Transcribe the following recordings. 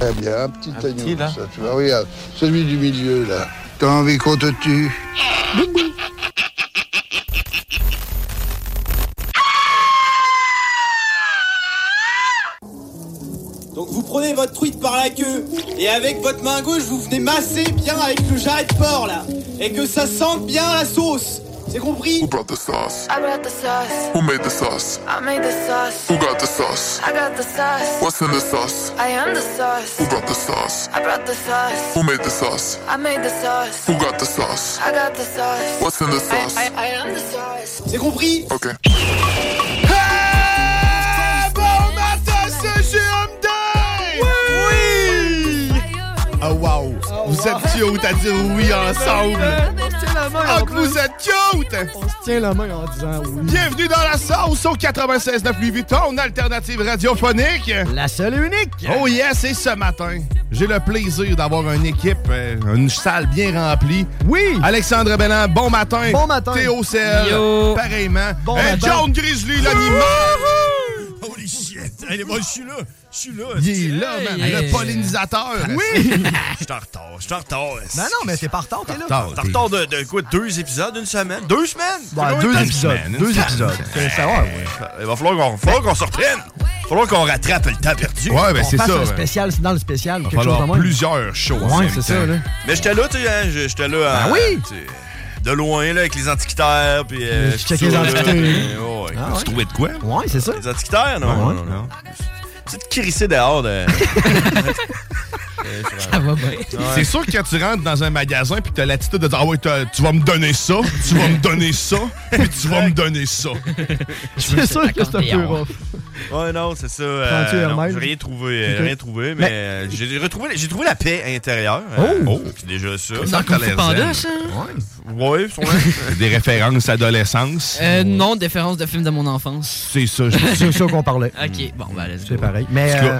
Très bien, un petit agneau. petit, là. ça, tu vois, regarde, celui du milieu, là. T'as envie qu'on te tue Donc vous prenez votre truite par la queue et avec votre main gauche vous venez masser bien avec le jarret de porc là et que ça sente bien la sauce. C'est compris Who brought the sauce? I brought the sauce. Who made the sauce? I made the sauce. Who got the sauce? I got the sauce. What's in the sauce? I am the sauce. Who brought the sauce? I brought the sauce. Who made the sauce? I made the sauce. Who got the sauce? I got the sauce. What's in the I, sauce? I, I am the sauce. C'est compris Okay. Bon matin, c'est GMD Oui Ah waouh Vous êtes cute à dire oui ensemble On se tient la main Ah en que vous êtes cute en disant oui. Bienvenue dans la sauce au 96.9 Louis Vuitton, alternative radiophonique La seule et unique. Oh yes, et ce matin, j'ai le plaisir d'avoir une équipe, euh, une salle bien remplie. Oui. Alexandre Belland, bon matin. Bon matin. Théo Sel, Yo. pareillement. Bon et matin. John Grizzly, l'animal. Holy shit! Allez, moi, je suis là! Je suis là! Il est là, Hey, man. hey. Le pollinisateur. Oui. Je suis en retard, je suis en retard! Ben non, mais t'es pas en retard, t'es là. Je suis en retard de, de quoi? Deux épisodes? Une semaine? Deux semaines? Ouais, Combien Ben, de deux temps? Une épisodes. semaine, une Deux semaine. Ben, épisodes. C'est ça, ouais, ouais. Il va falloir qu'on falloir qu'on se reprenne! Il va falloir qu'on rattrape le temps perdu! Ouais, ben On c'est ça. fasse un man. spécial, c'est dans le spécial, Il quelque va chose de falloir même. plusieurs shows. en Ouais, même c'est ça, temps. là. Mais j'étais là, tu sais, hein, je- j'étais là. Ah en- oui? tu sais, De loin, là, avec les antiquitaires, puis. euh, Je puis checkais tout ça, les là, antiquitaires. puis, oh, ouais. Ah, ouais. Tu trouvais de quoi? Ouais, c'est ça. Ah Les antiquitaires, non? Ouais. Non, non, non. Tu te crissais dehors de. Ça va bien. Ah, C'est sûr que quand tu rentres dans un magasin puis que t'as l'attitude de dire Ah ouais, t'as- tu vas me donner ça, tu vas me donner ça, puis tu vas me donner ça. C'est sûr que c'est un hein. peu rough. Ouais, non, c'est ça. Prends-tu Euh, non, Hermès? j'ai rien trouvé, euh, Ok. rien trouvé, mais, Mais- euh, j'ai retrouvé, j'ai trouvé la paix intérieure. euh, Oh! c'est déjà ça. Ça, t'as l'air zen. Ouais, sûrement. Des références adolescence. Euh, non, déférence de film de mon enfance. C'est ça, je C'est de ça qu'on parlait. Mm. Ok, bon, bah, let's go. C'est pareil. Mais Parce que- euh,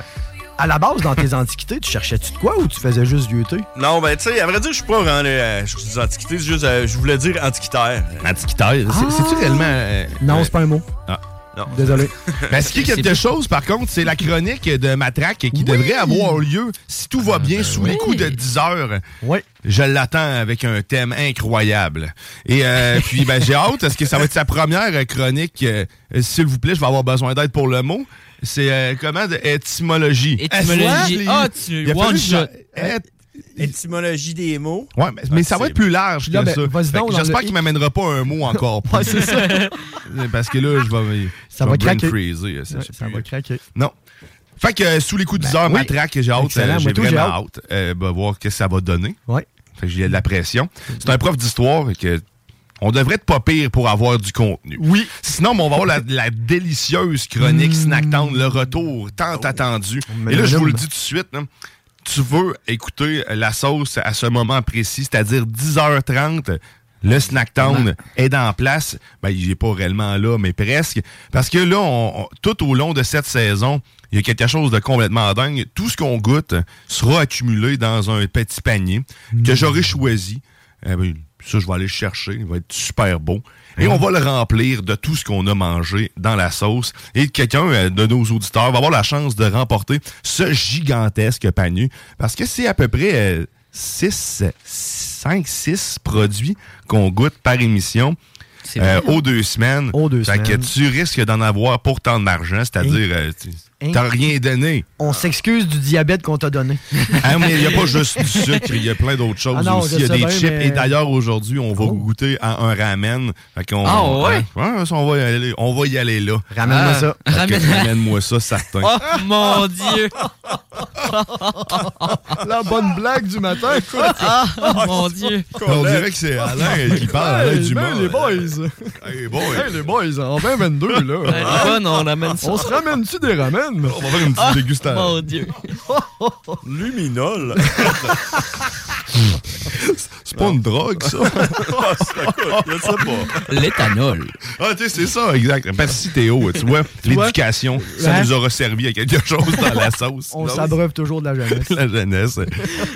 à la base, dans tes antiquités, tu cherchais-tu de quoi ou tu faisais juste du thé? non, ben, tu sais, à vrai dire, je suis pas vraiment euh, je suis des antiquités, c'est juste, euh, je voulais dire antiquitaire. Antiquitaire. C'est- C'est-tu réellement. euh, Ah! Non, euh, c'est pas un mot. Ah. Non. Désolé. Mais Ben, ce qui est quelque chose, par contre, c'est la chronique de Matraque qui devrait avoir lieu, si tout va bien, sous le coup de 10 heures. Ah, ben Oui. Je l'attends avec un thème incroyable. Et euh, puis, ben, j'ai hâte, parce que ça va être sa première chronique. euh, S'il vous plaît, je vais avoir besoin d'aide pour le mot. C'est euh, comment? de- étymologie. Étymologie. Est-ce que- Ah, tu. Il a fallu One que je- shot. Ét- Étymologie des mots. Ouais, mais, mais ça va être plus large que Là, ben, ça. vas-y Fait que donc dans J'espère le- qu'il m'amènera pas un mot encore. Ouais, c'est ça. Parce que là, je vais. Ça je va vais brain craquer. freezer, ça, Ouais, je sais ça plus. va craquer. Ben Non. Fait que euh, sous les coups de 10 heures, oui. matraque, j'ai hâte, Excellent. euh, j'ai Moi, tout, j'ai vraiment hâte euh, bah, voir qu'est-ce que ça va donner. Ouais. Fait que j'ai de la pression. C'est un prof d'histoire que on devrait être pas pire pour avoir du contenu. Oui. Sinon, mais on va avoir la, la délicieuse chronique Snack Town, le retour tant attendu. Mais Et là, je vous madame. le dis tout de suite, là, tu veux écouter la sauce à ce moment précis, c'est-à-dire 10h30. Le Snack Town est en place. Ben, il est pas réellement là, mais presque. Parce que là, on- on- tout au long de cette saison, il y a quelque chose de complètement dingue. Tout ce qu'on goûte sera accumulé dans un petit panier que j'aurai choisi. Eh ben, ça, je vais aller le chercher. Il va être super beau. Et on va le remplir de tout ce qu'on a mangé dans la sauce. Et quelqu'un euh, de nos auditeurs va avoir la chance de remporter ce gigantesque panier. Parce que c'est à peu près euh, 6, 5, 6 produits qu'on goûte par émission. euh, aux deux semaines. hein? Aux deux Fait que semaines. tu risques d'en avoir pour tant d'argent, c'est-à-dire, euh, tu- Hein? t'as rien donné. On s'excuse du diabète qu'on t'a donné. Ah, mais il n'y a pas juste du sucre, il y a plein d'autres choses Ah non, aussi. je Il y a sais des bien, chips. mais- Oh. Et d'ailleurs, aujourd'hui, on va goûter à un ramen. Fait qu'on- Ah ouais? Hein? Ouais, ça, on, va y aller, on va y aller là. Ramène-moi Ah, ça. Fait que ramène- Ramène-moi ça, certain. Ah. Oh, mon Dieu! La bonne blague du matin. Ah, mon Dieu. On dirait que c'est Alain qui parle à l'œil du Ben, mort. les boys. Hey, boys. Hey, les boys, en 2022, là. Ah. on ramène On se ramène-tu des ramènes? On va faire une petite Ah, dégustation. mon Dieu. Luminol. C'est pas une drogue, ça. Je sais pas. L'éthanol. Ah, tu sais, c'est ça, exact. Merci Théo, tu vois, vois? l'éducation, ça Hein? nous aura servi à quelque chose dans la sauce. On Non? s'abreuve toujours de la jeunesse. la jeunesse,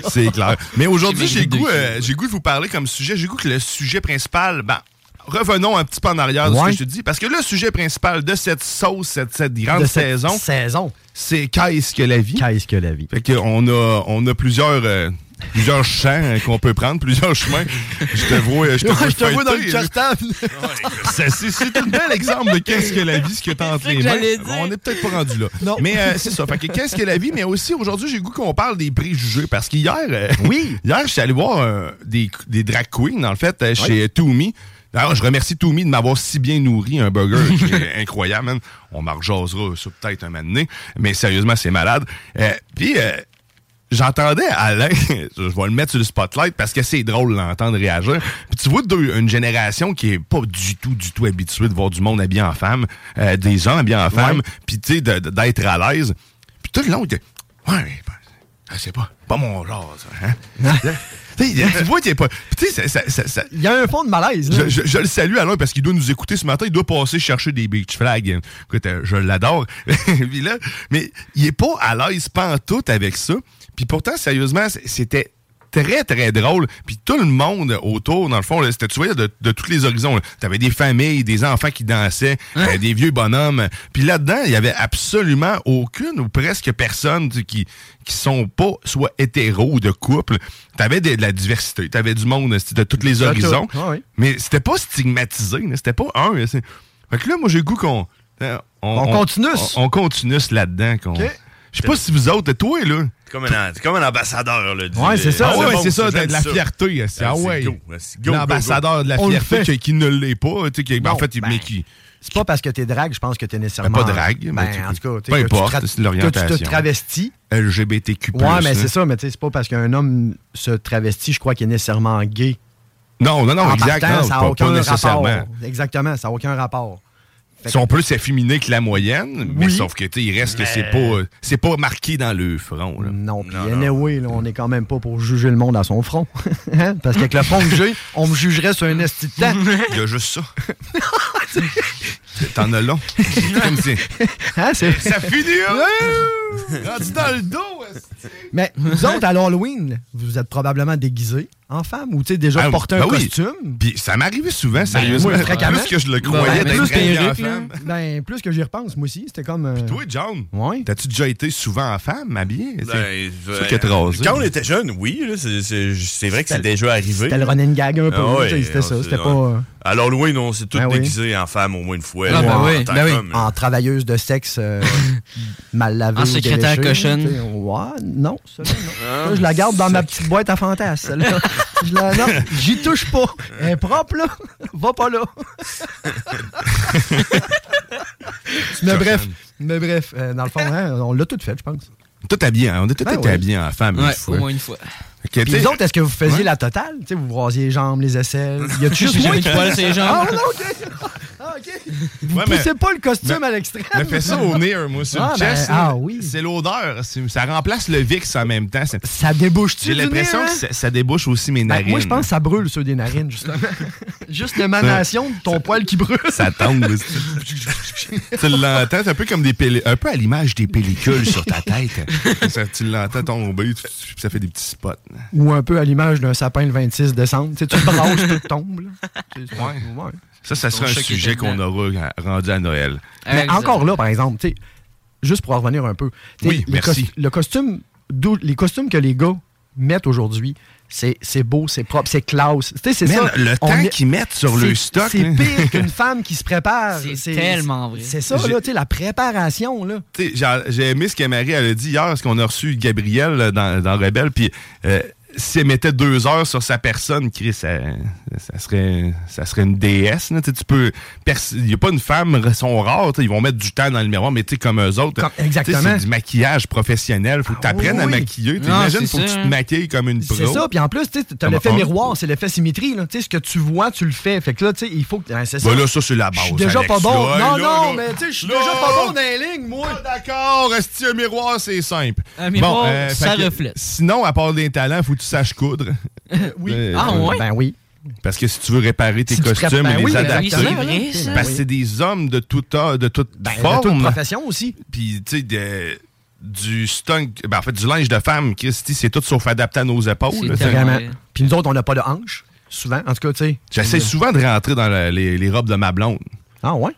c'est clair. Mais aujourd'hui, J'ai j'ai goût, mangé deux euh, j'ai goût de vous parler comme sujet. J'ai goût que le sujet principal, ben, revenons un petit peu en arrière de ce Ouais. que je te dis, parce que le sujet principal de cette sauce, cette, cette grande De cette saison, Saison. c'est qu'est-ce que la vie. Qu'est-ce que la vie? Fait qu'on a, on a plusieurs, euh, plusieurs champs euh, qu'on peut prendre, plusieurs chemins. Je te vois, euh, je te vois, Ouais, je te vois dans le feuilleter, là. cartable. Ça, C'est c'est un bel exemple de qu'est-ce que la vie, ce que t'as entre C'est les ce que mains. j'allais dire. On n'est peut-être pas rendu là. Mais euh, c'est ça. Fait que qu'est-ce que la vie, mais aussi aujourd'hui, j'ai le goût qu'on parle des préjugés. Parce qu'hier, euh, Oui. hier, je suis allé voir euh, des, des drag queens, en fait, euh, chez Toomey. Alors, je remercie Toomey de m'avoir si bien nourri un burger. C'est incroyable, man. On m'en rejasera ça peut-être un moment donné. Mais sérieusement, c'est malade. Euh, Puis, euh, J'entendais Alain, je vais le mettre sur le spotlight parce que c'est drôle de l'entendre réagir. Puis tu vois deux, une génération qui est pas du tout, du tout habituée de voir du monde habillé en femme, euh, des hommes habillés en femme, puis tu sais, de- de- d'être à l'aise. Puis tout le long, il était, ouais, mais ben, c'est pas, pas mon genre, ça, hein? Tu sais, tu vois, il est pas. puis Tu sais, ça- ça- ça- ça- Il y a un fond de malaise, là. je, je- je le salue Alain parce qu'il doit nous écouter ce matin. Il doit passer chercher des beach flags. Écoute, euh, je l'adore. Puis là, mais il est pas à l'aise pantoute avec ça. Puis pourtant, sérieusement, c- c'était très, très drôle. Puis tout le monde autour, dans le fond, là, c'était, tu voyais, de, de tous les horizons. là. T'avais des familles, des enfants qui dansaient, Hein? euh, des vieux bonhommes. Puis là-dedans, il y avait absolument aucune ou presque personne tu sais, qui qui sont pas soit hétéros ou de couple. T'avais de, de la diversité. T'avais du monde euh, de tous les Ah, horizons. tout. Ah oui. Mais c'était pas stigmatisé, là. c'était pas un. là. C'est- Fait que là, moi, j'ai le goût qu'on. euh, On continue. On, on continue là-dedans. qu'on- Ok. Je sais pas si vous autres, toi, là. T'es comme, un- t'es comme un ambassadeur, là. du- Ouais, c'est ça. Ah ouais, bon, c'est ça, de, j'aime de la ça. fierté. là, c'est- Ah c'est ouais. go, c'est go, go, L'ambassadeur de la On le fierté fait. qui, qui ne l'est pas. tu sais, qui- en Non, fait, il- ben, mais qui. C'est pas parce que t'es drague, je pense que t'es nécessairement. Ben, pas drague, mais Ben, tu- en tout cas, tu peu sais, que tu importe, tra- c'est de l'orientation. hein. que Tu te travestis. LGBTQ. Ouais, mais là. c'est ça, mais tu sais, c'est pas parce qu'un homme se travestit, je crois qu'il est nécessairement gay. Non, non, non, en exact. partant, non, ça pas- n'a pas, aucun rapport. nécessairement. Exactement, ça n'a aucun rapport. Ils sont plus efféminés que la moyenne, mais Oui. sauf que, tu sais, il reste que c'est pas, c'est pas marqué dans le front. là. Non, puis anyway, là, on n'est quand même pas pour juger le monde à son front. Hein? Parce qu'avec le fond que j'ai, on me jugerait sur un esti de temps. Il y a juste ça. T'en as long. Comme si- Hein, c'est- Ça finit, hein? Rendu dans le dos, esti. Mais vous autres, à l'Halloween, vous êtes probablement déguisés en femme ou tu sais, déjà Ah, porté un ben oui. costume. Ben, Puis ça m'arrivait souvent, sérieusement. moi, fréquemment. plus que je le Ben, ben, croyais d'être plus habillé en perruque, là. femme. Ben, plus que j'y repense, moi aussi, c'était comme. euh, Toi, John, Ouais. t'as-tu déjà été souvent en femme, habillée? Ben, sûr euh, que t'es rasé. Quand on était jeune, oui, là, c'est- c'est c'est vrai que c'est déjà arrivé. C'était le running gag un peu. Ah ouais, tu sais, c'était on ça. s'est- C'était ouais. pas euh, À l'Halloween, on s'est tous Ben oui. déguisés en femme au moins une fois. Ah, là, ben en oui, tant ben oui. qu'homme, là. en travailleuse de sexe euh, mal lavée. En ou secrétaire déléchée, cochonne. tu sais, Ouais, non, celle-là, Ah. non. Ça, je la garde dans ma petite boîte à fantasmes, celle-là. Je la- non, j'y touche pas. Elle est propre, là. Va pas là. mais bref, mais bref, euh, dans le fond, hein, on l'a tout fait, je pense. Tout habillé, hein? on a tout Ben été ouais. habillés en femme une Ouais, au fois. moins une fois. Fait que, Puis tu sais, les autres, est-ce que vous faisiez la totale? Tu sais, vous brasiez les jambes, les aisselles. Y a juste J'ai moi jamais qui... qui poil sur les jambes. Ah, non, OK. Ah, OK. Vous Ouais, mais- poussez pas le costume mais- à l'extrême. me fait ça au nez, un, moi, sur Ah, le ben, chest. ah là. oui. C'est l'odeur. C'est- Ça remplace le VIX en même temps. C'est- Ça débouche-tu J'ai du nez, l'impression hein? que ça, ça débouche aussi mes Ben, narines. moi, je pense que ça brûle ceux des narines, justement. Juste l'émanation de ton poil qui brûle. ça tombe. tu l'entends, c'est un peu comme des pelli- un peu à l'image des pellicules sur ta tête. Ça, tu l'entends tomber, tu- tu- ça fait des petits spots. Ou un peu à l'image d'un sapin le 26 décembre. Tu sais, tu brasses, tout tombe. là. C'est- c'est- Ouais. ouais. Ça, ça sera un Ton chat qui sujet était qu'on dedans. aura à- rendu à Noël. Mais encore là, par exemple, tu sais, juste pour en revenir un peu. tu sais, Oui, les merci. cos- le costume, d'où- les costumes que les gars mettent aujourd'hui, c'est c'est beau, c'est propre, c'est classe. Tu sais, c'est Man, ça. le on temps est- qu'ils mettent sur le c'est- stock, C'est là. pire qu'une femme qui se prépare. C'est tellement vrai. C'est ça, J'ai- là, tu sais, la préparation, là. Tu sais, j'ai- j'ai aimé ce que Marie elle a dit hier, ce qu'on a reçu Gabriel là, dans, dans Rebelle, puis euh, si elle mettait deux heures sur sa personne, Chris, ça, ça serait, ça serait une déesse. là. Tu sais, tu peux, pers- il n'y a pas une femme, ils sont rares, tu sais, ils vont mettre du temps dans le miroir, mais tu sais, comme eux autres, Comme- tu sais, exactement. Ah c'est du maquillage professionnel, faut que tu apprennes à oui. maquiller. Tu Non, imagines, c'est faut que ça, tu hein. te maquilles comme une pro. C'est ça, puis en plus, tu as Comme l'effet on- miroir, c'est l'effet symétrie. Là. Tu sais, Ce que tu vois, tu le fais. Fait que là, tu sais, il faut que. hein, c'est ça. Ben là, ça, c'est la Je base. suis déjà Alex, pas bon. là. non, Hey, là, Oh, non, là. mais tu sais, je suis Là. déjà pas bon dans les lignes, moi. Ah, d'accord, est-ce un miroir, c'est simple. Un miroir, euh, fait Hein, ça que- reflète. Sinon, à part des talents, faut que tu saches coudre. Oui. Euh, Ah, ouais? Ben oui. Parce que si tu veux réparer tes Si tu costumes prépares- et les oui, ben adapter, c'est exactement, vrai, là. ça. parce que oui. c'est des hommes de toute ta- de toute Ben, toute forme. profession aussi. Puis tu sais de- du stunk, ben, en fait du linge de femme, Christy, c'est tout sauf adapté à nos C'est épaules. là. tellement- Vraiment. Ouais. Puis nous autres, on n'a pas de hanches, souvent. En tout cas, tu sais. J'essaie souvent de rentrer dans la- les, les robes de ma blonde. Ah ouais?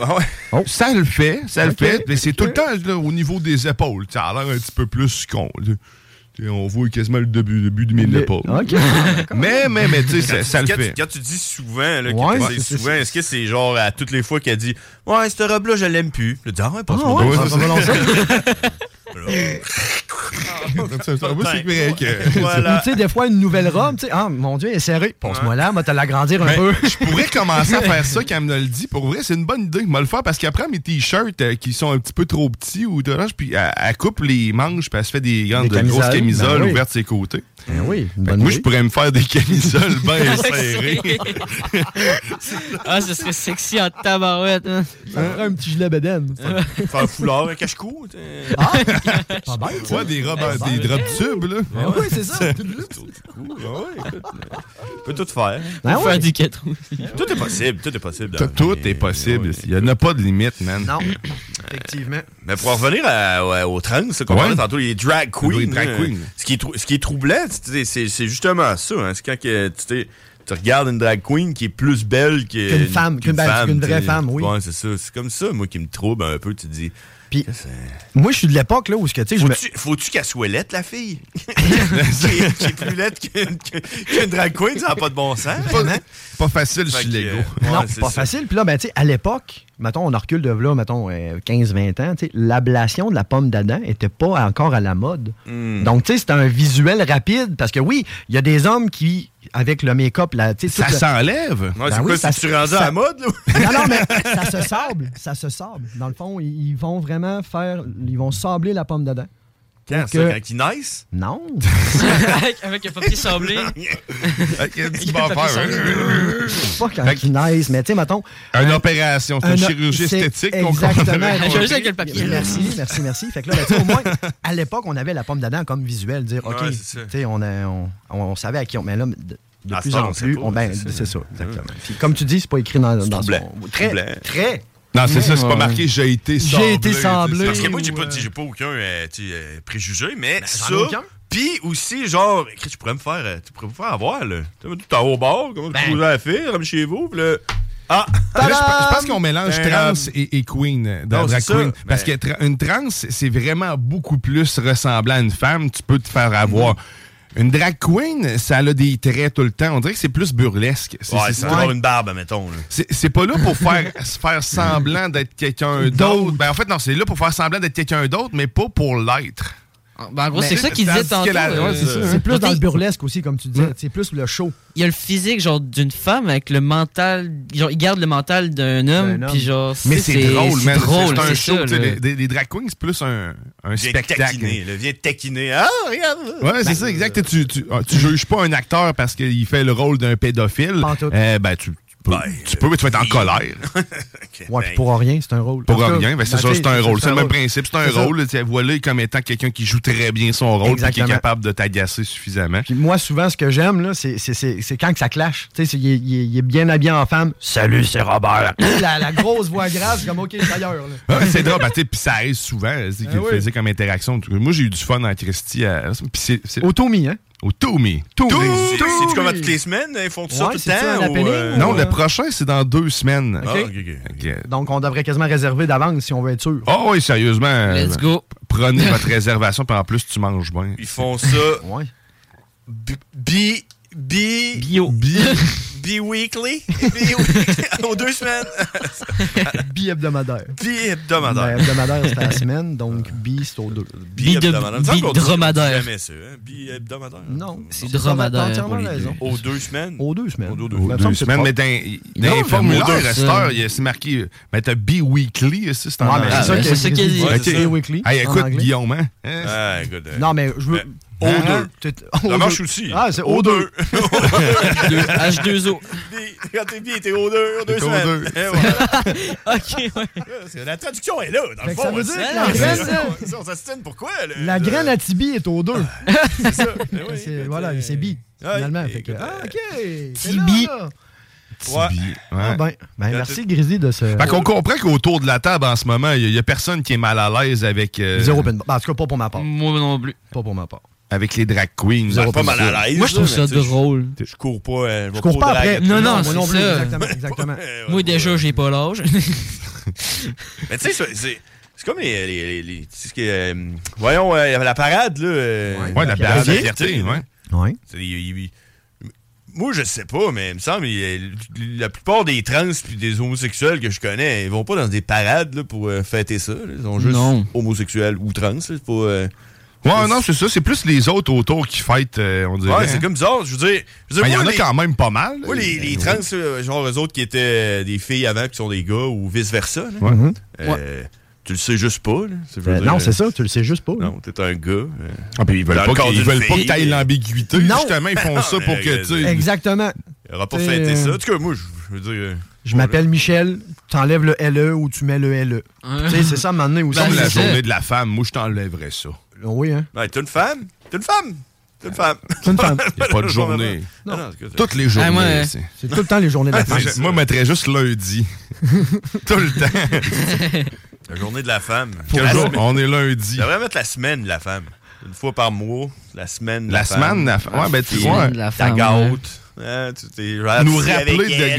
Ah ouais. Oh. Ça le fait, ça le Ok, fait, mais c'est ok. tout le temps là, au niveau des épaules. Ça a l'air un petit peu plus con. là. Tu sais, On voit quasiment le début, début de mes Le- épaules. OK. Mais, mais, mais, tu sais, ça, ça le quand, tu- fait. quand tu dis souvent, là, Ouais, que c'est- t'essayes c'est- souvent, est-ce que c'est genre à toutes les fois qu'elle dit Ouais, cette robe-là, je l'aime plus. Le dis Ah ouais, passe-moi ouais, donc. ça, Ça va lancer. euh, Ça, ça va, c'est vrai que- Ou Voilà. tu sais, des fois, une nouvelle robe, tu sais. Ah, mon Dieu, elle est serrée. Pense-moi là, moi, t'as l'agrandir un Ben, peu. je pourrais commencer à faire ça quand elle me le dit. Pour vrai, c'est une bonne idée. Je vais le faire parce qu'après mes t-shirts euh, qui sont un petit peu trop petits ou d'orange, puis elle, elle coupe les manches puis elle se fait des grandes Des grosses camisoles. camisoles Ben oui. ouvertes ses côtés. Ben oui, une Fait que bonne moi, idée. je pourrais me faire des camisoles bien serrées. ah, ce serait sexy en tabarouette. hein. Ça ferait un petit gilet bedaine. Ah! Faire un foulard, hein, un cache-cou. tu sais. Pas bête, ça. Ouais, des robes, euh, des robes tubes, là. Ah oui, c'est ça. Ouh, ouais, écoute, on peut tout faire. Ben Faire ouais. du quatre roues. Tout est possible. Tout est possible. Tout, tout est possible. Ben Il n'y en a pas de limite, man. Non, effectivement. Mais pour en revenir à- ouais, aux trans, c'est qu'on Ouais. parlait tantôt, les drag queens. Les drag euh, queens. ce, qui est trou- ce qui est troublant, c'est- c'est c'est justement ça. hein, c'est quand que tu, t'es- tu regardes une drag queen qui est plus belle que- Qu'une femme, qu'une belle- qu'une vraie t'sais. femme, oui. Ouais, c'est ça. C'est comme ça, moi, qui me trouble un peu. Tu te dis, Puis, moi, je suis de l'époque, là, où ce que, tu sais, je me. faut-tu faut-tu qu'elle soit laite, la fille? qui, est, qui est plus laite qu'une que- qu'une drag queen, ça n'a pas de bon sens. Pas, hein? pas facile, je Fait suis que, Lego. euh, ouais, non, c'est pas ça. facile. Puis là, ben, tu sais, à l'époque, mettons, on en recule de là, mettons, 15-20 ans, tu sais, l'ablation de la pomme d'Adam était pas encore à la mode. Mm. Donc, tu sais, c'était un visuel rapide parce que oui, il y a des hommes qui, avec le make-up, la, tu sais, Ça toute la- s'enlève. Ouais, c'est Ben quoi, oui, ça si tu se- rendu ça- à la mode? Là? Non, non, mais ça se sable. Ça se sable. Dans le fond, ils ils vont vraiment faire. Ils vont sabler la pomme d'Adam. Quand, ça, que- quand ils naissent? Non. Avec- Avec un papier sablé. Fait que tu Il y vas a le papier faire, sablé. hein. Pas quand ils naissent, mais tu sais, mettons. Une opération, c'est un- une chirurgie c'est esthétique qu'on Exactement. comprend. Je sais avec le papier. Merci, merci, merci. Fait que là, ben, tu sais, au moins, à l'époque, on avait la pomme d'Adam comme visuel. Dire, OK, Ouais, tu c'est ça. sais, on, a- on, on, on savait à qui on. Mais là, de, de À plus ce temps, en on sait plus, pas, on, ben, c'est ça. Mm. c'est ça, exactement. Puis, comme tu dis, c'est pas écrit dans, dans troublant. son- Très, Troublant. très. Non, c'est ça, c'est pas Ouais. marqué j'ai été J'ai semblé. été tu sais, semblé. c'est- Parce que moi, j'ai ou, pas, euh, j'ai pas aucun euh, tu sais, euh, préjugé, mais Ben, j'en ai ça. aucun. Puis aussi, genre, Chris, tu pourrais me faire, euh, tu pourrais me faire avoir, là. Tu sais, tout en haut bord, comme tu vous à la fille, rentre chez vous, puis là. Ah! Ben. Là, je, je pense qu'on mélange Ben, trans euh, et, et queen dans non, drag c'est ça, queen. Parce ben- que tra- une trans, c'est vraiment beaucoup plus ressemblant à une femme. Tu peux te faire Mhm. avoir. Une drag queen, ça a des traits tout le temps. On dirait que c'est plus burlesque. C'est Ouais, c'est- c'est c'est- avoir une barbe, mettons, là. c'est- c'est pas là pour faire, se faire semblant d'être quelqu'un d'autre. Ben, en fait, non, c'est là pour faire semblant d'être quelqu'un d'autre, mais pas pour l'être. Ben, en gros, c'est ça qu'il Tandis disait tantôt. que la- ouais, euh, c'est Mm. ça, hein. C'est plus dans le Puis- burlesque aussi, comme tu disais. C'est plus le show. il y a le physique genre d'une femme avec le mental genre il garde le mental d'un homme D'un homme. puis genre Mais c'est drôle, man. drôle, C'est un c'est show. ça, tu sais, là. les, les- les drag queens, c'est plus un, un Viens spectacle. taquiner, là. Viens taquiner. Ah, regarde! Ouais, ben, c'est ça, exact. Tu, tu, ah, tu juges pas un acteur parce qu'il fait le rôle d'un pédophile. Pas en tout. Eh ben, tu, tu peux, tu peux, mais tu vas être euh, en colère. Ouais, ben, puis pour rien, c'est un rôle. Pour En tout cas, rien, ben, c'est ben, sûr, tu sais, c'est un rôle. C'est le même rôle. principe, c'est un C'est ça. rôle. Tu voilà comme étant quelqu'un qui joue très bien son rôle et qui est Exactement. capable de t'agacer suffisamment. Puis moi, souvent, ce que j'aime, là, c'est- c'est c'est- c'est quand que ça clash. Tu sais, c'est- il est- il est- il est bien habillé en femme. Salut, c'est Robert. la, la grosse voix grave, c'est comme OK, c'est ailleurs. là. Ouais, c'est drôle, ben, tu sais, puis ça arrive souvent, hein, c'est qu'il Ah oui. faisait comme interaction. En tout cas, Moi, j'ai eu du fun en Christie. à- Puis c'est c'est- Au Tommy, hein? au Tommy. C'est- C'est-tu comme à toutes les semaines? hein, Ils font ça Ouais, tout c'est ça, le un temps? happening, euh, Non, Ouais. le prochain, c'est dans deux semaines. Ah, Ok. ok, ok. Ok. Donc, on devrait quasiment réserver d'avance si on veut être sûr. Ah oui, sérieusement. let's go Prenez votre réservation, puis en plus, tu manges bien. Ils font ça Ouais. B- Bi. Bi. Bio. Bi-weekly. Bi-weekly. Aux deux semaines. Bi-hebdomadaire. Ben, Bi-hebdomadaire. hebdomadaire, c'est à la semaine, donc Euh, bi, c'est aux deux. Bi-hebdomadaire. Il me semble qu'on dit Bi-dromadaire. jamais ça, hein? Bi-hebdomadaire. Non, C'est ça, t'as dromadaire entièrement pour les raison. Aux deux semaines. Aux deux semaines. Aux deux Il me semble Deux que c'est semaines, pas- mais dans, Non, dans les mais moi, formulaires, ça- à cette heure, il y a- c'est marqué, mais t'as B-Weekly, ça, c'est en Ouais, mais anglais. Ah, c'est ça ben, qui c'est ça qu'il dit. Ouais, c'est Ok. ça, Weekly. Hey, en écoute, anglais. Guillaume, hein? Hein? Ah, écoute. euh, Non, mais je veux. Aux Hein? T'es- aux Ça deux. marche aussi. Ah, c'est Aux aux deux. H2- H2O. Bi- Quand t'es bi, t'es aux deux. Aux deux aux semaines. deux. Eh, voilà. Ok, ouais. C'est- La traduction est là, dans Fait le que fond. ça veut hein. dire c'est- que la c'est- graine, c'est- Ça, On s'assistine pourquoi? là? la graine à Tibi est aux deux. Euh, C'est ça. Eh oui, C'est- écoute, voilà, euh, c'est bi, ouais, finalement. Fait que, écoute, ah, euh, OK. c'est Tibi. là, là. Petit Ouais. bi- ouais. Ah, Ben, ben, merci, Grizzly, de ce. Fait qu'on comprend qu'autour de la table, en ce moment, il n'y a, personne qui est mal à l'aise avec, euh, Zéro open bar. Ben, En tout cas, pas pour ma part. Moi non plus. Pas pour ma part. avec les drag queens. Vous êtes pas mal à l'aise. Moi, je trouve là, ça mais tu sais, drôle. Je je cours pas. euh, vais Je cours pas au après. drag. Non, non, moi non c'est plus. ça. Exactement, exactement. Ouais, Moi, ouais, déjà, ouais. j'ai pas l'âge. Mais tu sais, c'est- c'est c'est comme les. les, les, les- tu sais ce que, euh, voyons, euh, il y avait la parade, là. euh, Ouais, la parade place de la fierté, ouais. Ouais. C'est- il- il- moi, je sais pas, mais il me semble il- il- la plupart des trans puis des homosexuels que je connais, ils vont pas dans des parades là, pour euh, fêter ça. là. Ils sont juste Non. homosexuels ou trans. là. C'est pas, euh, Ouais, non, c'est ça. C'est plus les autres autour qui fêtent, euh, on dirait. ouais, c'est hein. comme bizarre. Je veux dire, je veux dire, Ben, Il y moi, en a les- quand même pas mal. moi, les, les trans, là, genre eux autres qui étaient euh, des filles avant qui sont des gars ou vice-versa, là, Ouais. euh, tu le sais juste pas. Là, je veux Euh, dire, non, euh, c'est ça, tu le sais juste pas. là. Non, t'es un gars. euh, Ah, puis ils veulent Dans pas, le corps qu'ils d'une veulent fille. pas Ah, que t'ailles l'ambiguïté. Non. Justement, ils font ça pour Ben, que, tu sais, Exactement. Il aura pas C'est- euh, fêté ça. En tout cas, moi, je je veux dire. euh, Je m'appelle Michel, t'enlèves le LE ou tu mets le LE. Hein? Tu sais, c'est ça, à un moment donné aussi. Ben, comme la c'est ça. journée de la femme, moi, je t'enlèverais ça. Oui, hein. Ouais, Ben, t'es une femme. T'es une femme. T'es une femme. C'est une femme. Il a pas de journée. Non, non, c'est- Toutes les Ah, journées. moi, c'est- euh, C'est tout le temps les journées de la femme. Ah, Moi, je- moi, je mettrais juste lundi. Tout le temps. La journée de la femme. Quel la jour? semaine. On est Je lundi. devrais mettre la semaine de la femme. Une fois par mois, la semaine de la, La semaine, la femme. Ouais, ben, tu vois, de la Ta femme, ouais. gâte. Hein, tu t'es gentil nous avec rappeler de elle.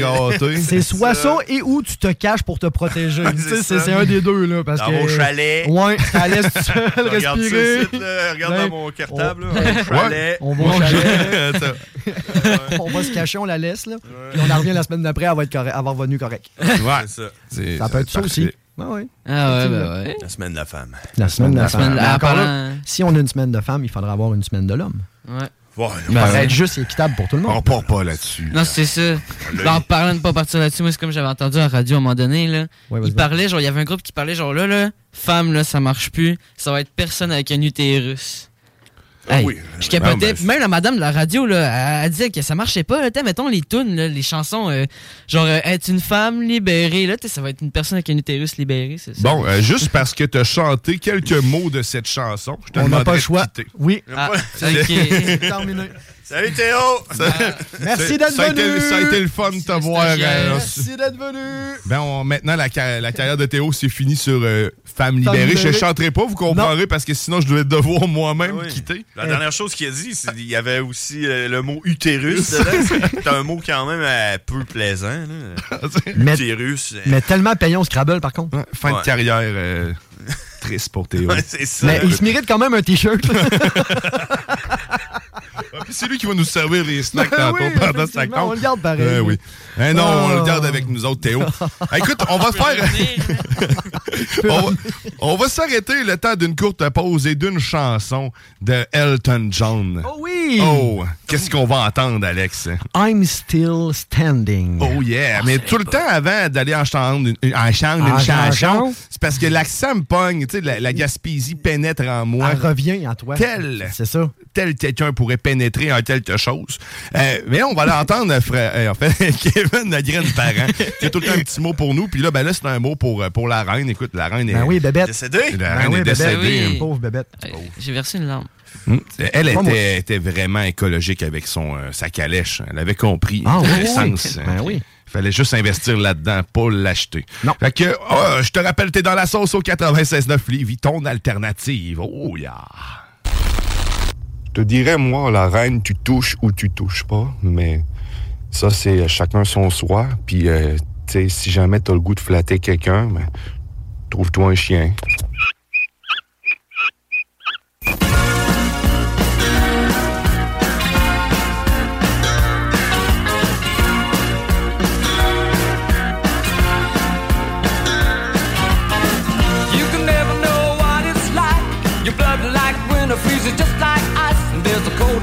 gâter. C'est C'est soit ça. ça et où tu te caches pour te protéger. Tu sais, C'est c'est ça. c'est un des deux, là. Parce Dans que, mon chalet. Ouais, t'es à l'aise tout seul, Regarde ça, respirer. ici, là. Euh, regarde Ben, dans mon cartable. on- là, mon chalet. On va au chalet, Attends. on va se cacher, on la laisse, là. Puis on en revient la semaine d'après, elle va être correct, avoir revenu correct. Ouais. C'est ça. C'est- Ça peut être ça parfait. ben aussi. Ah oui. Ah ouais, bah ouais. La semaine de la femme. La semaine de la semaine femme. de la Mais encore là, femme. si on a une semaine de femme, il faudra avoir une semaine de l'homme. ouais. Bon, Ça Ben va ouais. être juste et équitable pour tout le On monde. part pas là-dessus. Non, c'est ça. Ben, en parlant de pas partir là-dessus, moi, c'est comme j'avais entendu à la radio à un moment donné, là. Ouais, il vas-y, vas-y. parlait, genre, il y avait un groupe qui parlait, genre, là, là, femme, là, ça marche plus. Ça va être personne avec un utérus. Hey, oui. Je capotais. Ah, ben, Puis même la madame de la radio, là, elle, elle disait que ça marchait pas. Là, T'sais, mettons les tunes, là, les chansons, euh, genre, euh, être une femme libérée, là, t'sais, ça va être une personne avec un utérus libéré, c'est ça. Bon, euh, juste parce que t'as chanté quelques mots de cette chanson, je te On n'a demanderais pas le de choix. quitter. Oui. Ah, ok. Terminé. Salut Théo! Ah, Merci d'être ça a, été, venu. ça a été le fun de te voir. stagiaire. euh, Merci d'être venu. ben, on- maintenant, la, carrière- la carrière de Théo, c'est fini sur euh, Femme libérée. libérée. Je ne chanterai pas, vous comprendrez, parce que sinon, je devais devoir moi-même Oui. quitter. Euh, La dernière chose qu'il a dit, c'est qu'il y avait aussi euh, le mot utérus dedans. C'est un mot quand même euh, peu plaisant. là. Mais, Utérus. euh, mais tellement payant au Scrabble, par contre. Ouais, fin Ouais. de carrière euh, triste pour Théo. ouais, c'est ça. Mais il se mérite quand même un T-shirt. Ah, puis c'est lui qui va nous servir les snacks Ben tantôt oui, pendant effectivement, sa compte. on le garde pareil. Eh oui. Eh non, on Ah. le garde avec nous autres, Théo. Eh, écoute, on va faire. on va, on va s'arrêter le temps d'une courte pause et d'une chanson de Elton John. Oh oui! Oh, qu'est-ce qu'on va entendre, Alex? I'm still standing. Oh yeah! Mais tout le temps avant d'aller en chanter une, en chanter En une chanson, chanson? c'est parce que l'accent me pogne, tu sais, la, la Gaspésie pénètre en moi. Elle revient en toi. Tel. C'est ça. tel quelqu'un pourrait pénétrer en quelque chose. Euh, mais on va l'entendre, frère. euh, en fait, Kevin Nagraine Parent, qui a tout le temps un petit mot pour nous. Puis là, ben là, c'est un mot pour, euh, pour la reine. Écoute, la reine est. Ben oui, bébête. Décédé? Ben La reine oui, est bébête. décédée. Oui. Pauvre bébête. Hey, J'ai versé une larme. Mm. Elle Pas moi. était, était vraiment écologique avec son, euh, sa calèche. Elle avait compris Ah, oui, le oui. sens. Ben oui. Fallait juste investir là-dedans, pas l'acheter. Non. Fait que, euh, je te rappelle, t'es dans la sauce au 96.9 Lévis, ton alternative. Oh, yeah. te dirais, moi, la reine, tu touches ou tu touches pas, mais ça, c'est euh, chacun son soi. Puis, euh, tu sais, si jamais t'as le goût de flatter quelqu'un, ben, trouve-toi un chien. freeze you just like ice. And there's a cold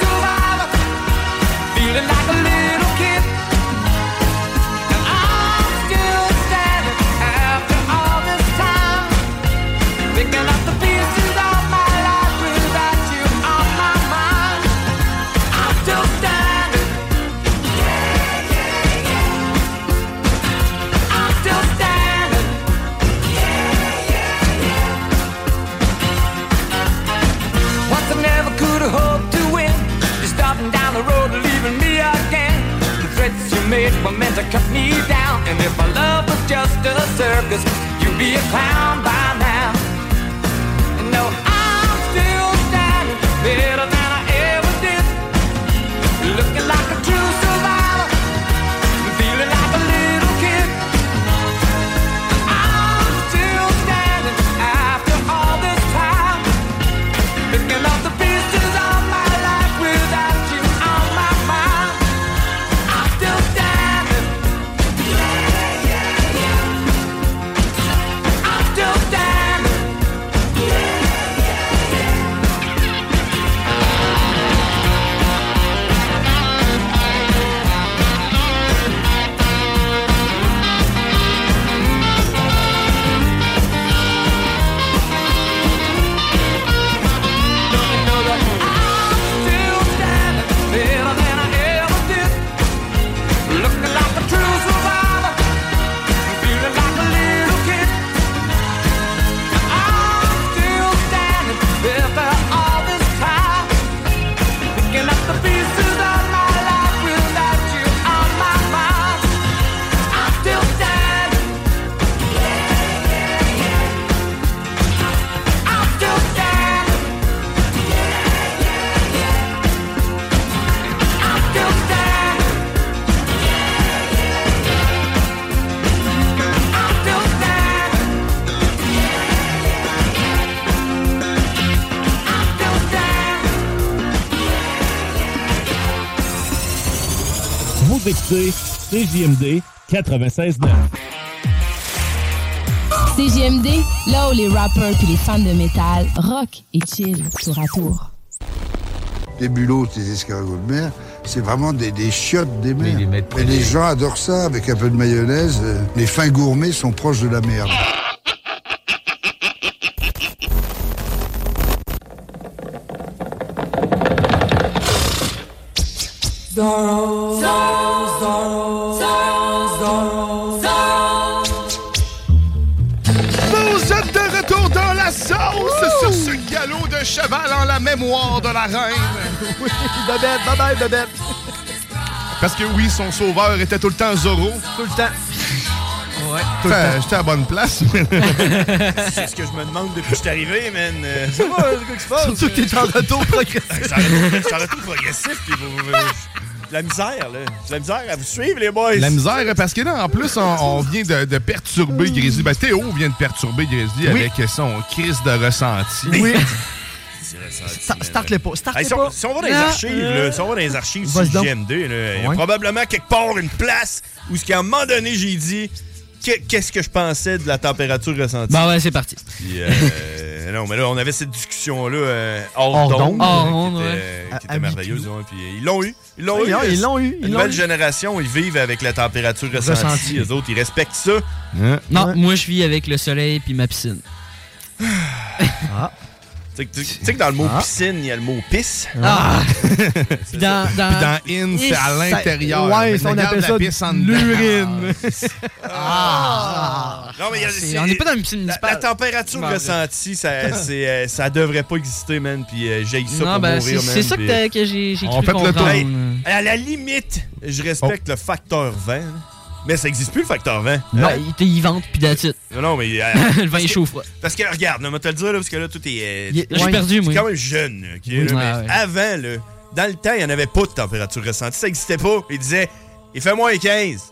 survivor, feeling like a little kid. And I'm still standing after all this time. Picking up the pieces of my life without you on my mind. I'm still standing. Yeah, yeah, yeah. I'm still standing. Yeah, yeah, yeah. Once I never could have hoped to win. You're starting down the road and leaving me again. The threats you made were meant to cut me down. And if my love was just a circus, you'd be a clown by now. And no, I'm still standing better than I ever did. Looking like a true survivor, feeling like a little kid. I'm still standing after all this time. Picking up the pieces of my life without you on my mind. I'm still standing. Yeah, yeah, yeah. I'm still standing. Yeah, yeah, yeah. Vous écoutez CJMD 96.9. CGMD, là où les rappers puis les fans de métal rock et chill tour à tour. Les bulots, les escargots de mer, c'est vraiment des, des chiottes des mers. mettent Et les gens adorent ça avec un peu de mayonnaise. euh, Les fins gourmets sont proches de la merde. Zorro, Zorro, Zorro, Zorro, Vous êtes de retour dans la sauce sur ce galop de cheval en la mémoire de la reine. Ah, Oui, Babette, bye bye, Babette. Parce que oui, son sauveur était tout le temps Zorro. Tout le temps. Ouais. Enfin, J'étais à la bonne place. C'est ce que je me demande depuis que je suis arrivé, man. Euh, Ça va, c'est quoi qui se passe? Surtout que t'es en retour progressif. Ça en retour progressif, puis vous- vous- vous- La misère, là. La misère à vous suivre, les boys. La misère, parce que là, en plus, on, on vient de, de perturber Grizzly. Ben, Théo vient de perturber Grizzly Oui. avec son crise de ressenti. Oui. starte-le pas, starte-le Hey, si, pas. on, si on va dans les Ah. Non, archives, euh, là, si on va dans les archives sur Vas-y donc. GMD, là, il y a Ouais. probablement quelque part une place où, ce qu'à un moment donné, j'ai dit que- qu'est-ce que je pensais de la température ressentie. Bon, Bah, ouais, c'est parti. Puis, euh, non, mais là, on avait cette discussion-là euh, hors, Hors d'onde, d'onde. Hors d'onde, qui était, euh, ouais. qui était À- à merveilleuse. ouais, puis, euh, ils l'ont eu. Ils l'ont Oui, eu. ah, ils l'ont eu, ils La l'ont nouvelle eu. génération, ils vivent avec la température ressentie. Ressentie. Hein. Eux autres, ils respectent ça. Hein? Non, moi je vis avec le soleil puis ma piscine. Tu sais que- tu sais que dans le mot Ah. piscine, il y a le mot pisse. Ah. C'est Dans- ça. dans- Puis dans in, c'est à Ça- l'intérieur. ouais, Mais ça, on regarde appelle la ça pisse en dedans. l'urine. Ah! Non, mais il y a- c'est- on n'est pas dans une piscine La, municipale. la température Bon, ressentie, ça, c'est, euh, ça devrait pas exister, man. Puis euh, j'ai ça Non, pour ben, mourir, c'est- man. c'est ça que puis- t'as- que j'ai- j'ai On cru fait le Oh. comprendre. tour. Hey, à la limite, je respecte le facteur vent. là. Mais ça existe plus, le facteur vent. Non, Hein? il était y vente puis d'attitude. Non, non, mais. euh, Le vin parce est que- chaud froid. Parce que, regarde, là, on va te le dire, là, parce que là, tout est. euh, Il est- t'es- je suis t'es- perdu, t'es moi. quand même jeune, là, ok, là, Ouais, mais ouais. Avant, là, dans le temps, il n'y en avait pas de température ressentie. Ça n'existait pas. Ils disaient, il fait moins 15.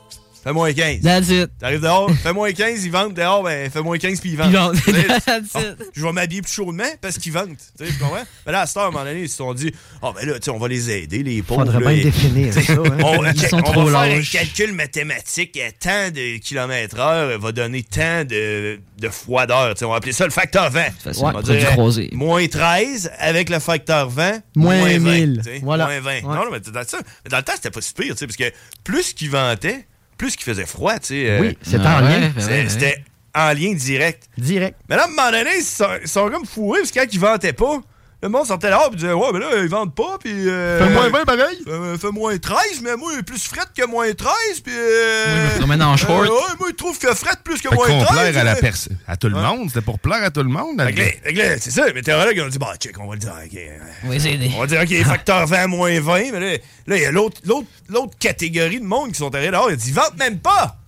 Fait moins 15. That's it. T'arrives dehors, fait moins 15, ils vendent dehors, ben fait moins 15 puis ils vendent. Ils vendent. Tu sais, That's bon, je vais m'habiller plus chaudement parce qu'ils vendent. Tu sais, tu comprends? Ben là, à cette heure, à un moment donné, ils se sont dit, oh ben là, tu sais, on va les aider, les pauvres. Faudrait là, bien et- définir tu sais, ça, hein. On, Ils sont on trop va faire un lâches. calcul mathématique, euh, tant de kilomètres heure euh, va donner tant de, de froideur. Tu sais, on va appeler ça le facteur 20. façon, On ouais, va produit euh, croisé. Moins 13 avec le facteur 20. Moins 20, 1000, tu sais, voilà. Moins 20. Ouais. Non, non, mais dans, ça, mais dans le temps, c'était pas si pire, tu sais, parce que plus qu'il ventait, plus qu'il faisait froid, tu sais. Oui, c'était en lien. ben C'est- Ouais, ouais. C'était en lien direct. Direct. Mais là, à un moment donné, ils sont, ils sont comme fourrés, parce que quand ils vantaient pas, le monde sortait là et disait Ouais, mais là, ils vendent pas, puis. euh, Fais moins 20 pareil. Fais, fais moins 13, mais moi, il est plus fret que moins 13, puis. euh, me promène en short. euh, ouais, moi, il trouve que fret plus que Fait moins qu'on 13. plaire à, la euh. perce- à tout le monde. C'était pour plaire à tout le monde. Fait que là- fait que là, C'est ça, les météorologues, ils ont dit Bah, check, on va le dire. ok, euh, On va les aider. on va dire, OK, facteur 20 moins 20, mais là, là, il y a l'autre, l'autre, l'autre catégorie de monde qui sont arrivés dehors. Ils disent, vente même pas!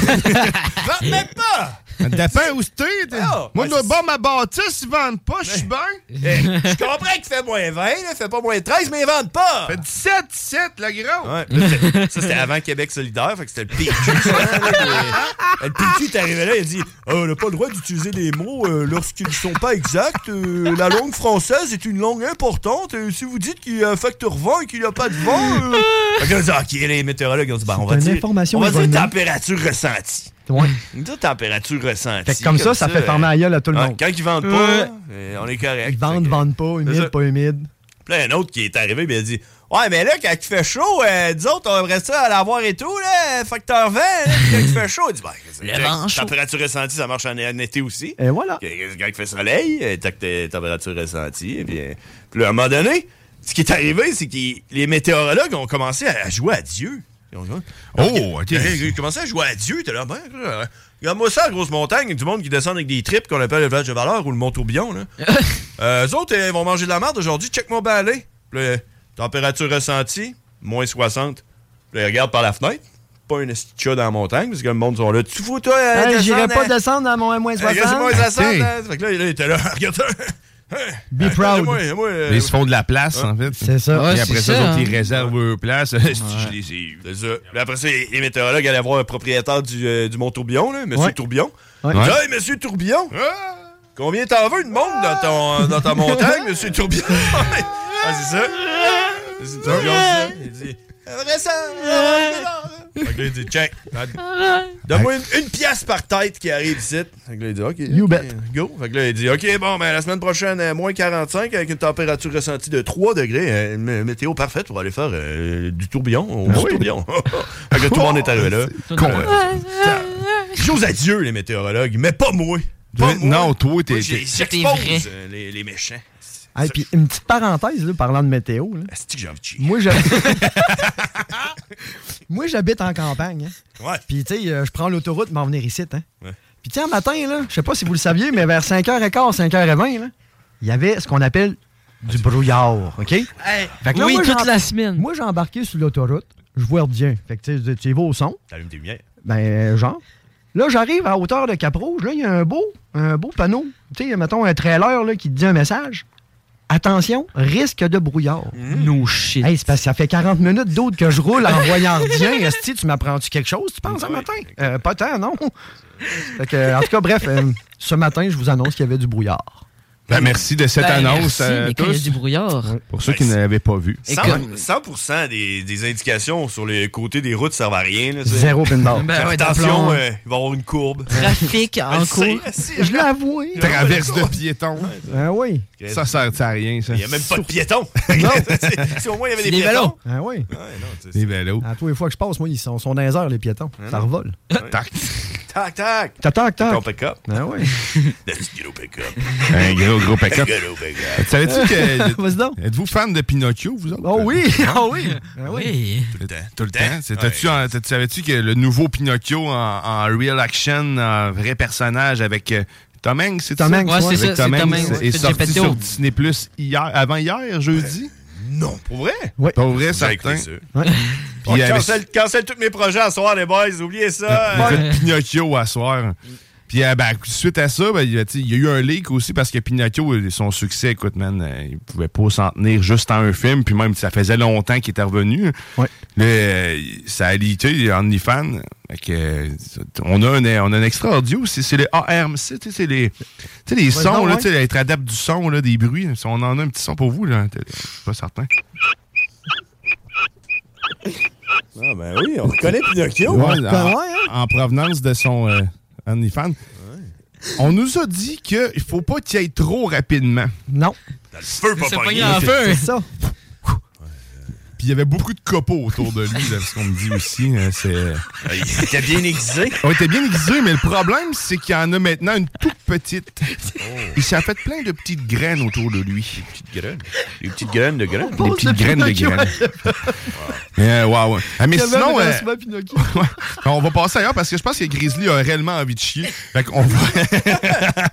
vente même pas! Ah, Dépend où c'était. Moi, ouais, le bas, ma bâtisse, ils vendent pas, je suis bien. Eh, Je comprends qu'il fait moins 20, là, fait pas moins 13, mais ils vendent pas! Fait 17, 17, le gros. Ouais, là, c'était- ça, c'était avant Québec solidaire, fait que c'était le PQ. ça, là, puis, euh, le PQ est arrivé là, il a dit Euh, On n'a pas le droit d'utiliser les mots euh, lorsqu'ils ne sont pas exacts. Euh, la langue française est une langue importante. Euh, si vous dites qu'il y a un facteur vent et qu'il n'y a pas de vent. euh... Fait que là, ils ont dit, OK, les météorologues, ont dit Bah, on va C'est une dire, information on va dire erronée. température ressentie. Ouais. On dit température ressentie. euh, Fait que comme ça, ça fait fermer la gueule à tout le hein. ouais, monde. Quand ils vendent pas, Ouais. euh, on est correct. Ils vendent, vendent pas, C'est humide, ça. pas humide. Puis là, un autre qui est arrivé, puis il a dit Ouais, mais là, quand il fait chaud, euh, nous autres, on aimerait ça à l'avoir et tout, là, facteur 20, là, puis quand il fait chaud, il dit Ben, c'est Le correct. vent chaud. température ressentie, ça marche en, en été aussi. Et voilà. Quand, quand il fait soleil, euh, tac, t'es- température ressentie, et puis, euh, puis là, à un moment donné, ce qui est arrivé, c'est que les météorologues ont commencé à, à jouer à Dieu. Ils ont- Oh, ok. Ils ont commencé à jouer à Dieu, t'es là, ben, euh, regarde-moi ça, la grosse montagne, y a du monde qui descend avec des tripes qu'on appelle le village de valeur ou le mont tourbillon, là. Euh, eux autres, euh, ils vont manger de la merde aujourd'hui. Check-moi bien aller. Puis là, température ressentie, moins 60. Puis là, ils regardent par la fenêtre. Pas une esti de chat dans la montagne, parce que le monde sont là. Tu fous, toi, euh, Hey, descendre, J'irai pas euh, descendre à mon moins 60. euh, c'est moins 60. euh. Fait que là, il était là. Regarde ça. Be proud. euh, Ils se font de la place, en fait. C'est ça. Et Ouais, c'est après ça, ça, les autres, hein. ils réservent leur place. Esti, je les ai C'est ça. Puis après ça, les les météorologues allaient voir un propriétaire du, euh, du Mont Tourbillon, là, Monsieur Ouais. Tourbillon. Ouais. Ils disaient, Ouais. Hey, Monsieur Tourbillon, combien t'en veux de monde dans, ton, euh, dans ta montagne, Monsieur Tourbillon? ah, c'est ça. Monsieur Tourbillon, c'est ça. Il dit, Après ça, Fait que là, il dit, check. Donne-moi une, une pièce par tête qui arrive ici. Fait que là, il dit, OK. You bet. Go. Fait que là, il dit, OK, bon, ben, la semaine prochaine, euh, moins 45, avec une température ressentie de 3 degrés. euh, une m- météo parfaite pour aller faire euh, du tourbillon. au Ah Mont tourbillon. fait que là, tout le monde est arrivé là. Con, euh, J'ose à Dieu, les météorologues, mais pas moi. Pas moi. Non, toi, t'es. Moi, j'ai- t'es- J'expose euh, les, les méchants. Hey, puis une petite parenthèse, là, parlant de météo. là. Est-ce que j'ai envie de chier? Moi, j'habite... Moi, j'habite en campagne. hein. Ouais. Puis, tu sais, euh, je prends l'autoroute pour m'en venir ici. Hein. Ouais. Puis, tiens, matin, là, je sais pas si vous le saviez, mais vers 5h15, 5h20, là, il y avait ce qu'on appelle Ah, du brouillard. OK? Fait que là, oui, moi, toute j'en- la semaine. Moi, j'ai embarqué sur l'autoroute. Je vois bien. Fait que, tu sais, tu y vas au son. T'allumes tes lumières. Ben, genre. Là, j'arrive à hauteur de Cap Rouge. Là, il y a un beau, un beau panneau. Tu sais, mettons un trailer là, qui te dit un message. Attention, risque de brouillard. Mm. No shit. Hey, c'est parce que ça fait 40 minutes d'autres que je roule en voyant rien. Esti, tu m'apprends-tu quelque chose, tu penses, un matin? Euh, pas tant, non. Fait que, en tout cas, bref, euh, ce matin, je vous annonce qu'il y avait du brouillard. Ben, merci de cette Ben, annonce merci, à mais quand il y a tous. du brouillard. Ben, Pour ceux qui ne l'avaient pas vu. 100%, 100% des, des indications sur les côtés des routes servent à rien. Là, tu sais. Zéro pin barre. Ben ouais, dans le Attention, plan. euh, il va y avoir une courbe. Trafic Je en le cours. sais, si, Je l'avoue. Traverse de piéton. Ah oui. Ça sert à rien, ça. Il n'y a même pas de piétons. si au moins il y avait des, piétons. Ah oui. Des vélos. À tous les fois que je passe, moi, ils sont, sont dans les heures, les piétons. Ah Ça revole. Tac. Tac, tac. Tac, tac, tac. Ton pick-up. Ah oui. Le petit gros pick-up. Ben Un gros, gros Un paquet. gros pick-up. Savais-tu que. Vas-y donc. Êtes-vous fan de Pinocchio, vous autres? Hein? Oh oui, ah oui. Ah oui. Oui. Tout le temps. Tout le temps. C'est- t'as-tu- en- t'as- Savais-tu que le nouveau Pinocchio en, en real action, en vrai personnage avec euh, Tom Hanks, c'est Tom ça? Hanks, Ouais, c'est ouais. ça, Avec c'est Tom Tom Hanks Hanks. est Fait sorti Gepetto. sur Disney Plus hier, avant hier, jeudi. Non, pour vrai? Oui. Pas vrai, certain. Certain. Ouais. On il y avait- Euh, cancelle, cancelle tous mes projets à soir, les boys. Oubliez ça. Il a fait Pinocchio à soir. Puis euh, ben, suite à ça, ben, il y a tu sais, il y a eu un leak aussi parce que Pinocchio, euh, son succès, écoute, man, euh, il pouvait pas s'en tenir juste en un film. Puis même, ça faisait longtemps qu'il était revenu. Là, euh, ça a lité OnlyFans. Fait que, euh, on, a un, on a un extra audio, c'est c'est le ARMC, tu sais, c'est les, tu sais, les Ouais, sons, non, là, ouais. tu sais, être adapte du son, là, des bruits. Si on en a un petit son pour vous, là, hein, t'es- je suis pas certain. Ah ben oui, on reconnaît Pinocchio. Ouais, On reconnaît, en, hein? en provenance de son euh, OnlyFans. On nous a dit qu'il faut pas qu'il y aille trop rapidement. Non. Le feu pas C'est pogné. pogné en feu. C'est ça. Puis il y avait beaucoup de copeaux autour de lui, là, ce qu'on me dit aussi. euh, c'est... Il était bien aiguisé. On était bien aiguisé, mais le problème, c'est qu'il y en a maintenant une toute petite. Oh. Il s'est fait plein de petites graines autour de lui. Des petites graines? Les petites graines de graines. Des petites graines de graines. Euh, wow, ouais. Ah, mais sinon, euh, Ben, on va passer ailleurs parce que je pense que Grizzly a réellement envie de chier. Fait qu'on va...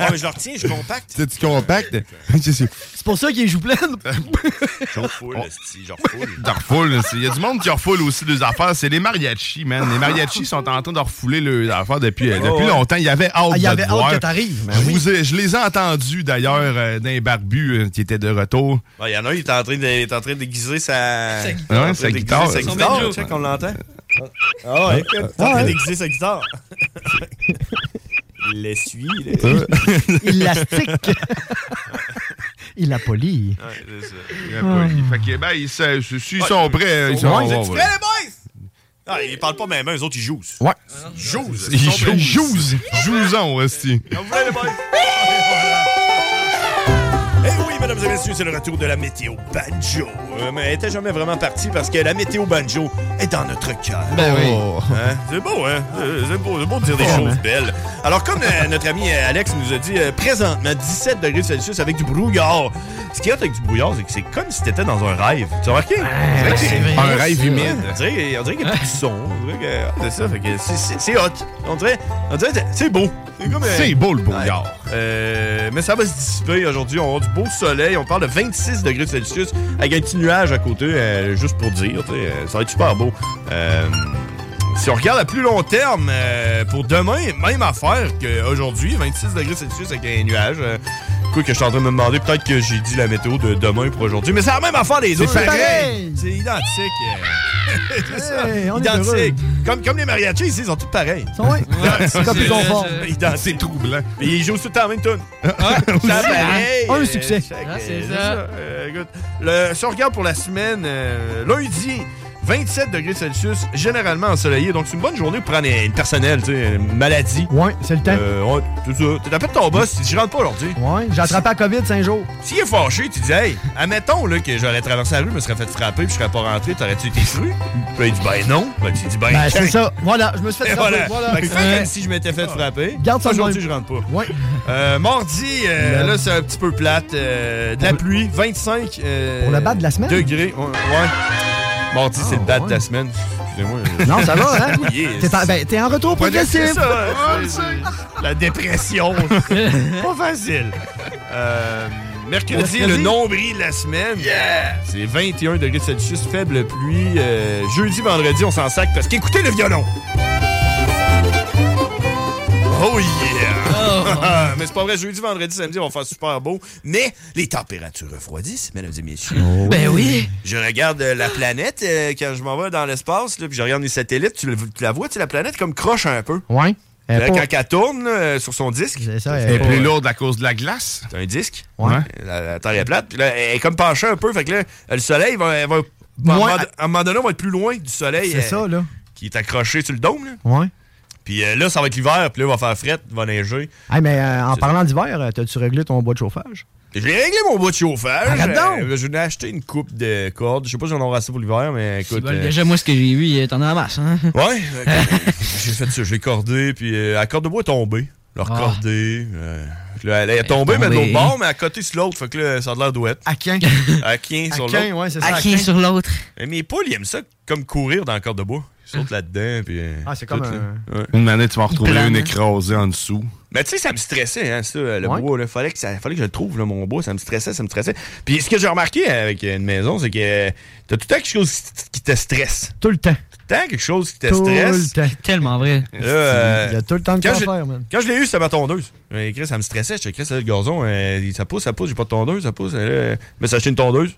Ah, mais je le retiens, je compacte. C'est du compact. C'est sûr. C'est pour ça qu'il joue plein. Je refoule, esti, je refoule. T'en refoules, là. C'est- Il y a du monde qui refoule aussi des affaires. C'est les mariachis, man. Les mariachis sont en train de refouler leurs affaires depuis, euh, Oh, depuis ouais. longtemps. Il y avait hâte Ah, il y de avait te hâte voir. que t'arrives, ben Je, oui. vous ai- je les ai entendus, d'ailleurs, euh, d'un barbu euh, qui était de retour. Il y en a un, il est en train de- il est en train d'aiguiser sa... Ouais, il est en train sa d'aiguiser guitare. Sa Son guitare, banjo. tu sais qu'on l'entend. Ah ouais, il est en Ah train ouais. d'aiguiser sa guitare. Il l'essuie. Euh. Il la stick. Il la polie. Ah. Ouais, c'est ça. Il a pas- il- Fait que, ben, ils se- s'ils sont prêts, euh, ils sont Vous ouais, êtes ouais. prêts, hein, les boys? Ah, ils parlent pas même eux autres, ils jouent. Ouais. Ils jouent. Ils jouent. Jouent. Jouent-en, hostie. Eh oui, mesdames et messieurs, c'est le retour de la météo banjo. Euh, mais elle était jamais vraiment partie parce que la météo banjo est dans notre cœur. Ben oui. Hein? C'est beau, hein? Euh, C'est beau, c'est beau de dire des Oh, choses man. belles. Alors, comme euh, notre ami euh, Alex nous a dit, euh, présentement 17 degrés Celsius avec du brouillard. Ce qui est hot avec du brouillard, c'est que c'est comme si t'étais dans un rêve. Tu as remarqué? On dirait que c'est c'est- vrai, Un rêve ça. humide. On dirait, que- on dirait qu'il y a plus de son. On dirait que- ah, C'est ça, fait que c'est- c'est- c'est hot. On dirait, on dirait que c'est beau. comme, euh, C'est beau, le brouillard. euh, mais ça va se dissiper aujourd'hui. On a du beau soleil. On parle de 26 degrés Celsius avec un petit nuage à côté, euh, juste pour dire. tu sais, euh, ça va être super beau. Euh, si on regarde à plus long terme, euh, pour demain, même affaire qu'aujourd'hui, 26 degrés Celsius avec un nuage. Euh, quoi que je suis en train de me demander, peut-être que j'ai dit la météo de demain pour aujourd'hui. Mais c'est la même affaire les C'est deux. pareil. C'est identique. euh. c'est ça. Hey, on est identique. Comme, comme les mariachis ici, ils sont tous pareils. Ils sont, ouais. Identiques. Copie conforme. Identiques. C'est troublant. Mais ils jouent tout le temps en même tune. Ça, pareil, Ah, hein? Un euh, succès. fait Ah, que, c'est c'est ça. ça. Euh, écoute, le- si on regarde pour la semaine, euh, lundi, 27 degrés Celsius, généralement ensoleillé. Donc, c'est une bonne journée pour prendre une personnelle, tu sais, une maladie. Ouais, c'est le temps. Euh, ouais, tout ça. Tu t'appelles ton boss, tu dis, je rentre pas aujourd'hui. Ouais, j'ai attrapé la COVID cinq jours. S'il est fâché, tu dis, hey, admettons là, que j'aurais traversé la rue, je me serais fait frapper, puis je serais pas rentré, t'aurais-tu été fru? Puis là, il dit, ben non. Ben, tu dis, ben, Ben, quand? c'est ça. Voilà, je me suis fait Et frapper, voilà. voilà. Fait que fais Ouais. comme si je m'étais fait frapper. Garde ça de Aujourd'hui, je même. rentre pas. Ouais. Euh, mardi, euh, là, c'est un petit peu plate. euh, de la pluie, 25 euh, Pour le bas de la semaine? Ah, degrés. Ouais. ouais. Mardi, c'est le bad de la semaine. Excusez-moi. euh, Non, ça va, hein? Yes. T'es en, ben, t'es en retour progressif. C'est ça, c'est- c'est- La dépression. pas facile. Euh, mercredi, Mercredi. le nombril de la semaine. C'est 21 degrés Celsius, faible pluie. Euh, jeudi, vendredi, on s'en sac parce qu'écoutez le violon. Oh yeah! mais c'est pas vrai, jeudi, vendredi, samedi, on va faire super beau. Mais les températures refroidissent, mesdames et messieurs. Oh Ben oui. Je regarde euh, la planète euh, quand je m'en vais dans l'espace, là, puis je regarde les satellites. Tu, le- tu la vois, tu sais, la planète comme croche un peu. Ouais. Là, Euh, pas- Quand elle tourne là, euh, sur son disque. ça, elle c'est est pas- lourde à cause de la glace. C'est un disque. Ouais. La, la Terre est plate. Puis là, elle est comme penchée un peu. Fait que là, le soleil va. elle va- à, un moment, à un moment donné, on va être plus loin du soleil. euh, C'est ça, là. Qui est accroché sur le dôme, là. Ouais. Puis euh, là, ça va être l'hiver. Puis là, il va faire fret, il va neiger. Hey, mais euh, en parlant d'hiver, euh, t'as-tu réglé ton bois de chauffage? J'ai réglé mon bois de chauffage. Arrête Ah, donc! Euh, je venais acheter une coupe de cordes. Je sais pas si on en aura assez pour l'hiver, mais écoute. Ben, euh, déjà, moi, ce que j'ai vu, euh, t'en as la masse. Hein? Ouais, euh, j'ai fait ça, je l'ai cordé, puis euh, la corde de bois est tombée. Leur Ah. cordée. euh, fait que là, elle est tombée, tombée. mais de l'autre bord, mais à côté sur l'autre. Fait que là, ça a de l'air douette. À quin. À quin sur quin, l'autre. ouais, c'est ça, À à quin quin. sur l'autre. Mes poules, ils aiment ça, comme courir dans la corde de bois. Ils sautent là-dedans, puis. euh, Ah, c'est comme tout, là. un- Ouais. Une année, tu vas en retrouver Plane. hein. une écrasée en dessous. Mais Ben, tu sais, ça me stressait, hein, ça, le bois. Là. Fallait, que ça, fallait que je le trouve, là, mon bois. Ça me stressait, ça me stressait. Puis ce que j'ai remarqué avec une maison, c'est que t'as tout le temps quelque chose qui te stresse. Tout le temps. temps quelque chose qui te Tout stresse. le temps. Tellement vrai. Là, euh, Il y a tout le temps de quand quoi j'ai- faire, man. Quand je l'ai eu, c'était ma tondeuse. Mais Chris, ça me stressait. Je Chris, là, le gazon, euh, il- ça pousse, ça pousse, j'ai pas de tondeuse, ça pousse. euh, là, mais s'acheter une tondeuse.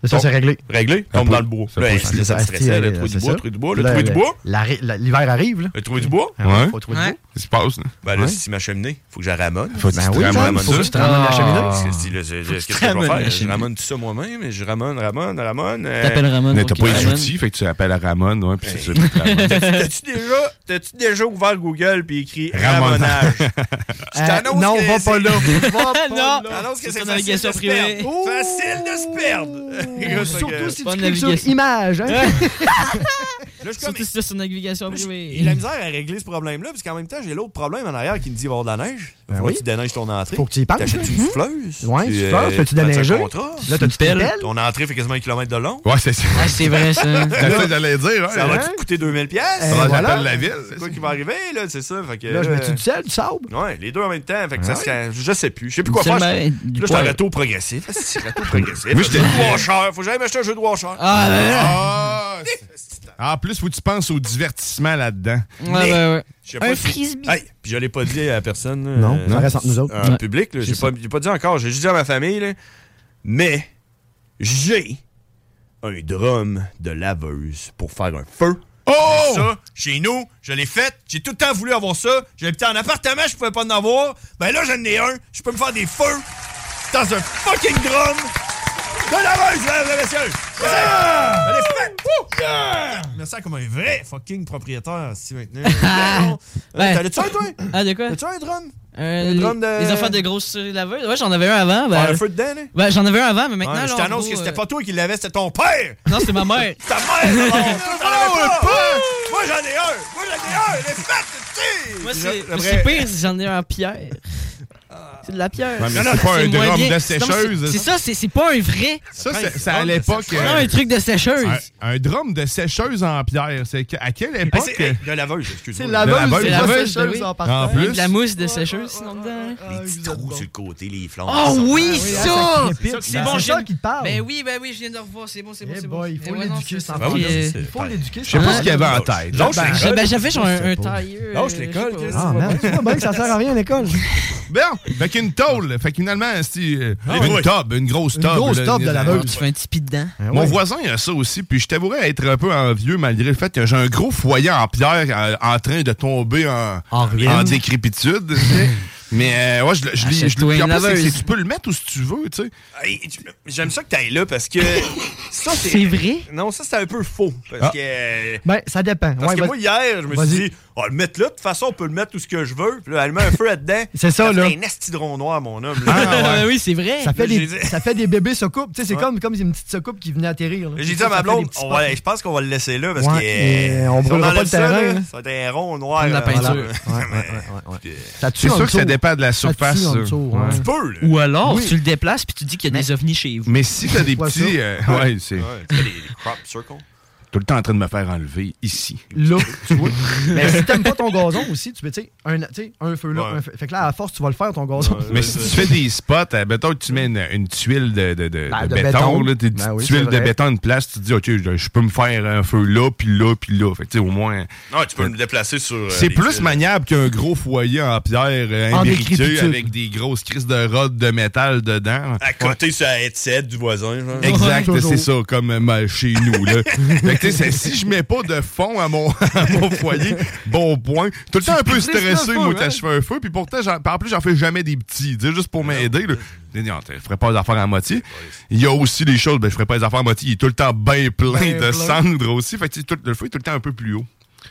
Mais ça, Bon, c'est réglé. Réglé, tombe dans le bois. Là, pousse. là, Ben, ça me Ah, stressait. là, c'est- Trouver du c'est bois, ça. trouver du bois, le Là, trouver du le- bois. la ré- la- L'hiver arrive, là. Le trouver du bois? Ah ouais, faut trouver du bois. Il se passe. Ben là, si ma cheminée, faut que je la ramone. Faut que tu Ben te oui, ramones man, faut ça. que tu te ramones la cheminée. Parce que c'est le- c'est- Qu'est-ce que je ramones vais la faire? Je cheminée. ramone tout ça moi-même, et je ramone, ramone, ramone. euh, Mais t'as pas les outils, fait que tu appelles à Ramon, ouais, puis c'est ça. T'as-tu déjà, t'as-tu déjà ouvert Google puis écrit ramonage? Ramonage. Je t'annonce Euh, non, que va c'est- pas là. Va pas non, là. je t'annonse que C'est c'est une facile de navigation se privée. perdre. Facile de se perdre. Surtout si tu Bonne cliques sur navigation. image. hein. Surtout si c'est sur navigation privée. J'ai la misère à régler ce problème-là, parce qu'en même temps, j'ai l'autre problème en arrière qui me dit il va y avoir de la neige. Ben Faut oui. que tu déneiges ton entrée. Faut que tu y penches, T'achètes une euh, hein. souffleuse. Ouais, une souffleuse, fais-tu prends-tu un déneiger? contrat? Là, t'as-tu une pelle? Ton entrée fait quasiment un kilomètre de long. Ouais, c'est ça. Ah, c'est vrai, ça. C'est ça que j'allais dire. hein. Ça va te coûter 2000 pièces. Eh, Faudra que voilà. j'appelle la ville. C'est quoi qui va arriver là, c'est ça. Fait que, Là, je mets-tu euh, du sel, du sable? Ouais, les deux en même temps. Fait que Ah ça ouais. serait- je sais plus. Je sais plus quoi Du faire. sel, Je- mais- du Là, je suis en poivre. râteau progressif. C'est râteau progressif. Moi, Moi, je t'ai- euh, jeu de washer. Faut que j'aille m'acheter un jeu de washer. Ah, ben là. Ah, En plus, faut que tu penses au divertissement là-dedans. Mais, je sais pas Un si- frisbee. Hey, puis je l'ai pas dit à personne. là, Non, ça euh, reste entre nous autres. En Ouais. public, là, j'ai pas, j'ai pas dit encore. J'ai juste dit à ma famille, là, mais j'ai un drum de laveuse pour faire un feu. Oh! Ça, chez nous, je l'ai fait. J'ai tout le temps voulu avoir ça. J'habitais en appartement, je pouvais pas en avoir. Ben là, j'en ai un. Je peux me faire des feux dans un fucking drum de laveuse, mesdames et messieurs. Ah, bah, Je l'ai fait. Wouh! Je me sens comme un vrai fucking propriétaire, si maintenant. Ouais. T'as le tué, Euh, toi? Ah, de quoi? T'as-tu un drum? Euh, Un les, drum de- les affaires de grosses laveuses. Ouais, j'en avais un avant. Ben, Faire un feu dedans, là? Ben, j'en avais un avant, mais maintenant. Ouais, là, je en t'annonce gros, que c'était euh, pas toi qui l'avais, c'était ton père! Non, c'est ma mère. Ta mère! alors, toi, t'en Ah, avais pas. Ah! Moi, j'en ai un! Moi, j'en ai un! Les fêtes, tu Moi, sais! c'est J'aimerais- c'est pire si j'en ai un en pierre. C'est de la pierre. Ouais, mais c'est pas moins un drum bien. de Non, sécheuse. c'est- C'est ça, c'est c'est pas un vrai. Ah, Ça, c'est- c'est à l'époque. euh, C'est vraiment un truc de sécheuse. Un, un drum de sécheuse en pierre. C'est que- à quelle époque? Eh, euh, c'est- hey, de laveuse, excuse-moi. De C'est pas laveuse, sécheuse ben oui. en partant. En Avec plus. de la mousse de sécheuse, sinon dedans. Les petits trous sur le côté, les flancs. Oh oui, Ah, ça! Ça, oui, ben, bon, c'est j'aime- ça qu'il parle. Ben oui, ben oui, je viens de le revoir, c'est bon, c'est bon, c'est bon. il faut Eh ouais, non, l'éduquer, c'est- ça c'est- va. euh, Il faut l'éduquer. Je sais pas ce qu'il y avait en tête. Lâche Ben, l'école. ben, j'avais genre un- un tailleur. tailleur, Lâche euh, l'école, je sais qu'est-ce pas. Ah, merde, tu vois bien que ça sert à rien à l'école. Bon, fait qu'une tôle. Fait que finalement, c'est euh, Ah, une oui. table, une grosse Une table. grosse là, table de une- laveuse. Ah, Tu fais un petit pied dedans. Mon voisin, il a ça aussi, puis je t'avouerais être un peu envieux malgré le fait que j'ai un gros foyer en pierre euh, en train de tomber en, en décrépitude. Mais euh, ouais, je, le- je, Ah, l'ai- je, l'ai- Achète-toi puis en une plus, c'est- laveuse. c'est- tu peux le mettre où si tu veux, tu sais. Hey, tu- J'aime ça que t'ailles là parce que. ça, C'est vrai? Non, ça, c'est un peu faux. Parce Ah. que. euh, Ben, ça dépend. Parce Ouais, que vas- moi, hier, je me suis dit, on va le mettre là, de toute façon, on peut le mettre tout ce que je veux. Puis là, elle met un feu là-dedans. C'est ça, là. C'est un astidron noir, mon homme. Ben oui, c'est vrai. Ah, Ça fait, Ah, Là, j'ai des, dit- ça fait des bébés soucoupes. Tu sais, c'est Ouais. comme, comme une petite soucoupe qui venait atterrir. là. J'ai dit Ça, à ma ça fait blonde, des petits spots. on va- je pense qu'on va le laisser là parce Ouais, que. euh, et on si brûlera pas enlève le ça, terrain, là, hein. Ça va être un rond noir. Comme la euh, voilà. peinture. Ça tue C'est en sûr que ça dessous. dépend de la Ça tue surface, en ça. dessous, Ouais. ouais. Tu peux, Ou alors, Oui. tu le déplaces puis tu dis qu'il y a des ovnis chez vous. Mais si t'as des Ouais, ça. petits. euh, ouais, c'est tu fais des, des crop circles. tout le temps en train de me faire enlever ici. Là, tu vois. Mais si t'aimes pas ton gazon aussi, tu peux, tu sais, un, tu sais, un feu là, Ouais. un feu. Fait que là, à force, tu vas le faire, ton gazon. Mais si tu fais des spots, euh, mettons que tu mets une, une tuile de, de- de- Ben, de de béton, béton. là, des Ben petites oui, c'est tuiles de vrai. béton à une place, tu te dis, OK, je, je peux me faire un feu là, puis là, puis là. Fait que, tu sais, au moins. Non, tu peux me déplacer sur. euh, C'est des plus tuiles. maniable qu'un gros foyer en pierre euh, En imbriqué décrépitude. avec des grosses crises de rods de métal dedans. À côté sur la headset du voisin. Genre. Exact, c'est ça, comme euh, ma- chez nous. Là. Fait que, tu sais, si je mets pas de fond à mon, à mon foyer, bon point. Tout le temps un peu Plus le stressé, feu, moi, hein? quand je fais un feu, puis pourtant, j'en- en plus, j'en fais jamais des petits, tu sais, juste pour m'aider. là. Je dis, Non, je ferais pas les affaires à moitié. Il y a aussi des choses, ben, je ferais pas les affaires à moitié. Il est tout le temps bien plein Ben de plein. cendres aussi. Fait que, tu sais, tout, le feu est tout le temps un peu plus haut.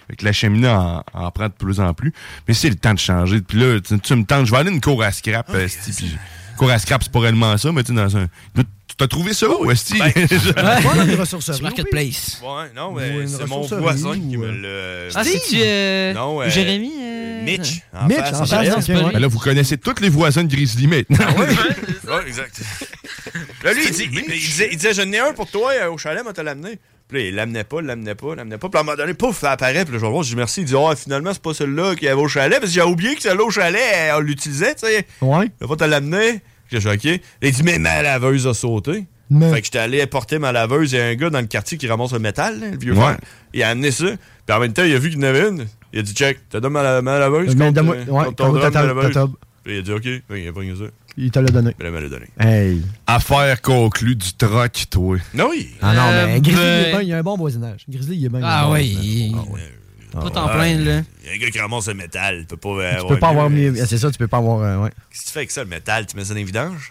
Fait que la cheminée en, en prend de plus en plus. Mais c'est le temps de changer. Puis là, tu, tu me tentes, je vais aller une cour à scrap, euh, esti, puis je- cour à scrap, c'est pas réellement ça, mais tu sais, dans un. Tu t'as trouvé ça Oh, où, Esti? Sur Marketplace. Ben, Ouais, non, mais une c'est mon ressourcerie voisin ou, qui me euh, le. Ah, Steve? c'est-tu, euh, Non, Jérémy, euh, Mitch. Mitch, face, en face, arrière. Ah ok, ouais. Ben là, vous connaissez toutes les voisins de Grizzly maintenant. Ouais, hein? exact. Là, lui, il, dit- il- il disait, il disait Je n'ai un pour toi euh, au chalet, moi, te l'amener. Puis là, il l'amenait pas, il l'amenait pas, il l'amenait pas. Puis à un moment donné, pouf, ça apparaît. Puis là, je vais le voir, je dis merci. Il dit Ah, finalement, c'est pas celle-là qu'il y avait au chalet. Parce que j'ai oublié que celle-là au chalet, euh, on l'utilisait, tu sais. Ouais. Il va pas te l'amener. Puis là, Je suis OK. Là, il dit Mais ma laveuse a sauté. Fait que j'étais allé porter ma laveuse et un gars dans le quartier qui ramasse le métal, là, le vieux Ouais. frère. Il a amené ça. Puis en même temps, il a vu qu'il y en avait une. Il a dit check, t'as donné ma, la- ma laveuse Mais contre, donne-moi- ouais, euh, contre contre ton drum, ta- ma laveuse. ta table. Puis il a dit ok, Fait qu'il a pris ça. Il te l'a donné. Il m'a le donné. Hey. Affaire conclue du troc, toi. Non, oui. Ah non, Euh, mais Grizzly, il, est ben- bien, il y a un bon voisinage. Grizzly, il est bien. Ah oui. oui, Pas Ah t'en plaindre, là. Ah Il y a un gars qui ramasse le métal. Tu peux pas euh, Tu peux pas avoir mieux. mieux. C'est ça, tu peux pas avoir. euh, ouais. Qu'est-ce que tu fais avec ça, le métal Tu mets ça dans les vidanges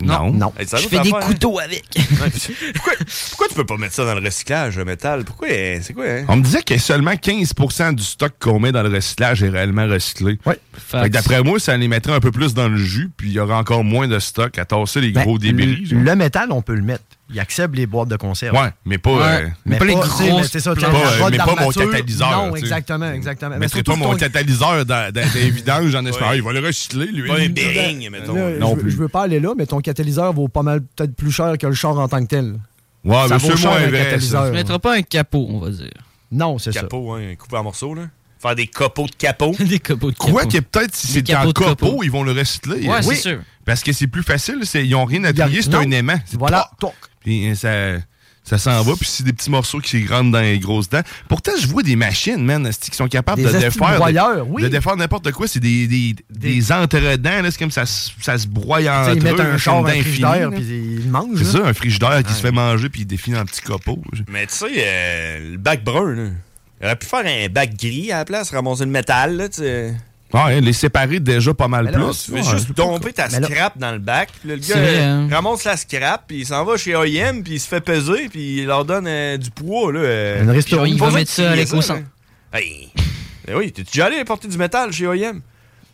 Non. Non. Hey, c'est un Je autre fais des affaire, couteaux hein. Ouais, puis- pourquoi, pourquoi tu peux pas mettre ça dans le recyclage, le métal Pourquoi euh, C'est quoi hein? On me disait que seulement 15 du stock qu'on met dans le recyclage est réellement recyclé. Oui. Fait que d'après moi, ça les mettrait un peu plus dans le jus, puis il y aura encore moins de stock à tasser les Ben, gros débris. le, le métal, on peut le mettre. Il accepte les boîtes de conserve. Ouais, mais pas, euh, mais pas les tu sais, grosses mais C'est ça, tu planches. sais, la Pas, euh, rotte mais pas mon d'armature. catalyseur, Non, tu sais. exactement, exactement. Mais Mais mettrais ben, surtout pas mon ton- catalyseur dans, dans des vidanges en espérant, Ah, il va le recycler, lui. Pas un Bering, mettons. Ben, Là, non je, veux- plus. je veux pas aller là, mais ton catalyseur vaut pas mal peut-être plus cher que le char en tant que tel. Ouais, ça mais vaut c'est cher moins un vrai, ça. catalyseur. Tu mettras pas un capot, on va dire. Non, c'est ça. capot, hein, coupé en morceaux, là. Faire des copeaux de capot. des copeaux de Quoi que peut-être si c'est en copeaux, ils vont le recycler. Ouais, c'est sûr. Parce que c'est plus facile, c'est- ils n'ont rien à trier, c'est non. un aimant. Voilà. Puis euh, ça, ça s'en va, puis c'est des petits morceaux qui rentrent dans les grosses dents. Pourtant, je vois des machines, man, esti, qui sont capables Des de esti de défaire. broyeurs, oui. De défaire n'importe quoi. C'est des, des, des, entre-dents, là, c'est comme ça, se- ça se broie Tu entre sais, ils mettent eux, un là, char, comme un d'infini, frigidaire, là. puis ils le mangent. C'est là. ça, un frigidaire qui se Ouais. fait manger, puis il définit en petits copeaux. Mais tu sais, euh, le bac brun, là. Il aurait pu faire un bac gris à la place, ramasser le métal, là, tu sais. Ouais, les séparer déjà pas mal Mais là, plus. tu fais Ouais, juste c'est pas tomber ta Mais là- scrap dans le bac. Puis là, le C'est gars vrai, euh, hein. ramasse la scrap, puis il s'en va chez OIM, puis il se fait peser, puis il leur donne euh, du poids. Là, euh, Une restauration. Puis Il va faut mettre que ça tu à liais l'éco-centre. là. Hey. Ben oui, t'es déjà allé porter du métal chez OIM?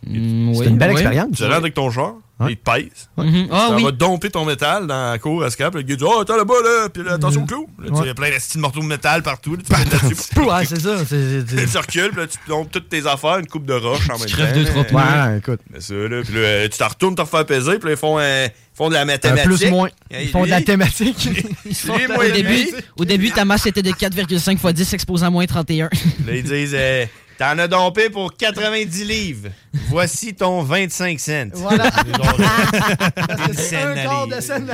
Mm, oui, une belle oui. expérience. Tu rentres avec ton genre, il te pèse. Mhm. Ah ça oui. va domper ton métal dans la cour à scrap. Le gars dit Oh, attends là-bas, là, puis là, attention au clou. Là, Ouais. Tu as plein d'astis de morceaux de métal partout. là, tu pètes là-dessus. Ouais, c'est ça. c'est- c'est- Tu recules, puis là, tu plombes toutes tes affaires, une coupe de roche en même temps. crèves deux, trois là. pneus. Ouais, écoute. Mais ça, là, puis là, euh, tu te retournes te refaire peser, puis là, ils font, euh, ils font de la mathématique. plus moins. Et Ils font de la lui, thématique. Ils sont- Lui, moi, au, lui. début, au début, ta masse était de 4,5 x 10 exposant à moins 31. Là, ils disent euh, T'en as dompé pour 90 livres. Voici ton 25 cents. Voilà. C'est un quart de scène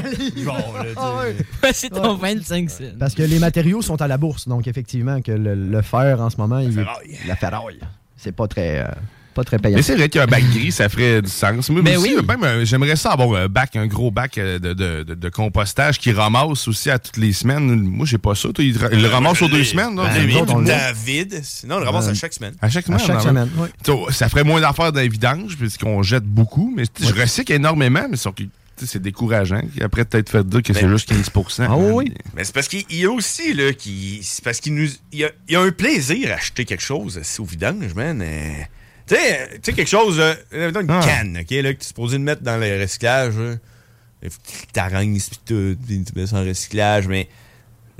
Ah ouais. C'est ton 25 cents. Parce que les matériaux sont à la bourse, donc effectivement que le, le fer en ce moment, il est- ferraille. la ferraille, c'est pas très, euh, pas très payant. Mais c'est vrai qu'un bac gris, ça ferait du sens. Moi Mais aussi, Ben oui. même, euh, j'aimerais ça avoir un bac, un gros bac euh, de, de- de- de compostage qui ramasse aussi à toutes les semaines. Moi, j'ai pas ça. toi, Il, ra- il le ramasse aux deux semaines. là. Ben, Nous autres, on le- David, sinon on le ramasse Euh, à chaque semaine. À chaque semaine. chaque on en- semaine, oui. T'sais, Ça ferait moins d'affaires dans les vidanges, puisqu'on jette beaucoup. Mais tu sais, je recycle énormément, mais sauf que, tu sais, c'est décourageant. Et Après, peut-être faire dire que Ben, c'est juste 15 Ah oui? Mais c'est parce qu'il il y a aussi, là, qui. C'est parce qu'il nous. Il y, a, il y a un plaisir à acheter quelque chose, c'est au vidange, man. euh, Tu sais, euh, tu sais, quelque chose, euh, euh, mettons une Ah. canne, OK, là, que tu es supposé de mettre dans le recyclage. là. Il faut que tu t'arranges, puis tout, puis tu mets ça en recyclage, mais.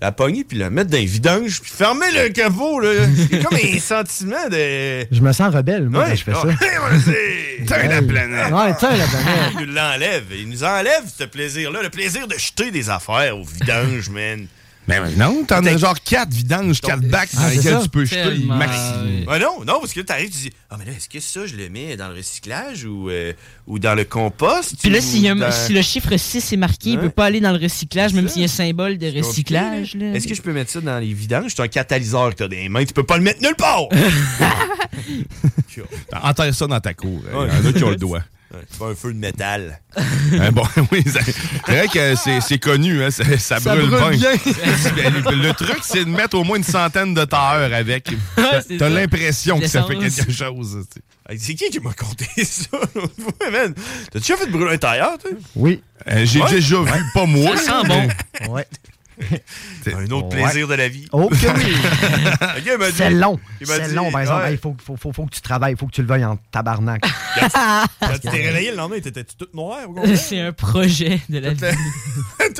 La pogner, puis la mettre dans les vidanges, puis fermer le caveau, là. C'est comme un sentiment de. Je me sens rebelle, moi, Ouais, quand je fais ah, ça. vas-y, Teins la Ouais. planète. Ouais, teins la planète. Il nous l'enlève. Il nous enlève ce plaisir-là. Le plaisir de jeter des affaires au vidange, man. Mais non, t'en as genre 4 vidanges, 4 bacs Ah, dans c'est lesquels ça. tu peux jeter Tellement. maximum. Ouais, non, non, parce que là, t'arrives, tu dis Ah, mais là, est-ce que ça, je le mets dans le recyclage ou, euh, ou dans le compost Puis là, ou s'il y a- dans- si le chiffre 6 est marqué, il Hein? Ouais. peut pas aller dans le recyclage, même s'il y a un symbole de recyclage. Compliqué, là. Est-ce que je peux mettre ça dans les vidanges C'est un catalyseur que t'as dans les mains, tu peux pas le mettre nulle part Enterre ça dans ta cour. euh, Il y en a qui ont le doigt. Ouais, C'est pas un feu de métal. Euh, bon, oui, ça- c'est vrai que c'est c'est connu, hein, ça, ça Ça brûle, brûle bien. bien. le, le truc, c'est de mettre au moins une centaine de tailleurs avec. T'as- c'est T'as ça. l'impression que ça fait L'essence. quelque chose. tu sais. Hey, C'est qui qui m'a conté ça l'autre fois, man? T'as déjà fait brûler un tailleur, toi? Oui. Euh, J'ai Ouais. déjà vu, pas moi. Ça sent bon. Ouais. Un autre Ouais. plaisir de la vie. Oh que oui! Le gars, il m'a dit- C'est long. il m'a C'est dit, long, par exemple. ouais. Il faut, faut, faut, faut que tu travailles, faut que tu le veuilles en tabarnak. Quand tu t'es réveillé le lendemain, t'étais-tu toute noire? C'est un projet de la vie.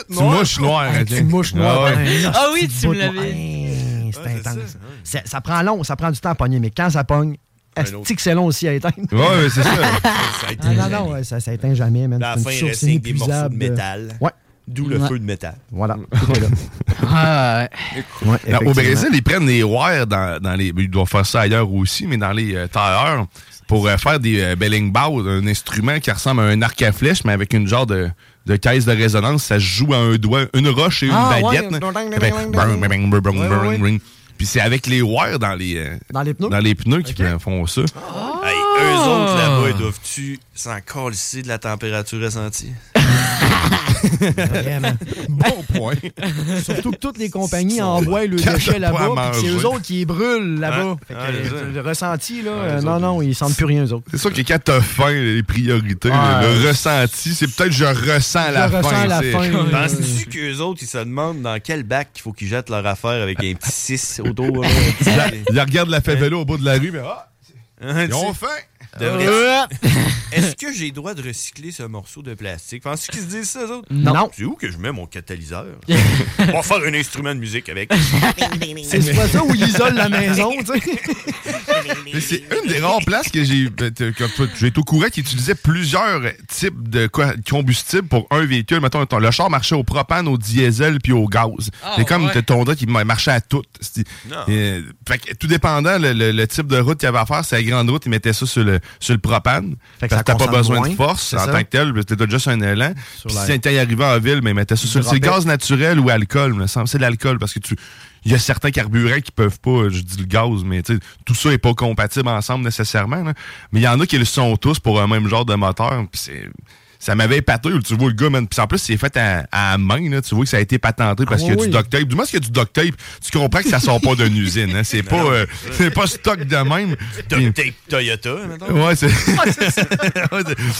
tu mouches noir. tu mouches noir. Ah ouais. ben, Ah oui, hostie tu de me bout de l'avais noir. Hey, C'est intense. Ça, ça prend long, ça prend du temps à pogner, mais quand ça pogne, est-ce que c'est long aussi à éteindre? Ouais, ouais, c'est ça. Ça Ah non, non, ouais, ça s'éteint jamais, man. À C'est la une fin, il source reste avec des morceaux de inépuisable euh, métal. Ouais. D'où le Ouais. feu de métal. Voilà. tout est là. Ouais, Non, Euh, au effectivement. Brésil, ils prennent les wires dans, dans les. Ils doivent faire ça ailleurs aussi, mais dans les euh, tailleurs pour euh, faire des euh, belling bows, un instrument qui ressemble à un arc à flèche, mais avec une genre de, de caisse de résonance, ça se joue à un doigt, une roche et une Ah, baguette. ouais. là. Ça fait brung, brung, brung, brung, brung, brung. Puis c'est avec les wires dans les, euh, Dans les pneus? dans les pneus qui euh, font ça. Ah! Hey, eux autres là-bas, ils doivent-tu s'en calisser de la température ressentie? bon point. Surtout que toutes les compagnies envoient le Quatre déchet points à là-bas, puis c'est manger. eux autres qui les brûlent là-bas. Ouais. Fait que, Ouais, c'est ça. euh, le ressenti, là, les euh, non, non, ils sentent plus rien, eux autres. C'est sûr que quand t'as faim, les priorités, Ouais. le, le ressenti, c'est peut-être je ressens la faim. tu sais. Penses-tu qu'eux autres, ils se demandent dans quel bac qu'il faut qu'ils jettent leur affaire avec un petit 6 autour? là, un petit- Ils regardent la favela au bout de la rue, mais ah, Hein, ils tu ont sais. faim. Devrait- Ouais. Est-ce que j'ai le droit de recycler ce morceau de plastique? Penses-tu qu'ils se disent ça, eux autres? Non. C'est où que je mets mon catalyseur? On va faire un instrument de musique avec. C'est soit ça ou ils isolent la maison, tu sais. Mais c'est une des rares places que j'ai ben, que- que- j'ai été au courant qui utilisait plusieurs types de co- combustible pour un véhicule. Mettons, ton- le char marchait au propane, au diesel puis au gaz. Ah, c'est comme ouais. t'as ton doigt qui ma- marchait à tout. C'est- Non. euh, fait que tout dépendant le, le- le type de route qu'il y avait à faire, c'est la grande route, il mettait ça sur le, sur le propane. Fait que parce ça que t'as pas consomme besoin de moins, force c'est en ça. tant que tel, parce que t'as juste un élan. Sur Puis la- si t'es arrivé en ville, mais il mettait ça sur Du c'est le rappel. gaz naturel ou alcool, me semble. C'est de l'alcool parce que tu. Il y a certains carburants qui peuvent pas, euh, je dis le gaz, mais tu sais, tout ça est pas compatible ensemble nécessairement. là. Mais il y en a qui le sont tous pour un même genre de moteur. puis c'est- ça m'avait épaté, tu vois le gars, man. Puis en plus, c'est fait à, à main, là. tu vois que ça a été patenté parce Ah, qu'il y a oui. du duct tape. Du moins, qu'il y a du duct tape, tu comprends que ça sort pas d'une usine. hein. C'est pas, euh, c'est pas stock de même. Puis- Duct tape Toyota, maintenant. Ouais, c'est. Ouais, c'est-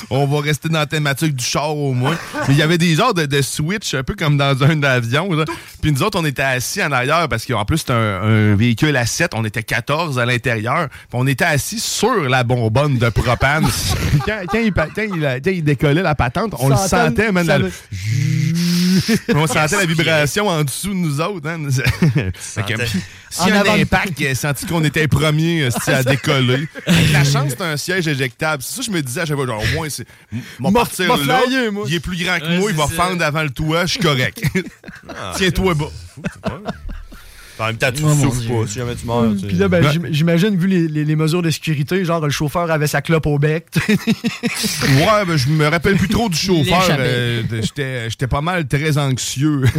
On va rester dans la thématique du char au moins. Mais il y avait des genres de, de switch, un peu comme dans un avion. là. Puis nous autres, on était assis en arrière parce qu'en plus, c'était un, un véhicule à 7. On était 14 à l'intérieur. Puis on était assis sur la bonbonne de propane. Puis quand, quand il, pa- quand il a- quand il décollait la patente, on le S'entendre, sentait, man. ça la- me- on sentait la vibration en dessous de nous autres. Hein. Fait que, Sentait. S'il y En a avant un de- impact, il a euh, senti qu'on était premier euh, si à décoller. La chance, c'est un siège éjectable. C'est ça que je me disais à chaque fois. Genre, au moins, c'est. Mon M'a- partir m'a là, flyé, moi. il est plus grand que Ouais, moi, il c'est va ça. fendre avant le toit, je suis correct. Tiens-toi bas. Ah, En même temps, tu Oh, mon souffles Dieu. pas si jamais tu meurs. tu sais. Puis là, ben, j'im- j'imagine, vu les, les- les mesures de sécurité, genre le chauffeur avait sa clope au bec. tu sais. Ouais, ben, je me rappelle plus trop du chauffeur. L'échappée. euh, de- J'étais j'étais pas mal très anxieux.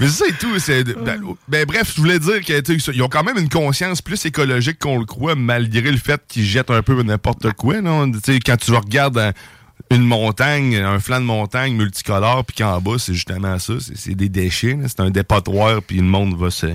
Mais ça et tout, c'est. Ben, ben, bref, je voulais dire qu'ils ont quand même une conscience plus écologique qu'on le croit, malgré le fait qu'ils jettent un peu n'importe quoi. Non? Tu sais, Quand tu regardes euh, une montagne, un flanc de montagne multicolore, puis qu'en bas, c'est justement ça, c'est- c'est des déchets, là. c'est un dépotoir, puis le monde va se,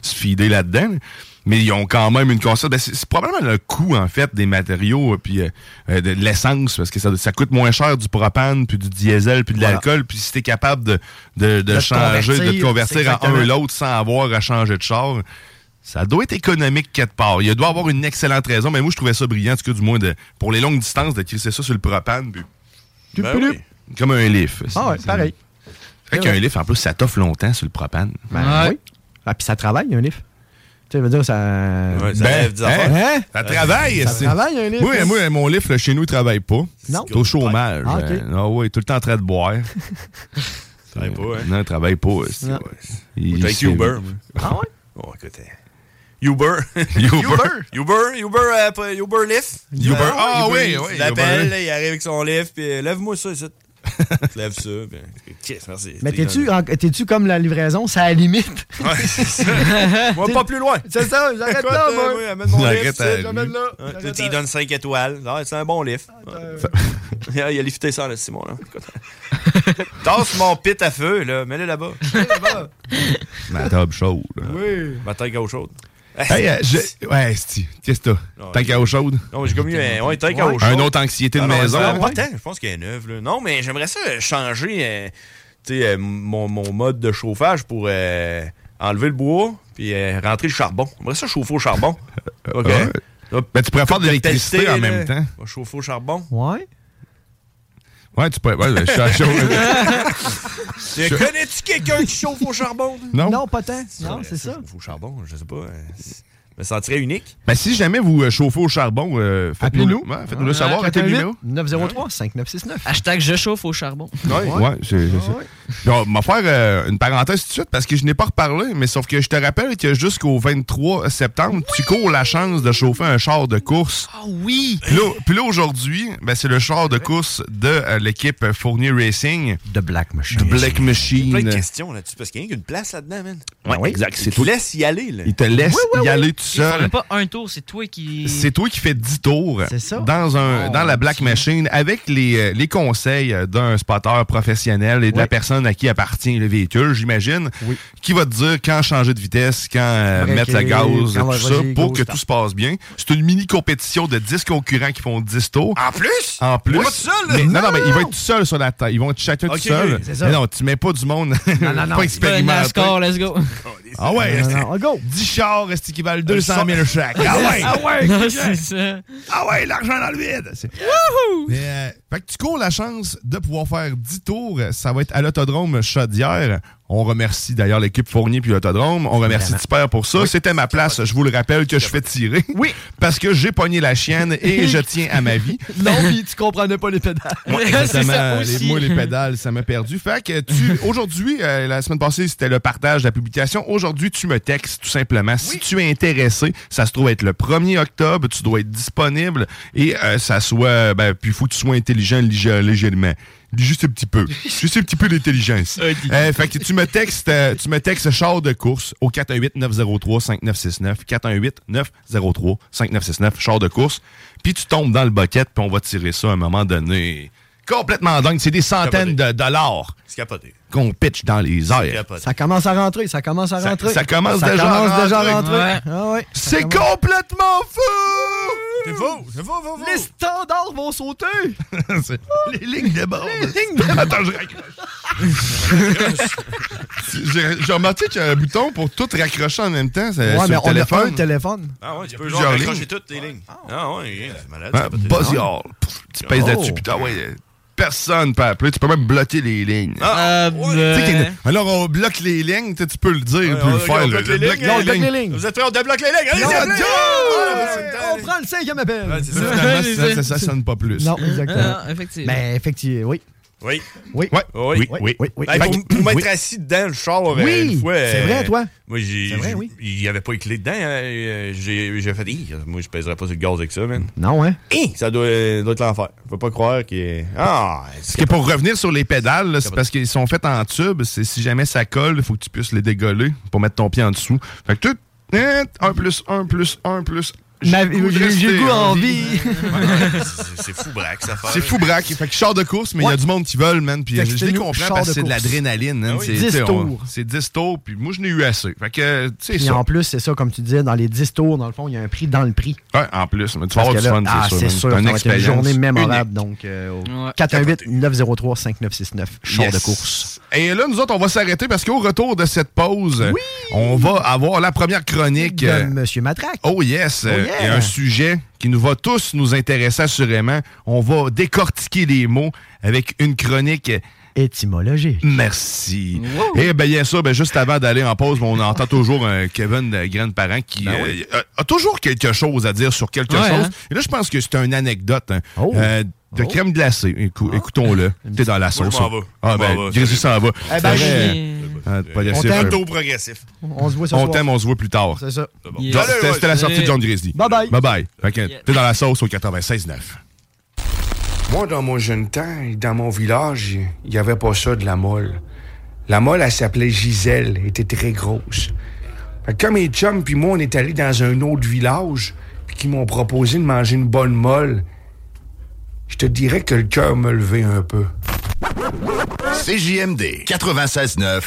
se fider là-dedans. là. Mais ils ont quand même une conscience. Ben, c'est c'est probablement le coût, en fait, des matériaux, euh, puis euh, euh, de, de l'essence, parce que ça, ça coûte moins cher du propane, puis du diesel, puis de Voilà. l'alcool, puis si t'es capable de, de, de de de te changer, de convertir, te c'est convertir en exactement. un l'autre sans avoir à changer de char. Ça doit être économique quelque part. Il doit avoir une excellente raison, mais moi je trouvais ça brillant, en tout cas du moins de, pour les longues distances, de crisser ça sur le propane. puis- Ben oui. Comme un lift. C'est- Ah ouais, c'est- pareil. C'est vrai qu'un lift, en plus, ça t'offre longtemps sur le propane. Ben oui. Ah, puis ça travaille, un lift. Tu sais, je veux dire, ça. ça Ben, lève des affaires. hein? Ça travaille, Ça c'est- travaille, un lift. Oui, moi, mon lift, là, chez nous, il travaille pas. Non. C'est au chômage. Ah, ok. Euh, Ah ouais, tout le temps en train de boire. travaille pas, hein. Non, il travaille pas. c'est- Non. ouais. Il- Moi, avec c'est- Uber. moi. Ah ouais? Oh, écoute. euh, Uber. Uber. Uber. Uber. euh, après, Uber Lyft. Uber. Ah, Uber oui, Lyft. oui, Tu l'appelles, Uber. là, il arrive avec son lift, puis euh, lève-moi ça ici. Tu lèves ça, puis. Yes, merci. Mais t'es-tu en- t'es-tu comme la livraison, ça à la limite? Ouais, c'est ça. Moi, pas plus loin. C'est ça, j'arrête Écoute, là, euh, moi. oui, amène mon J'arrête lift, à tu sais, la j'amène rue. là. J'arrête Tu à- sais, il donne 5 étoiles. Ah, c'est un bon lift. il a lifté ça, là, Simon. Là. Écoute. Tasse mon pit à feu, là. Mets-le là-bas. Ma table chaude. Oui. Ma tank à eau chaude. Hey, euh, je- Ouais, Sti, qu'est-ce que t'as? T'as qu'à eau chaude? Non, mais j'ai comme eu un ouais, tank à eau Ouais. chaude. Un autre anxiété de Ah non, maison, ça, hein? pas tant, je pense qu'il y a une œuvre. là. Non, mais j'aimerais ça euh, changer euh, tu sais, euh, mon, mon mode de chauffage pour euh, enlever le bois puis euh, rentrer le charbon. J'aimerais ça chauffer au charbon. OK. Ouais. Ben, tu pourrais faire de l'électricité en Pelleter, là, même temps. va Chauffer au charbon. Ouais. Ouais, tu pourrais. Ouais, je suis à chaud. Tu Connais-tu quelqu'un qui chauffe au charbon? Non? pas tant. Non, c'est ça. Chauffe au charbon, je sais pas. euh, c'est- Je me sentirais unique. Ben, si jamais vous euh, chauffez au charbon, euh, faites-nous Appelez-nous. ouais, faites-nous le savoir. Appelez-nous. 903 5969. Hashtag je chauffe au charbon. Ouais, c'est c'est ça. Puis on va faire euh, une parenthèse tout de suite parce que je n'ai pas reparlé, mais sauf que je te rappelle que jusqu'au 23 septembre, tu cours la chance de chauffer un char de course. Ah oui! Puis là, puis là, aujourd'hui, ben, c'est le char de course de euh, l'équipe Fournier Racing. De Black Machine. De Black Machine. Plein de questions là-dessus, parce qu'il y a une place là-dedans, man. Ouais, exact. Il te laisse y aller, là. Il te laisse Oui, oui, y oui. aller tout C'est seul. même pas un tour, c'est toi qui. C'est toi qui fais 10 tours dans, un, dans la Black Machine avec les, euh, les conseils d'un spotter professionnel et de la personne à qui appartient le véhicule, j'imagine, qui va te dire quand changer de vitesse, quand euh, Breaker, mettre le gaz, quand tout va- ça, vas-y, pour go, que start. tout se passe bien. C'est une mini compétition de 10 concurrents qui font 10 tours. En plus? En plus. Il va tout seul, là? Mais- non, Non, non, mais non. il va être tout seul sur la table. Ils vont être chacun Ok, tout seul. c'est ça. Mais non, tu mets pas du monde. Non, non, non. pas expérimenté. NASCAR, let's go. Ah ouais, Non, non, on go. 10 chars, est-ce qu'ils valent 200 000 chaque? Ah ouais! Ah ouais, Non, c'est ça. Ah ouais, l'argent dans le vide! C'est- Mais, euh, fait que tu cours la chance de pouvoir faire 10 tours. Ça va être à l'autodrome Chaudière. On remercie d'ailleurs l'équipe Fournier puis l'autodrome. On remercie Vraiment. Tipper pour ça. C'était ma place, je vous le rappelle, que je fais tirer. Oui. Parce que j'ai pogné la chienne et je tiens à ma vie. Non, puis tu comprenais pas les pédales. Ouais, exactement. Les, moi, les pédales, ça m'a perdu. Fait que tu, aujourd'hui, euh, la semaine passée, c'était le partage de la publication. Aujourd'hui, tu me textes, tout simplement. Si tu es intéressé, ça se trouve être le 1er octobre, tu dois être disponible et euh, ça soit, ben, puis faut que tu sois intelligent lige- légèrement. Dis Juste un petit peu. Juste un petit peu d'intelligence. Euh, fait que tu me textes, euh, tu me textes char de course au 418-903-5969. 418-903-5969, char de course. Puis tu tombes dans le bucket, puis on va tirer ça à un moment donné complètement dingue. C'est des centaines de dollars C'est capoté. qu'on pitch dans les airs. capote. Ça commence à rentrer, ça commence à Ça- rentrer. ça commence déjà commence à déjà à rentrer. rentrer. Ouais. Ah ouais. Ça C'est commence- complètement fou! C'est faux, c'est faux, faux, Les standards vont sauter! C'est- les lignes de bord. Les lignes de Attends, je raccroche. J'ai j'ai remarqué qu'il y a un bouton pour tout raccrocher en même temps c'est- Ouais, sur mais le on a un téléphone. téléphone. Ah ouais, tu peux plusieurs genre lignes. accrocher toutes tes lignes. Ah ouais, c'est malade. Hein, c'est capoté. Buzz Yard. Pff, Tu pèses Oh. là-dessus, putain, ouais. euh, Personne peut appeler. Tu peux même bloquer les lignes. Euh, Ah, Tu sais qu'il y a- Alors, on bloque les lignes. tu sais, Tu peux le dire, tu peux le Ouais, faire. on là, bloque les bloque lignes, les lignes. Vous êtes prêts, on débloque les lignes. Allez, Non, appelez. go! Ah, ouais, On prend le cinquième appel. c'est ça. Finalement, ça- ça- ça sonne pas plus. Hein? Non, exactement. Non, effectivement. Mais effectivement, oui. Oui. Oui. Oui. Oui. Oui. Oui. Hey, pour, pour m'être assis dedans, le char, euh, Oui, une fois, c'est euh, vrai, toi. Moi, j'ai, j'ai- il n'y avait pas les clés dedans. hein, euh, j'ai, j'ai fait, Hi, moi, je pèserais pas sur le gaz avec ça, man. Non, hein? Hi, ça doit, doit être l'enfer. Je peux pas croire que. Ah, Ce qui est pour revenir sur les pédales, là, c'est parce qu'ils sont faits en tube. C'est si jamais ça colle, il faut que tu puisses les dégoller pour mettre ton pied en dessous. Fait que tout, hein, un plus un plus un plus. Ma- le de j'ai- j'ai rester le goût en en vie. vie. c'est, c'est fou braque, ça fait. C'est fou braque. Fait que je sors de course, mais il y a Ouais. du monde qui veulent, man. Puis euh, je les Textez-nous, comprends char parce que de c'est de course. l'adrénaline, man. Ah oui. C'est, 10 tu sais, on- tours. C'est 10 tours, puis moi, je n'ai eu assez. Fait que, euh, tu sais, Puis ça. en plus, c'est ça, comme tu disais, dans les 10 tours, dans le fond, il y a un prix dans le prix. Ouais, en plus, mais tu vas Parce avoir du que là, fun, ah, c'est sûr. c'est man. sûr, T'as ça une va être une expérience journée mémorable. unique. Donc, euh, au Ouais. 418-903-5969, char Yes. de course. Et là, nous autres, on va s'arrêter parce qu'au retour de cette pause, on va avoir la première chronique. De euh, Monsieur Matraque. Oh yes, euh, yeah. et un sujet qui nous va tous nous intéresser assurément. On va décortiquer les mots avec une chronique étymologique. Merci. Et ben, bien sûr, ben, juste avant d'aller en pause, on entend toujours un Kevin euh, Grandparent qui Ben euh, oui. a, a toujours quelque chose à dire sur quelque Ouais, chose. hein? Et là, je pense que c'est une anecdote hein, euh, de crème glacée. Écou- Écoutons-le. T'es dans la Moi, sauce. je m'en vais. Ah Je ben, m'en vais. Jésus s'en va. Eh ben, C'est vrai, je- euh, progressif, On t'aime. euh, Plutôt progressif. On se voit ce on soir. t'aime, on se voit plus tard. C'est ça. John- C'était c'était la sortie de John Grizzly. Bye bye. Bye bye. Fait que t'es dans la sauce au 96.9. Moi, dans mon jeune temps, dans mon village, il n'y avait pas ça de la molle. La molle, elle s'appelait Gisèle, elle était très grosse. Fait que quand mes chums puis moi, on est allés dans un autre village, puis qu'ils m'ont proposé de manger une bonne molle, je te dirais que le cœur me levait un peu. CJMD 96.9.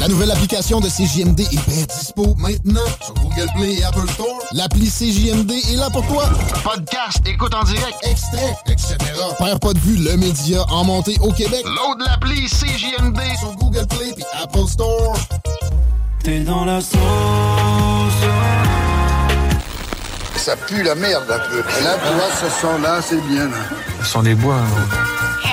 La nouvelle application de CJMD est bien dispo maintenant sur Google Play et Apple Store. L'appli CJMD est là pour toi. Podcast, écoute en direct, extrait, etc. Père pas de vue, le média en montée au Québec. Load l'appli CJMD sur Google Play et Apple Store. T'es dans la sauce. Ça pue la merde un peu. Là, tu vois, ce son-là, c'est bien. Là. Sans les bois, hein.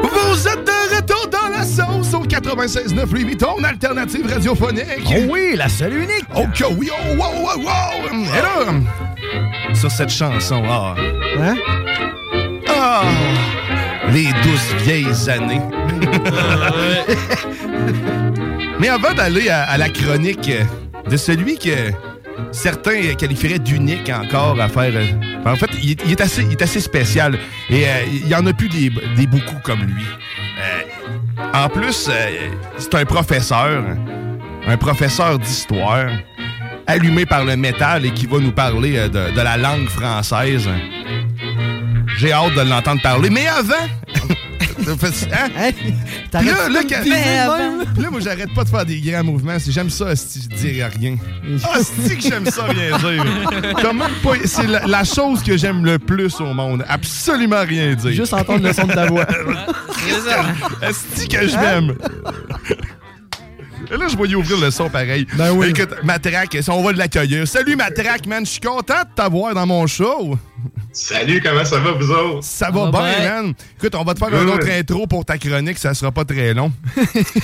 Vous êtes de retour dans la sauce au 96.9 96.9 Louis Vuitton, alternative radiophonique. Oh oui, la seule unique. Oh que oui, oh wow, wow, wow. Et là, sur cette chanson, ah. Hein? Ah, les douces vieilles années. Mais avant d'aller à, à la chronique euh, de celui que certains euh, qualifieraient d'unique encore à faire. euh, En fait, il est, il est assez, il est assez spécial et euh, il y en a plus des, des beaucoup comme lui. Euh, en plus, euh, c'est un professeur, un professeur d'histoire, allumé par le métal et qui va nous parler euh, de, de la langue française. J'ai hâte de l'entendre parler. Mais avant, Hein? Puis là, là, de me quand- viser de Puis là, moi, j'arrête pas de faire des grands mouvements. Si j'aime ça, si je dirais rien. Ah, si que j'aime ça, rien dire. Comment pas. C'est la, la chose que j'aime le plus au monde. Absolument rien dire. Juste entendre le son de ta voix. Hein? Asti que je m'aime. Et là, je voyais ouvrir le son pareil. Ben oui. Écoute, Matraque, on va de l'accueillir. Salut, Matraque, man. Je suis content de t'avoir dans mon show. Salut, comment ça va, vous autres? Ah Ça va bah bien, hein? man. Écoute, on va te faire une Good. autre intro pour ta chronique. Ça sera pas très long.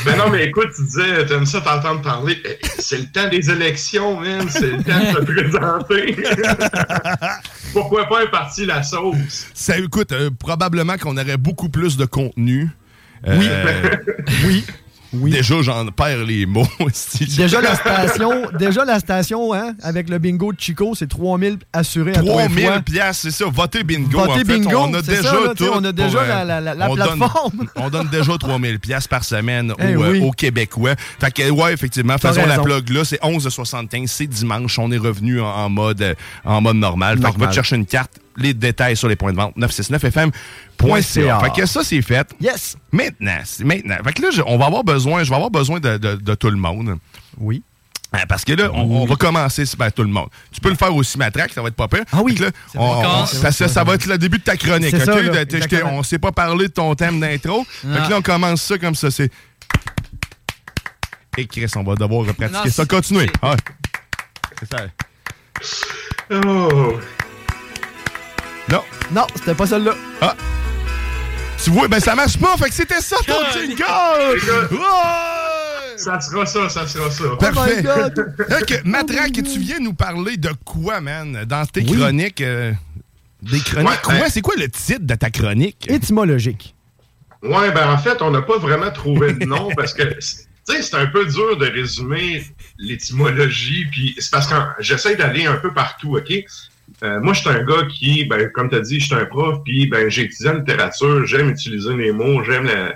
Ben non, mais écoute, tu disais, t'aimes ça t'entendre parler. Eh, C'est le temps des élections, man. C'est le temps de se présenter. Pourquoi pas un parti la sauce? Ça écoute, euh, probablement qu'on aurait beaucoup plus de contenu. euh, Oui. oui. Déjà, j'en perds les mots. si je- Déjà la station, déjà la station hein, avec le bingo de Chico, c'est 3000 assurés à trois 3000 fois. piastres, c'est ça. Votez bingo. Votez en fait. bingo, on a c'est déjà ça, là, tu tout. sais, on a déjà pour, euh, la- la- la- la on donne- plateforme. on donne déjà 3000 piastres par semaine aux, Eh euh, oui. aux Québécois. Fait que, ouais, effectivement, T'as faisons la raison. plug là. C'est 11h75, c'est dimanche. On est revenu en, en mode, euh, en mode normal. Fait que Normal. va te chercher une carte. Les détails sur les points de vente, 969fm.ca. Fait que ça, c'est fait. Yes. Maintenant, c'est- maintenant. Fait que là, je- on va avoir besoin, je vais avoir besoin de, de- de tout le monde. Euh, Oui. Parce que là, on, on va commencer par tout le monde. Tu peux le faire aussi, Matraque, ça va être pas pire. Ah oui. Là, on- vrai, on- c'est ça, vrai, ça- ça va être le début de ta chronique, C'est OK? ça, là, De- t'es- exactement. on s'est pas parlé de ton thème d'intro. Fait Ah. que là, on commence ça comme ça. C'est. Et Chris, on va devoir pratiquer Non, ça. c'est- Continuez. Ah. C'est ça. Oh! Non. Non, c'était pas celle-là. Ah. Tu vois, ben ça marche pas. Fait que c'était ça ton jingle. Oh! Oh Ça sera ça, ça sera ça. Parfait. Ok, Matraque, tu viens nous parler de quoi, man, dans tes chroniques? euh, des chroniques? Ouais, quoi? ben- C'est quoi le titre de ta chronique? Étymologique. Ouais, ben en fait, on n'a pas vraiment trouvé de nom parce que, tu sais, c'est un peu dur de résumer l'étymologie. Puis c'est parce que j'essaie d'aller un peu partout, OK? Euh, moi, je suis un gars qui, ben, comme tu as dit, je suis un prof, puis ben, j'ai étudié en littérature, j'aime utiliser les mots, j'aime la-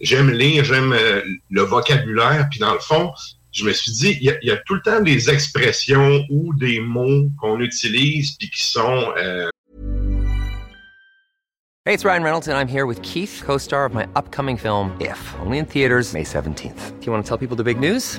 j'aime lire, j'aime euh, le vocabulaire. Puis dans le fond, je me suis dit, il y, a- il y a tout le temps des expressions ou des mots qu'on utilise, puis qui sont... euh, Hey, it's Ryan Reynolds, and I'm here with Keith, co star of my upcoming film, If, only in theaters, May 17th. Do you want to tell people the big news?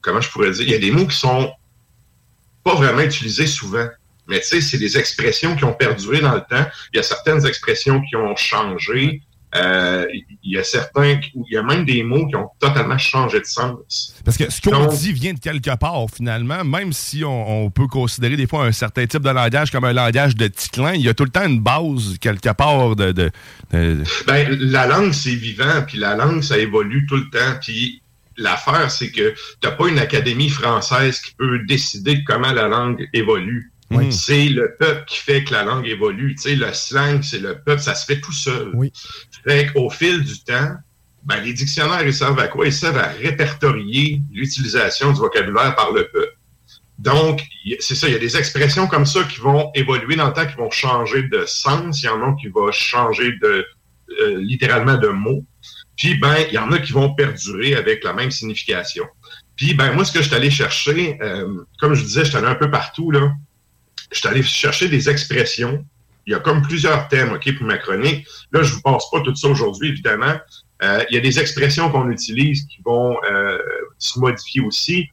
comment je pourrais dire, il y a des mots qui sont pas vraiment utilisés souvent. Mais tu sais, c'est des expressions qui ont perduré dans le temps. Il y a certaines expressions qui ont changé. Euh, il y a certains, il y a même des mots qui ont totalement changé de sens. Parce que ce qu'on Donc- dit vient de quelque part, finalement, même si on, on peut considérer des fois un certain type de langage comme un langage de ticlin, il y a tout le temps une base quelque part de. de- de- Ben, la langue, c'est vivant, puis la langue, ça évolue tout le temps. Puis l'affaire, c'est que t'as pas une académie française qui peut décider de comment la langue évolue. Oui. C'est le peuple qui fait que la langue évolue. Tu sais, le slang, c'est le peuple, ça se fait tout seul. Fait qu'au fil du temps, ben, les dictionnaires, ils servent à quoi? Ils servent à répertorier l'utilisation du vocabulaire par le peuple. Donc, y- c'est ça, il y a des expressions comme ça qui vont évoluer dans le temps, qui vont changer de sens. Il y en a qui vont changer de euh, littéralement de mots. Puis, ben, il y en a qui vont perdurer avec la même signification. Puis, ben, moi, ce que je suis allé chercher, euh, comme je disais, je suis allé un peu partout, là. Je suis allé chercher des expressions. Il y a comme plusieurs thèmes, OK, pour ma chronique. Là, je vous passe pas tout ça aujourd'hui, évidemment. Euh, il y a des expressions qu'on utilise qui vont euh, se modifier aussi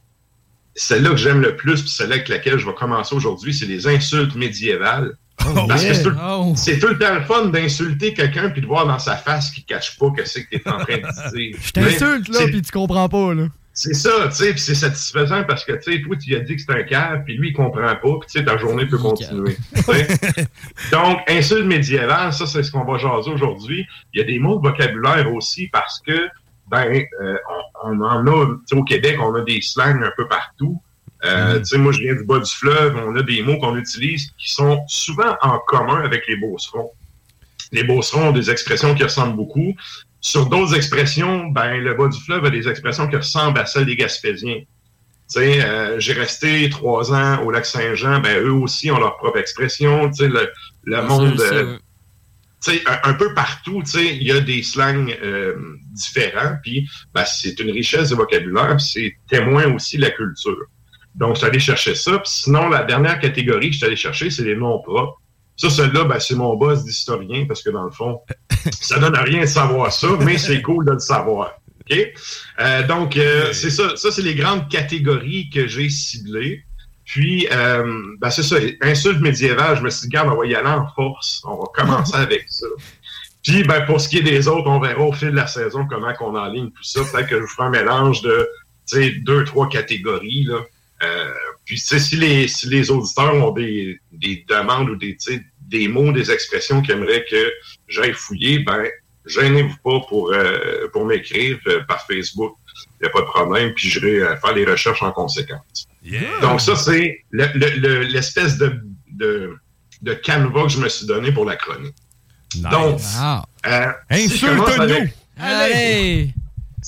celle-là que j'aime le plus, puis celle avec laquelle je vais commencer aujourd'hui, c'est les insultes médiévales. Oh, Parce que c'est tout, le- c'est tout le temps le fun d'insulter quelqu'un puis de voir dans sa face qu'il cache pas que c'est que t'es en train de dire. Je t'insulte, là, Mais c'est- puis tu comprends pas, là. C'est ça, tu sais, puis c'est satisfaisant parce que, tu sais, toi, tu lui as dit que c'est un cave, puis lui, il comprend pas, puis tu sais, ta journée peut continuer. tu sais. Donc, insulte médiévale, ça, c'est ce qu'on va jaser aujourd'hui. Il y a des mots de vocabulaire aussi parce que, ben, euh, on, on en a, tu sais, au Québec, on a des slangs un peu partout. Mm-hmm. Euh, Tu sais, moi, je viens du bas du fleuve, on a des mots qu'on utilise qui sont souvent en commun avec les beaucerons les Beaucerons ont des expressions qui ressemblent beaucoup. Sur d'autres expressions, ben, le bas du fleuve a des expressions qui ressemblent à celles des Gaspésiens. Tu sais, euh, j'ai resté trois ans au lac Saint-Jean, ben, eux aussi ont leur propre expression. Tu sais, le, le Ouais, monde. Ah, ça, je sais, euh, ouais. tu sais, un, un peu partout, tu sais, il y a des slangs euh, différents, puis ben, c'est une richesse de vocabulaire, puis c'est témoin aussi de la culture. Donc, je suis allé chercher ça. Puis sinon, la dernière catégorie que je suis allé chercher, c'est les noms propres. Ça, celle-là, ben, c'est mon boss d'historien, parce que dans le fond, ça donne à rien de savoir ça, mais c'est cool de le savoir. OK? Euh, donc, euh, c'est ça. Ça, c'est les grandes catégories que j'ai ciblées. Puis, euh, ben, c'est ça. Insulte médiévale, je me suis dit, garde, on va y aller en force. On va commencer avec ça. Puis, ben, pour ce qui est des autres, on verra au fil de la saison comment qu'on enligne tout ça. Peut-être que je vous ferai un mélange de, tu sais, deux, trois catégories, là. Euh, puis, tu sais, si les, si les auditeurs ont des, des demandes ou des, tu sais, des mots, des expressions qu'ils aimeraient que j'aille fouiller, ben, gênez-vous pas pour, euh, pour m'écrire euh, par Facebook. Il n'y a pas de problème. Puis, j'irai euh, faire les recherches en conséquence. Donc, ça, c'est le- le- le- l'espèce de, de, de canevas que je me suis donné pour la chronique. Donc, Ah. Ah. euh, si je Insulte-nous! commence avec- Allez!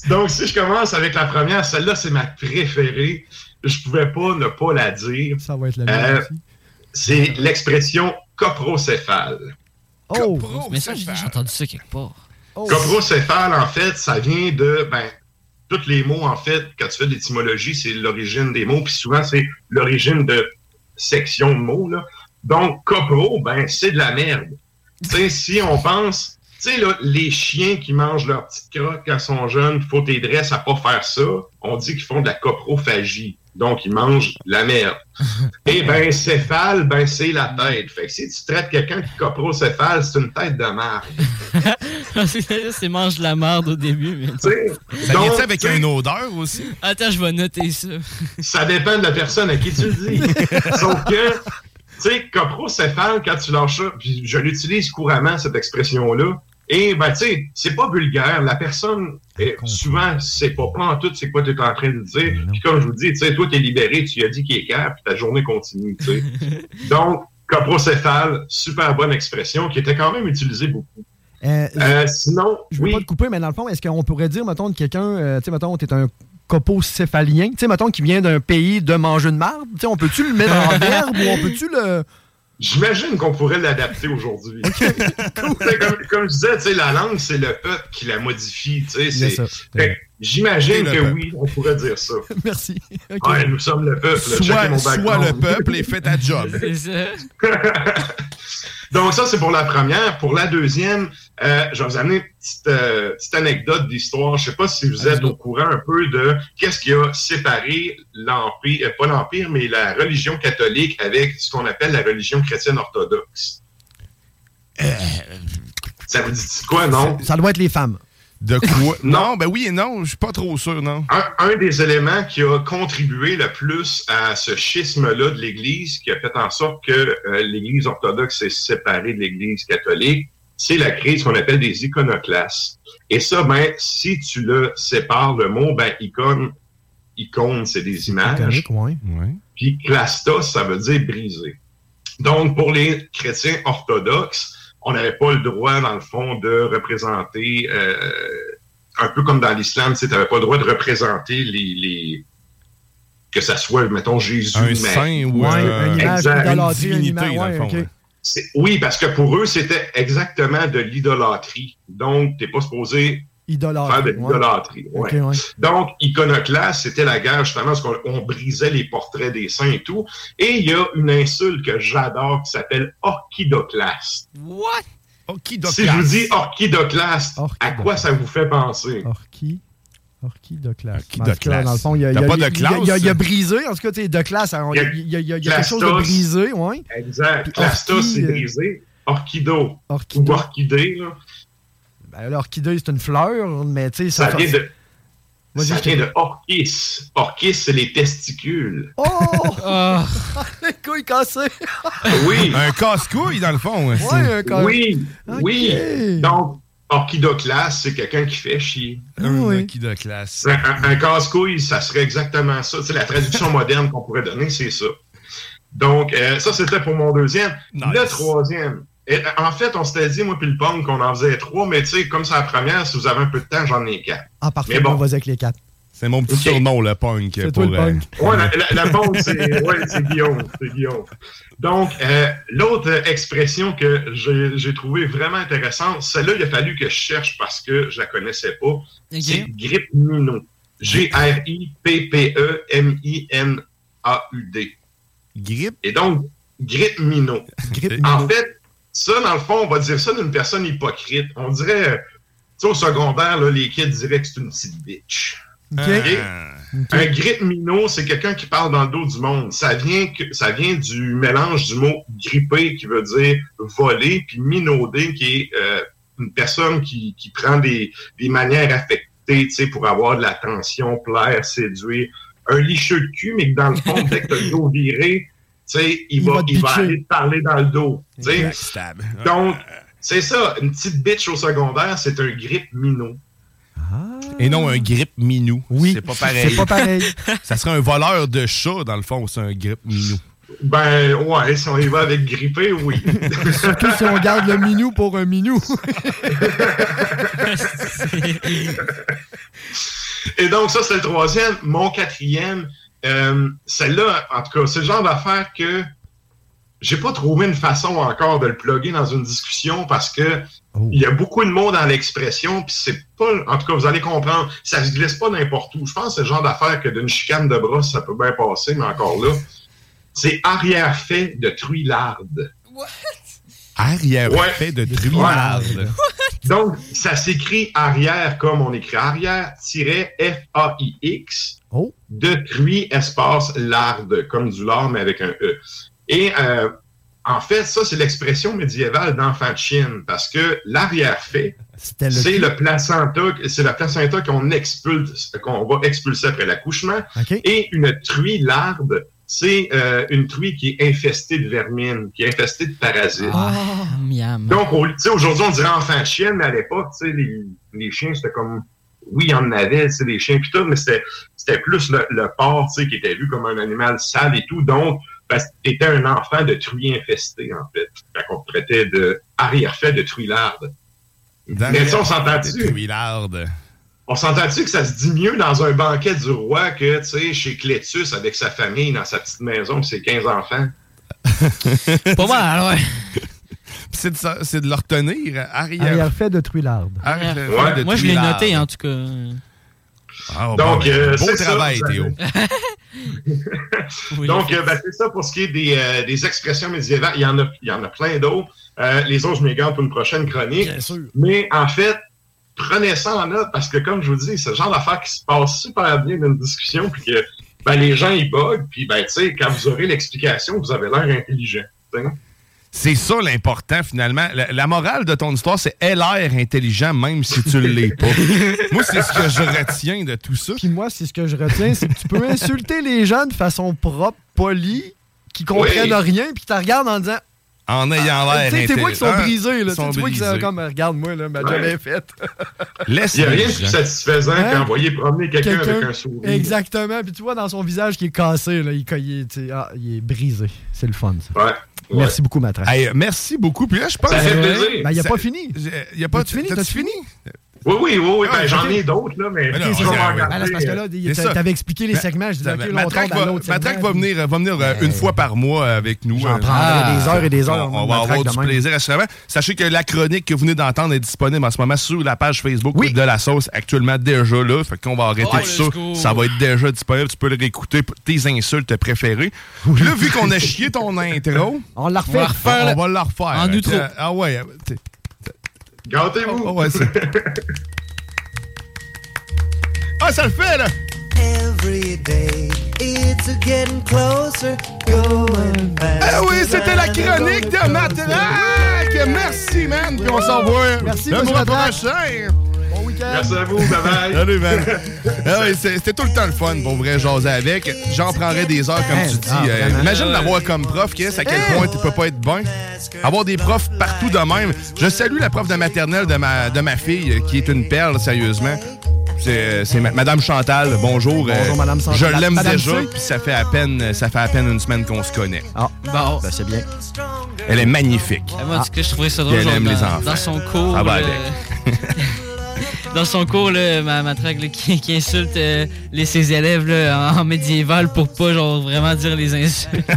Donc, si je commence avec la première, celle-là, c'est ma préférée. Je pouvais pas ne pas la dire. Ça va être la Euh, c'est l'expression coprocéphale. Oh! Mais ça, j'ai j'ai entendu ça quelque part. Oh. Coprocéphale, en fait, ça vient de. Ben, tous les mots, en fait, quand tu fais de l'étymologie, c'est l'origine des mots, puis souvent, c'est l'origine de sections de mots. Là. Donc, copro, ben, c'est de la merde. Tu sais, si on pense. Tu sais, là, les chiens qui mangent leurs petites crottes quand ils sont jeunes, faut tes dresses à pas faire ça. On dit qu'ils font de la coprophagie. Donc, ils mangent de la merde. Eh ben, céphale, ben, c'est la tête. Fait que si tu traites quelqu'un qui coprocéphale, c'est une tête de merde. Ah, c'est mange de la merde au début. Mais... Ça donc, vient-tu avec t'sais- une odeur aussi? Attends, je vais noter ça. ça dépend de la personne à qui tu le dis. Sauf que, tu sais, coprocéphale, quand tu lâches ça, puis je l'utilise couramment, cette expression-là, et ben, tu sais, c'est pas vulgaire. La personne, eh, souvent, c'est pas pas en tout, c'est quoi tu es en train de dire. Puis comme je vous dis, tu sais, toi, t'es libéré, tu lui as dit qu'il est clair, puis ta journée continue, tu sais. Donc, coprocéphale, super bonne expression qui était quand même utilisée beaucoup. Euh, Euh, sinon, Je veux pas te couper, mais dans le fond, est-ce qu'on pourrait dire, mettons, de quelqu'un, euh, tu sais, mettons, t'es un copocéphalien, tu sais, mettons, qui vient d'un pays de manger de marde, tu sais, on peut-tu le mettre en verbe ou on peut-tu le. J'imagine qu'on pourrait l'adapter aujourd'hui. Tu sais, comme, comme je disais, tu sais, la langue, c'est le peuple qui la modifie. tu sais, c'est- ça. Fait que J'imagine Et le que peuple. oui, on pourrait dire ça. Merci. Ok. Ouais, nous sommes le peuple. Checkez Sois, mon sois le background. peuple et fais ta job. Donc, ça, c'est pour la première. Pour la deuxième, euh, je vais vous amener une petite, euh, petite anecdote d'histoire. Je ne sais pas si vous êtes au courant un peu de qu'est-ce qui a séparé l'Empire, euh, pas l'Empire, mais la religion catholique avec ce qu'on appelle la religion chrétienne orthodoxe. Ça vous dit Euh, quoi, non? Ça doit être les femmes. De quoi? Non. non, ben oui et non, je suis pas trop sûr, non. Un, un des éléments qui a contribué le plus à ce schisme-là de l'Église, qui a fait en sorte que euh, l'Église orthodoxe s'est séparée de l'Église catholique, c'est la crise qu'on appelle des iconoclastes. Et ça, ben, si tu le sépares, le mot, ben, icône, icône, c'est des Ah, images. Iconique, ouais. Puis clastos, ça veut dire briser. Donc, pour les chrétiens orthodoxes, on n'avait pas le droit, dans le fond, de représenter euh, un peu comme dans l'islam, tu n'avais pas le droit de représenter les, les- que ça soit, mettons, Jésus, Un Ah, mais- saint ou Ouais, un- une image Exact. idolâtrée, une Une divinité, image, dans le fond, ouais, ok. ouais. C'est- Oui, parce que pour eux, c'était exactement de l'idolâtrie. Donc, t'es pas supposé Idolâtre. faire de ouais. l'idolâtrie. ouais. Ok, ouais. Donc, iconoclaste, c'était la guerre, justement, parce qu'on on brisait les portraits des saints et tout. Et il y a une insulte que j'adore qui s'appelle orchidoclaste. What? Si je vous dis orchidoclaste, à quoi ça vous fait penser? Orchi. Orchi de classe. Orchi En de tout cas, classe. Dans le fond, il y a, T'as il y a- pas de il y a- il y a- il y a classe? brisé. En tout cas, tu sais, de classe. alors, Il y a, il y a- il y a- il y a quelque chose de Clastos. brisé, oui. Exact. Puis Clastos, orchi, c'est euh, brisé. Orchido. Ou orchidée, là. Ben, l'orchidée, c'est une fleur, mais tu sais, Ça ça- vient de. Vas-y, Ça je te- vient de orchis. Orchis, c'est les testicules. Oh! Les couilles cassées! Ah, Oui. un casse-couille, dans le fond. hein. Ouais, un casse- Oui, Ok. Hmm. oui. Donc, orchidoclaste, c'est quelqu'un qui fait chier. Un orchidoclaste. Un, un- un casse-couille, ça serait exactement ça. C'est la traduction moderne qu'on pourrait donner, c'est ça. Donc, euh, ça, c'était pour mon deuxième. Le troisième. Et, euh, en fait, on s'était dit, moi puis le punk, qu'on en faisait trois, mais tu sais, comme c'est la première, si vous avez un peu de temps, j'en ai quatre. Ah, parfait, Mais bon. on va avec les quatre. C'est mon petit Ok. surnom, le punk. pour, euh, Ouais, la, la, la bombe, c'est ouais, c'est Guillaume. c'est Guillaume. Donc, euh, l'autre expression que j'ai j'ai trouvée vraiment intéressante, celle-là, il a fallu que je cherche parce que je la connaissais pas. C'est grippe mino. E G-R-I-P-P-E-M-I-N-A-U-D. Grippe. Et donc, grippe mino. En fait, ça, dans le fond, on va dire ça d'une personne hypocrite. On dirait, euh, tu sais, au secondaire, là, les kids diraient que c'est une petite bitch. Ok. Ok? Un grippe minot, c'est quelqu'un qui parle dans le dos du monde. Ça vient, que- ça vient du mélange du mot gripper, qui veut dire voler, puis minauder, qui est euh, une personne qui, qui prend des, des manières affectées tu sais, pour avoir de l'attention, plaire, séduire. Un licheux de cul, mais que dans le fond, dès que t'as le dos viré, tu sais, il, va, il va aller te parler dans le dos. tu sais. Exact, stab. Donc, c'est ça. Une petite bitch au secondaire, c'est un grippe minot. Et non, un grip minou. Oui. C'est pas pareil. c'est pas pareil. ça serait un voleur de chat, dans le fond, c'est un grip minou. Ben, ouais, si on y va avec grippé, oui. Surtout si on garde le minou pour un minou. Et donc, ça, c'est le troisième. Mon quatrième, euh, celle-là, en tout cas, c'est le genre d'affaire que j'ai pas trouvé une façon encore de le plugger dans une discussion parce que il y a beaucoup de mots dans l'expression, puis c'est pas. En tout cas, vous allez comprendre, ça se glisse pas n'importe où. Je pense que c'est le genre d'affaire que d'une chicane de bras, ça peut bien passer, mais encore là, c'est arrière-fait de truilarde. Arrière-fait de truand. Donc, ça s'écrit arrière comme on écrit arrière, tiret F-A-I-X, Oh. de truie, espace, larde, comme du lard, mais avec un E. Et euh, en fait, ça, c'est l'expression médiévale d'enfant de Chine, parce que l'arrière-fait, le c'est cul. le placenta, c'est le placenta qu'on expulse, qu'on va expulser après l'accouchement. Et une truie larde, c'est euh, une truie qui est infestée de vermine, qui est infestée de parasites. Ah, miam. Donc, au- tu sais, aujourd'hui, on dirait enfant de chien, mais à l'époque, tu sais, les, les chiens, c'était comme. Oui, il y en avait, c'est des chiens, pis tout, mais c'était c'était plus le, le porc, tu sais, qui était vu comme un animal sale et tout. Donc, parce que t'étais un enfant de truie infesté, en fait. Fait qu'on te traitait de arrière-fait de truilarde. Mais tu sais, on s'entend-tu? Truilarde. On s'entend-tu que ça se dit mieux dans un banquet du roi que, tu sais, chez Clétus avec sa famille dans sa petite maison, pis ses 15 enfants? Pas mal, ouais. c'est de, ça- c'est de le retenir. Arrière. Arrière-fait de Truilarde. Arrière-fait de Moi, je l'ai truilarde. noté, en tout cas. Ah, bon, Donc, ben, euh, beau c'est ça, travail, vous Théo. Oui, Donc, la euh, ben, c'est ça pour ce qui est des, euh, des expressions médiévales. Il y en a, il y en a plein d'autres. Euh, les autres, je m'égare pour une prochaine chronique. Bien sûr. Mais en fait, prenez ça en note parce que, comme je vous dis, c'est le genre d'affaires qui se passe super bien dans une discussion puis que ben, les gens, ils bug. Puis, ben, tu sais, quand vous aurez l'explication, vous avez l'air intelligent. tu sais. C'est ça l'important finalement. La, la morale de ton histoire, c'est elle l'air intelligent même si tu ne l'es pas. Moi, c'est ce que je retiens de tout ça. Puis moi, c'est ce que je retiens, c'est que tu peux insulter les gens de façon propre, polie, qui comprennent Oui. rien, puis tu te regardes en disant. En ayant l'air Ah, Tu sais, tes voix qui sont intelligent. brisées, là. Ils Tu sais, sont tes voix qui sont brisées. comme, regarde-moi, là, ma job Ouais. est faite. Laisse Il n'y a les rien de plus gens. satisfaisant Hein? qu'envoyer promener quelqu'un Quelqu'un- avec un sourire. Exactement. Puis tu vois dans son visage qui est cassé, là, il, il est- tu sais, ah, il est brisé. C'est le fun, ça. Ouais. Merci beaucoup, Matraque. Hey, merci beaucoup. Puis là, je pense. Ça fait plaisir. Ben, il a pas fini. Il a pas T'as-tu fini? T'as-tu T'as-tu fini? Oui, oui, oui, oui, ben, Ouais, j'en ok. ai d'autres, là, mais. Mais non, je vais c'est- m'en ouais. garder, Ah, là, c'est parce que là, euh, C'est ça. T'avais expliqué les Ben, segments. Ah, Je disais, ben, OK, là, on Matraque tombe à va, l'autre Matraque segment, va venir, va venir euh, une fois par mois avec nous. J'en euh, prendrai euh, des heures et des heures, On, on on va avoir Matraque du demain. plaisir à ce moment. Sachez que la chronique que vous venez d'entendre est disponible en ce moment sur la page Facebook de la sauce actuellement déjà là. Fait qu'on va arrêter Oh, tout ça. let's go. Ça va être déjà disponible. Tu peux le réécouter pour tes insultes préférées. Là, vu qu'on a chié ton intro, on la refait. On, va On va la refaire. En outro. Euh, Ah ouais. Gâtez-vous. Ah ouais, c'est- Ah, ça le fait, là! Every day, it's getting closer, going Ah oui, c'était la chronique de Matraque! Merci, man! Puis on s'en voit Merci, le monsieur mois Matraque. prochain! Bon week-end! Merci à vous, bye-bye! Salut, man! Ah oui, c'est- C'était tout le temps le fun, pour vrai, jaser avec. J'en prendrais des heures, comme tu dis. Ah, Euh, vraiment. Eh! imagine d'avoir comme prof, qu'est-ce, à quel point tu peux pas être bon. Avoir des profs partout de même. Je salue la prof de maternelle de ma, de ma fille, euh, qui est une perle, sérieusement. C'est euh, c'est ma- Madame Chantal, bonjour. euh, Bonjour, Madame Chantal. Je l'aime Madame déjà, C. puis ça fait à peine, ça fait à peine une semaine qu'on se connaît. Ah, bon. c'est bien. Elle est magnifique. Ah. Elle m'a dit que je trouvais ça drôle. Elle genre, aime dans, les enfants. dans son cours. euh, Ah, Ça va ben, là, avec. dans son cours, là, ma matraque là, qui, qui insulte euh, les, ses élèves là, en, en médiéval pour pas genre vraiment dire les insultes.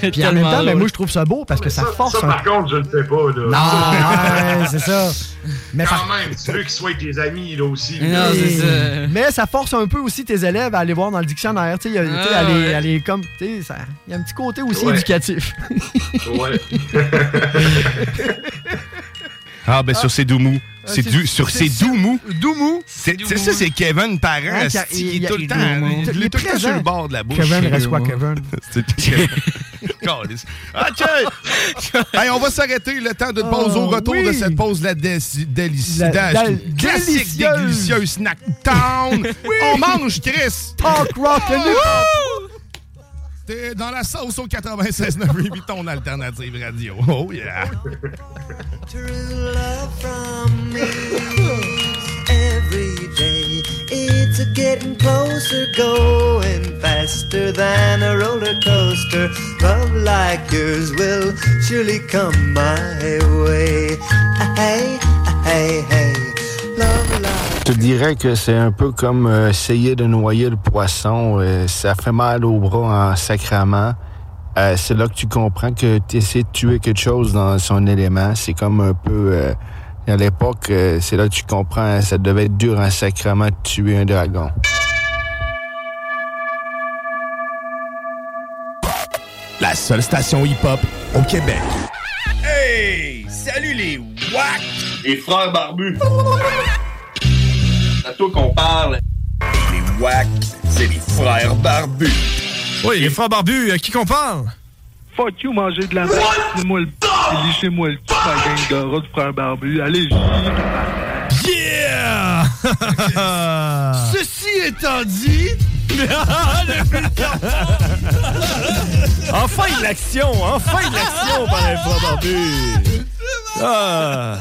C'est Puis en même tellement temps, ben, drôle. moi, je trouve ça beau parce que ça force Ça, un par contre, je le fais pas, là. Non, ouais, c'est ça. Mais Quand par- même, tu veux qu'ils soient tes amis, là aussi. Mais ça force un peu aussi tes élèves à aller voir dans le dictionnaire. Tu sais, tu sais, Ah, aller- ouais. aller comme. tu sais, ça- Il y a un petit côté aussi Ouais. éducatif. Ouais. Ah, ben sur ses doux mous. C'est c'est- du, sur c'est ses doux mous. Doux mous. C'est c'est ça, c'est Kevin Parent. Ouais, asti, hein. Ah, il- il est tout il- le temps il- il est il est tout le temps sur présent. le bord de la bouche. Kevin, il reste quoi, Kevin? C'est Kevin. Calisse. OK! Ah, Hey, on va s'arrêter le temps de pause au retour de cette pause la dé- délicieuse. Oh, La- la- Classique délicieuse. délicieuse snack town. On mange, Chris. Talk rock and Woo! T'es dans la sauce au 96.9 8 ton alternative radio. Oh yeah. from me. Every day, it's getting closer, going faster than a roller coaster. Love like yours will surely come my way. Ah, Hey, hey, hey. Love like. Je te dirais que c'est un peu comme euh, essayer de noyer le poisson. euh, ça fait mal au bras en sacrament. Euh, c'est là que tu comprends que tu essaies de tuer quelque chose dans son élément. C'est comme un peu... euh, à l'époque, euh, c'est là que tu comprends, hein, ça devait être dur en sacrament de tuer un dragon. La seule station hip-hop au Québec. Hey! Salut les WAC! Les frères barbus! C'est à toi qu'on parle. Les WAC, c'est les frères barbus. Oui, les frères barbus, à qui qu'on parle? Fuck you, mangez de la merde. Lichez-moi le p. Lichez-moi le p. La gang de rats de frère barbu. Allez, Yeah! Ceci étant dit... Enfin de l'action! Enfin de l'action par les frères barbus! Ah.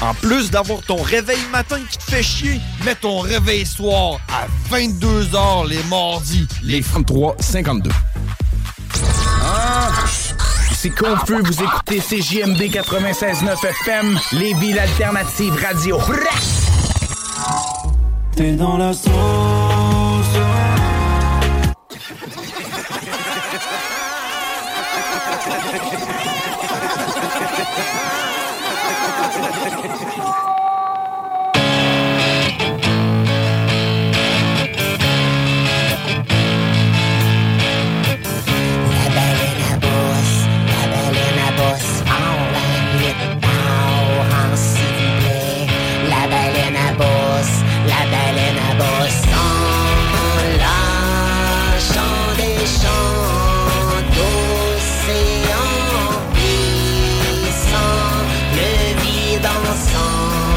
En plus d'avoir ton réveil matin qui te fait chier, mets ton réveil soir à 22h les mardis. Les 33 52. Ah! C'est confus, vous écoutez CJMD 96.9 FM, les villes alternatives radio. T'es dans la sauce. La bosse en la en s'il vous plaît. La baleine à bosse, la baleine à bosse. En lâchant des chants d'océan, glissant le vide ensemble.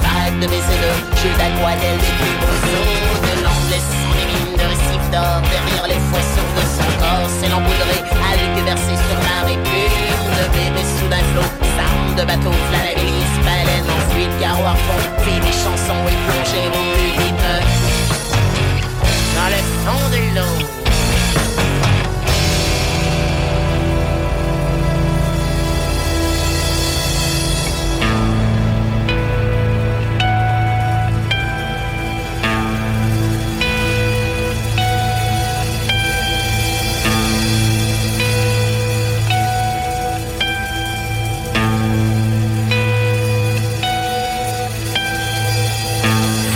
J'ai la loi des plus beaux os De l'angle sous les mines de récif d'or Derrière les foissons de son corps C'est l'empoudré à l'huile versée sur la répure Le bébé sous d'un flot S'arme de bateau, flanabilise Baleine en fuite, garoir fond Puis des chansons et plongée au plus rythme Dans le fond de l'eau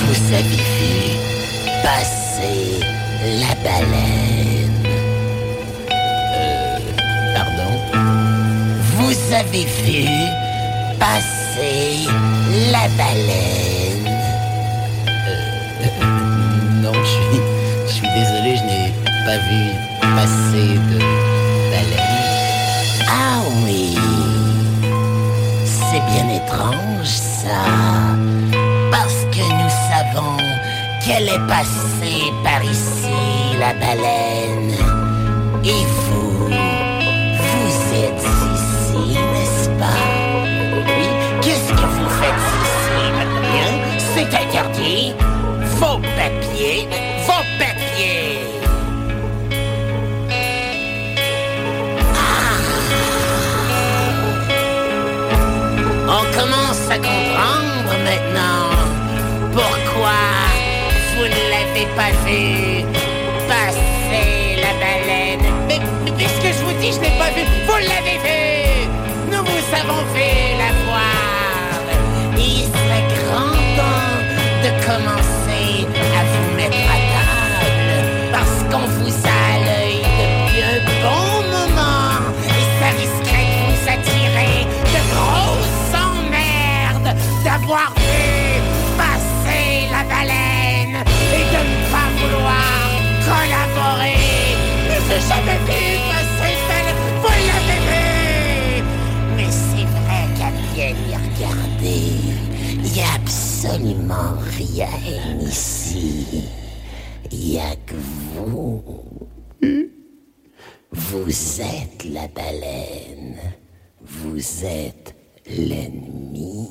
Vous avez vu passer la baleine. Euh, pardon. Vous avez vu passer la baleine. Euh, euh, non, je suis, je suis désolé, je n'ai pas vu passer de baleine. Ah oui, c'est bien étrange ça parce que nous savons qu'elle est passée par ici, la baleine. Et vous, vous êtes ici, n'est-ce pas Oui, qu'est-ce que vous faites ici, madame C'est interdit. Vos papiers, vos papiers Ah! On commence à comprendre maintenant pourquoi vous ne l'avez pas vu passer la baleine. Mais, mais puisque je vous dis, je n'ai pas vu, vous l'avez vu. Nous vous avons fait la voir. Il serait grand temps de commencer à vous mettre à table parce qu'on vous a à l'œil depuis un bon moment et ça risquerait de vous attirer de grosses emmerdes d'avoir vu passer la baleine et de ne pas vouloir collaborer. Mais j'ai jamais vu passer celle, vous l'avez vu. Mais c'est vrai qu'à bien y regarder, il n'y a absolument rien ici. Il n'y a que vous. Vous êtes la baleine. Vous êtes l'ennemi.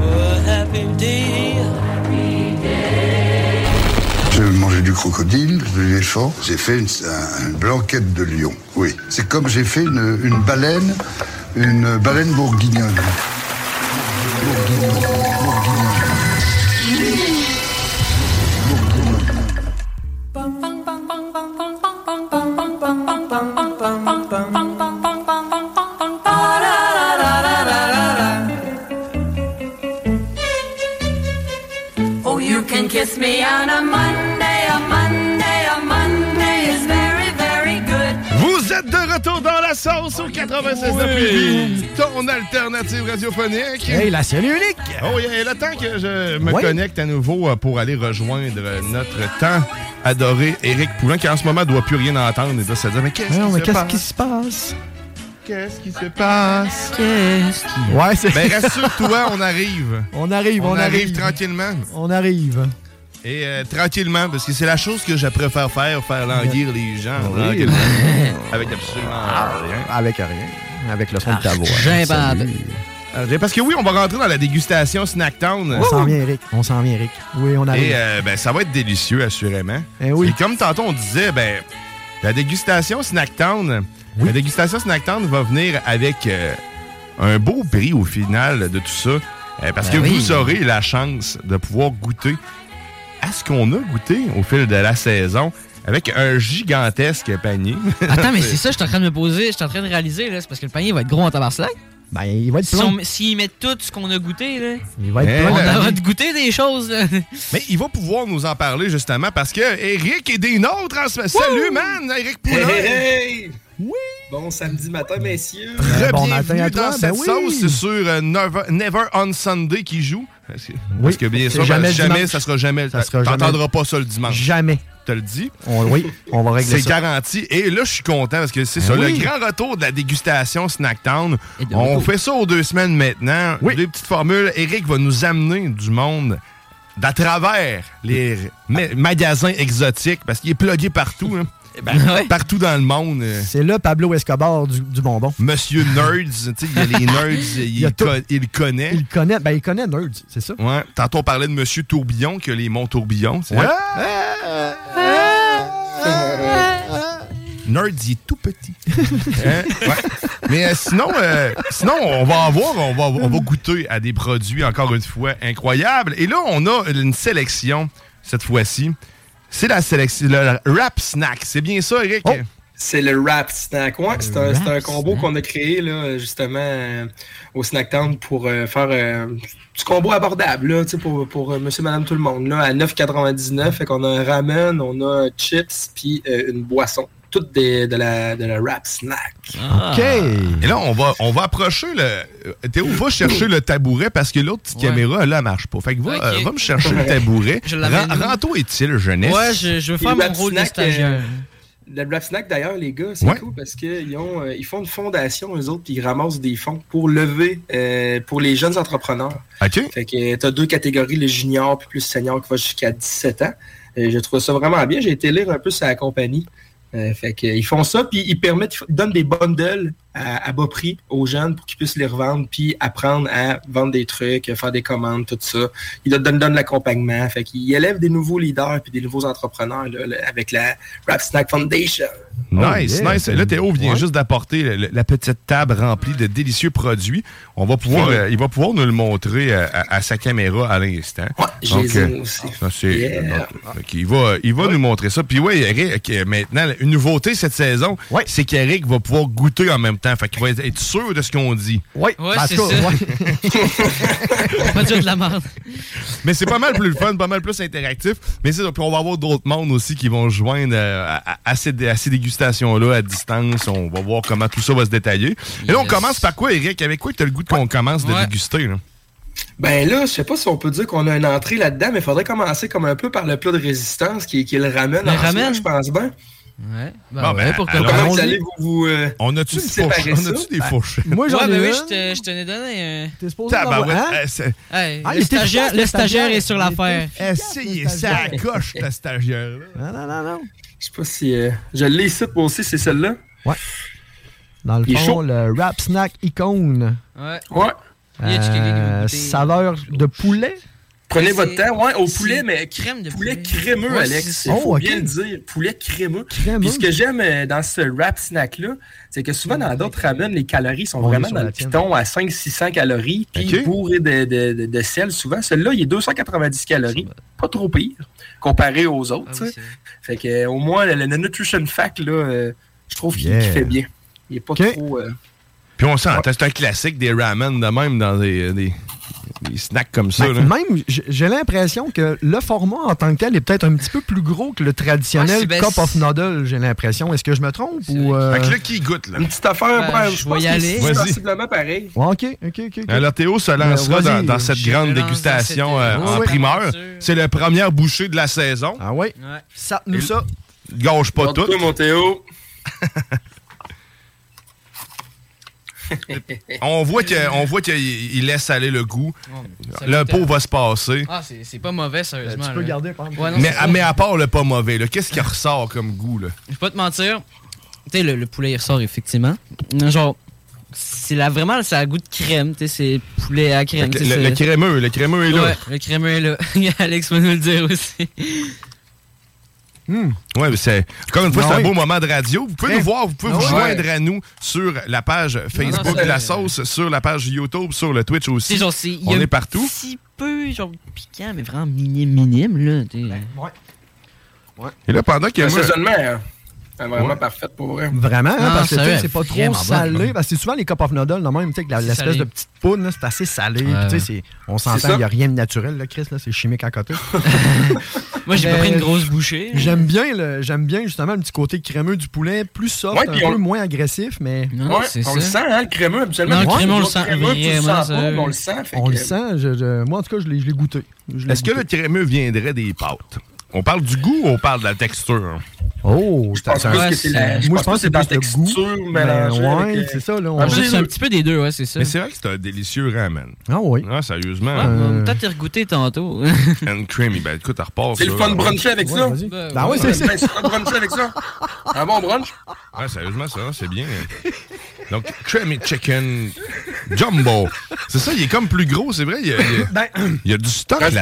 Oh, happy day. J'ai mangé du crocodile, de l'éléphant. J'ai fait une, un- une blanquette de lion. Oui. C'est comme j'ai fait une, une baleine, une baleine bourguignonne. Bang, bang, bang, bang, bang, bang, bang, bang. Oh, kiss me on a Monday, a Monday, a Monday is very, very good. Vous êtes de retour dans la sauce au 96 Oui. ton alternative radiophonique. Hey, la seule et unique. Oh, yeah, et le temps que je me Oui. connecte à nouveau euh, pour aller rejoindre notre temps adoré Éric Poulin, qui en ce moment doit plus rien entendre. Il doit se dire, mais qu'est-ce Non, mais qui se qu'est-ce passe? qui se passe? Qu'est-ce qui se passe? Qu'est-ce qui... Ouais, c'est... Ben, rassure-toi, on arrive. On arrive, on, On arrive tranquillement. On arrive. Et euh, tranquillement, parce que c'est la chose que je préfère faire, faire languir les gens Oui. Ah, tranquillement, avec absolument rien. Avec rien. Avec le son de ta voix. Arc-gimbal. Salut. Euh, Parce que oui, on va rentrer dans la dégustation Snacktown. On s'en vient, Eric. On s'en vient, Eric. Oui, Ah on arrive. Et euh, ben, ça va être délicieux, assurément. Eh oui. Et comme tantôt on disait, ben, la dégustation Snacktown, la dégustation Snacktown va venir avec euh, un beau prix au final de tout ça. Euh, parce Ben que oui. vous aurez la chance de pouvoir goûter à ce qu'on a goûté au fil de la saison avec un gigantesque panier. Attends, mais c'est ça, je suis en train de me poser, je suis en train de réaliser, là, c'est parce que le panier va être gros en euh, tabarcelac. Ben, il va être S'ils plein. on- s'ils mettent tout ce qu'on a goûté, là, Il va être Eh, plein. là, on va te goûter des choses. là. Mais il va pouvoir nous en parler justement parce que Eric est des nôtres en ce moment. Salut, man! Eric Poulin! Oui! Bon samedi matin, messieurs! Bienvenue dans Ben cette Ben sauce, c'est sur euh, Never, Never on Sunday qui joue. Parce que, parce que bien c'est sûr, jamais jamais, le dimanche. ça sera jamais. Ça sera T'entendras jamais. pas ça le dimanche. Jamais. Je te le dis. On- oui, on va régler C'est ça. garanti. Et là, je suis content parce que c'est Ben ça, oui. le grand retour de la dégustation Snacktown. de On retour. fait ça aux deux semaines maintenant. Des petites formules. Eric va nous amener du monde d'à travers les ma- magasins exotiques parce qu'il est plugué partout. hein. Eh ben, Partout dans le monde. euh, C'est là Pablo Escobar du, du bonbon. Monsieur Nerds, tu sais, il y a les Nerds, il, y a tout. co- il connaît. Il connaît, ben, il connaît Nerds, c'est ça? Ouais. Tantôt, on parlait de Monsieur Tourbillon, qui a les monts Tourbillon. c'est Ouais. vrai? Hein? Euh, Nerds, il est tout petit. Hein? Ouais. Mais euh, sinon, euh, sinon, on va en voir, on va, on va goûter à des produits, encore une fois, incroyables. Et là, on a une sélection, cette fois-ci. C'est la sélection, le rap snack. C'est bien ça, Eric? Oh. C'est le rap snack. Ouais, c'est un, c'est un combo qu'on a créé là, justement euh, au Snack Town pour euh, faire euh, du combo abordable là, tu sais, pour, pour euh, monsieur, madame, tout le monde. Là, à 9,99, fait qu'on a un ramen, on a chips, puis euh, une boisson. Toutes des, de, la, de la rap snack. OK. Ah. Ah. Et là, on va, on va approcher le. euh, Théo, va chercher le tabouret parce que l'autre petite caméra, là, elle marche pas. Fait que va, Ok. euh, va me chercher le tabouret. Je l'amène. Ren- Rends-toi utile, jeunesse. Et Rap Snack, euh, Le Rap Snack, d'ailleurs, les gars, c'est cool parce qu'ils ont, euh, ils font une fondation, eux autres, puis ils ramassent des fonds pour lever euh, pour les jeunes entrepreneurs. OK. Fait que tu as deux catégories, le junior puis plus senior qui va jusqu'à 17 ans. Euh, je trouve ça vraiment bien. J'ai été lire un peu sa compagnie. Euh, fait que, euh, ils font ça, puis ils permettent, ils donnent des bundles à, à bas prix aux jeunes pour qu'ils puissent les revendre, puis apprendre à vendre des trucs, euh, faire des commandes, tout ça. Ils leur donnent, donnent l'accompagnement. Fait qu'ils élèvent des nouveaux leaders puis des nouveaux entrepreneurs là, le- avec la Rap Snack Foundation. Nice, Oh, yeah. nice. Là, Théo vient Ouais. juste d'apporter le- le- la petite table remplie de délicieux produits. On va pouvoir, euh, il va pouvoir nous le montrer euh, à, à sa caméra à l'instant. euh, je les ai aussi. ça, c'est- euh, Yeah. donc, donc, il va, il va nous montrer ça. Puis oui, Eric, euh, maintenant, une nouveauté cette saison, c'est qu'Eric va pouvoir goûter en même temps. Fait qu'il va être- être sûr de ce qu'on dit. Oui, Ouais, c'est ça. Pas dire de la merde. Mais c'est pas mal plus le fun, pas mal plus interactif. Mais c'est ça. Puis on va avoir d'autres mondes aussi qui vont se joindre euh, à, à- à ces, à ces dégustations-là à distance. On va voir comment tout ça va se détailler. Et là, on commence par quoi, Eric? Avec quoi tu as le goût de qu'on commence de déguster? là? Ben là, je sais pas si on peut dire qu'on a une entrée là-dedans, mais il faudrait commencer comme un peu par le plat de résistance qui, est- qui est le ramen. Le en soi, ramen? je pense bien. Ouais. Ah, Bon, ben, alors, Comment vous allez vous- vous, euh, on a-tu vous une séparer fourche? On ça? a-tu des Ben, fourches? moi, j'en ouais, ai ben une. oui, je te- je te l'ai donné. T'es supposé Tabarouette, euh, c'est- Ah, il le, était stagiaire, efficace, le le stagiaire stagiaire. est sur l'affaire. Essayez ça à la coche, ta stagiaire. Non, non, non, non. Je sais pas si. euh, je l'ai ici, moi aussi, c'est celle-là. Ouais. Dans le Il est fond, chaud. le rap snack icône. Ouais. Ouais. Il y a du quelqu'un qui veut Euh, goûter. saveur de poulet. Prenez C'est- votre temps, ouais, au poulet, c'est mais crème de poulet, crémeux, Ouais, Alex. c'est- Il Oh, faut ok. bien le dire, poulet crémeux. Puis ce que j'aime euh, dans ce wrap snack-là, c'est que souvent dans d'autres ramen, les calories sont On est vraiment sur dans la le tienne. piton à 500-600 calories, puis Ok. bourré de, de- de- de sel souvent. Celui-là, il est 290 calories, pas trop pire, comparé aux autres. tu sais. fait que, euh, au moins, le, le nutrition fact, là, euh, je trouve qu'il qu'il Yeah. fait bien. Il est pas trop... euh, Puis on sent, c'est un classique des ramen de même dans des, des, des, ils snackent comme ça. Ben, là. Même, j- j'ai l'impression que le format en tant que tel est peut-être un petit peu plus gros que le traditionnel Ouais, c'est- ben, Cup of Noodle, j'ai l'impression. Est-ce que je me trompe ou. euh, Fait que là, qui goûte, là? Une petite affaire, Ben, bref, je je vais pense y que aller. c'est Vas-y. Sensiblement pareil. Ouais, ok, ok, ok. ok. Alors, Théo se Euh, lancera dans, vas-y. dans cette grande dégustation euh, Oui, en oui. primeur. C'est la première bouchée de la saison. Ah oui? Ça, nous ça. Gâche pas tout. Montre-toi, mon Théo. On voit que- on voit qu'il il laisse aller le goût. ça Le goûte à- pot va se passer. Ah, c'est c'est pas mauvais, sérieusement. tu peux là. garder, par exemple. Ouais, non, mais, ah, c'est ça. mais à part le pas mauvais, là, qu'est-ce qui ressort comme goût? Là? Je vais pas te mentir. Tu sais, le, le poulet, il ressort effectivement. Mais Genre, c'est la, vraiment, ça a goût de crème. Tu sais, c'est poulet à crème. Fait que tu sais, le, le c'est- crémeux, le crémeux est là. Ouais, le crémeux est là. Alex va nous le dire aussi. Ouais, mais c'est encore une fois, Ah c'est un oui. beau moment de radio. Vous pouvez Très. nous voir, vous pouvez Ah vous ouais. joindre à nous sur la page Facebook ça, de la euh, sauce, sur la page YouTube, sur le Twitch aussi. C'est genre, c'est- il y a On un est partout. petit peu, genre, piquant, mais vraiment minime, minime, là. tu sais. Et là, pendant que Le moi- saisonnement hein, est vraiment Ouais. parfait pour vrai. Vraiment, hein, parce que tu sais, c'est pas vraiment trop bon, salé. vraiment. parce que c'est souvent les cup of noodles, là, même, tu sais, avec la- C'est l'espèce salé. de petite poudre, là, c'est assez salé. Ouais. puis tu sais, c'est- on C'est s'entend, ça. il n'y a rien de naturel, là, Chris, là, c'est chimique à côté. Moi, j'ai pas pris une grosse bouchée. J'aime bien, le- j'aime bien justement le petit côté crémeux du poulet, plus soft, Ouais, un puis peu on- moins agressif, mais. Ouais, on le sent, hein, le crémeux, habituellement. Non, le Ouais, crémeux, on le autres sent crémeux, tu le vraiment, sens pas, ça, mais on oui. le sent. fait On que- le sent, je- je- moi en tout cas, je l'ai je l'ai goûté. Je l'ai Est-ce que le crémeux viendrait des pâtes? On parle du goût ou on parle de la texture? Oh, Je pense plus que c'est la- je pense plus que c'est dans la texture mélangée avec, euh, Ben, c'est ça, là, on- Ah, c'est un petit peu des deux, ouais, c'est ça. Mais c'est vrai que c'est un délicieux ramen. Ah oui. Euh. Ah, sérieusement. Ouais, mais Peut-être y regoûter tantôt. And creamy. Ben écoute, elle repart. C'est le ça. fun de bruncher avec ça. Ben ouais, c'est ça. Ben, C'est le fun de bruncher avec ça. Un bon brunch. Ouais, Ah, sérieusement, ça, c'est bien. Donc, creamy chicken jumbo. C'est ça, il est comme plus gros, c'est vrai. Il y a, il y a- Ben, il y a du stock là-dedans.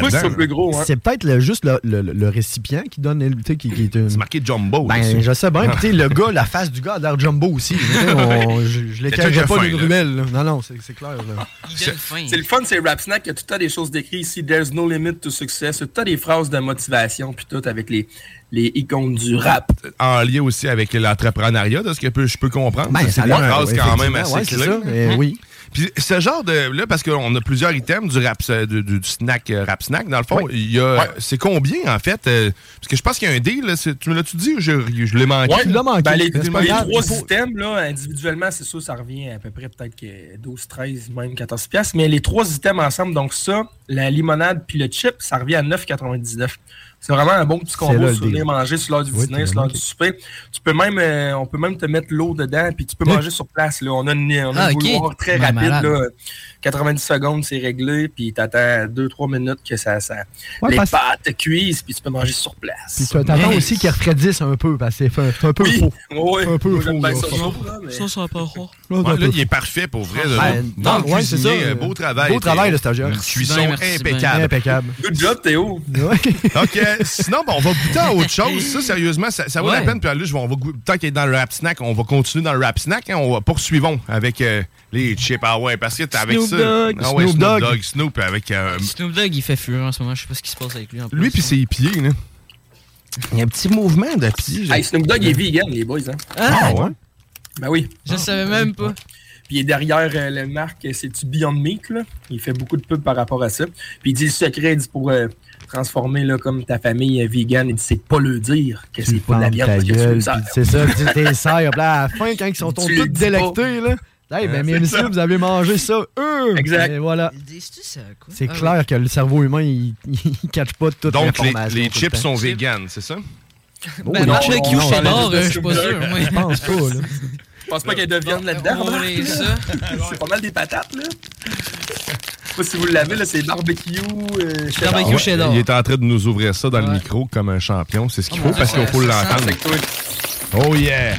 hein. C'est peut-être le- juste le, le- le- le récipient qui donne. le- tu sais, Qui, qui est une... C'est marqué jumbo. Ah. Ben, dessus. je sais bien. Puis, tu sais, le gars, la face du gars a l'air jumbo aussi. Tu sais, on- je je Quelqu'un qui l'éclaire a pas faim, d'une là. ruelle. là. Non, non, c'est c'est clair. là. C'est le fun, c'est Rap Snack. Il y a tout le temps des choses décrites ici. There's no limit to success. Il y a tout le temps des phrases de motivation, puis tout avec les, les icônes du rap. En lien aussi avec l'entrepreneuriat, de ce que peut- je peux comprendre. Ben, Ça, ça c'est a une l'air, phrase ouais, quand même assez effectivement, ouais, c'est clé. Mhm. ça, mais oui. Puis ce genre de. Là, parce qu'on a plusieurs items du, rap, du, du- du snack, euh, rap snack, dans le fond. Oui. il y a- C'est combien, en fait? euh, parce que je pense qu'il y a un deal. là, c'est- tu me l'as-tu dit ou je, je l'ai manqué? Ouais, ben, les, C'est pas les grave. trois Il faut- items, là, individuellement, c'est sûr, ça revient à peu près peut-être que 12, 13, même 14 piastres. Mais les trois items ensemble, donc ça, la limonade puis le chip, ça revient à 9,99. C'est vraiment un bon petit là combo le sur deal. venir manger sur l'heure du Oui, dîner, t'as sur l'heure manqué. du souper. Tu peux même, euh, on peut même te mettre l'eau dedans, puis tu peux manger sur place. Là. On a, une, on a Ah, un ok. bouilloire très Ben, rapide. malade. Là. 90 secondes, c'est réglé, puis t'attends 2-3 minutes que ça, ça Ouais, les parce- pâtes cuisent, puis tu peux manger sur place. Puis, tu attends Mais- aussi qu'il refroidisse un peu. Parce que c'est un- c'est un peu faux. Ouais, Un peu moi, faux. j'aime bien là. ben, ça chaud, là, mais- Ça, ça va pas rare. Ouais, là, il est parfait pour vrai. là. Ben, Bon non, ouais, c'est cuisinier, ça, euh, euh, Beau travail. beau travail, le stagiaire. Une Merci cuisson bien, merci impeccable. bien. Impeccable. Good job, Théo. Donc, euh, sinon, ben, on va goûter à autre chose. Ça, sérieusement, ça, ça vaut la Ouais. peine. Puis là, je vais- on va goûter- tant qu'il est dans le rap snack, on va continuer dans le rap snack. hein. on va poursuivons avec euh, les chips. Ah ouais, parce que t'as avec Snoop ça. Dogg. Ah ouais, Snoop Snoop Dogg. Dogg, Snoop avec. euh, Snoop Dogg, il fait fureur en ce moment. Je sais pas ce qui se passe avec lui. En plus. lui, puis ses pieds, là. Il y a un petit mouvement de pied. Hey, Snoop Dogg est vegan, les boys. Hein? Ah ouais? Ben oui. Je savais même pas. Puis il est derrière euh, la marque, euh, c'est-tu Beyond Meat, là? Il fait beaucoup de pubs par rapport à ça. Puis il dit le secret, il dit pour euh, transformer là, comme ta famille euh, vegan, il dit c'est pas le dire que c'est pas de la Ferme viande. ta parce que gueule, tu le puis sers. C'est ça, tu sais, t'es serres. Puis là, à la fin, quand ils sont Tu le tous dis délectés, là. Hey, Hein, ben, c'est mais messieurs, ça. vous avez mangé ça, eux! Exact. Et voilà. C'est Ah clair que le cerveau humain, il, il catch pas toute Donc, les, l'information. les tout le chips temps. sont véganes, c'est ça? Oh, Ben, non, barbecue non, chez non, Nord, non, euh, je suis pas non. sûr, moi. Je pense Oh, pas, là. Je pense pas qu'il y ait de viande là-dedans. on remarque, est là. ça. c'est pas mal des patates, là. Je sais pas si vous l'avez, là, c'est barbecue. Euh, cheddar. Ah ouais, Il est en train de nous ouvrir ça dans le micro comme un champion. C'est ce qu'il faut parce qu'il faut l'entendre. Oh yeah!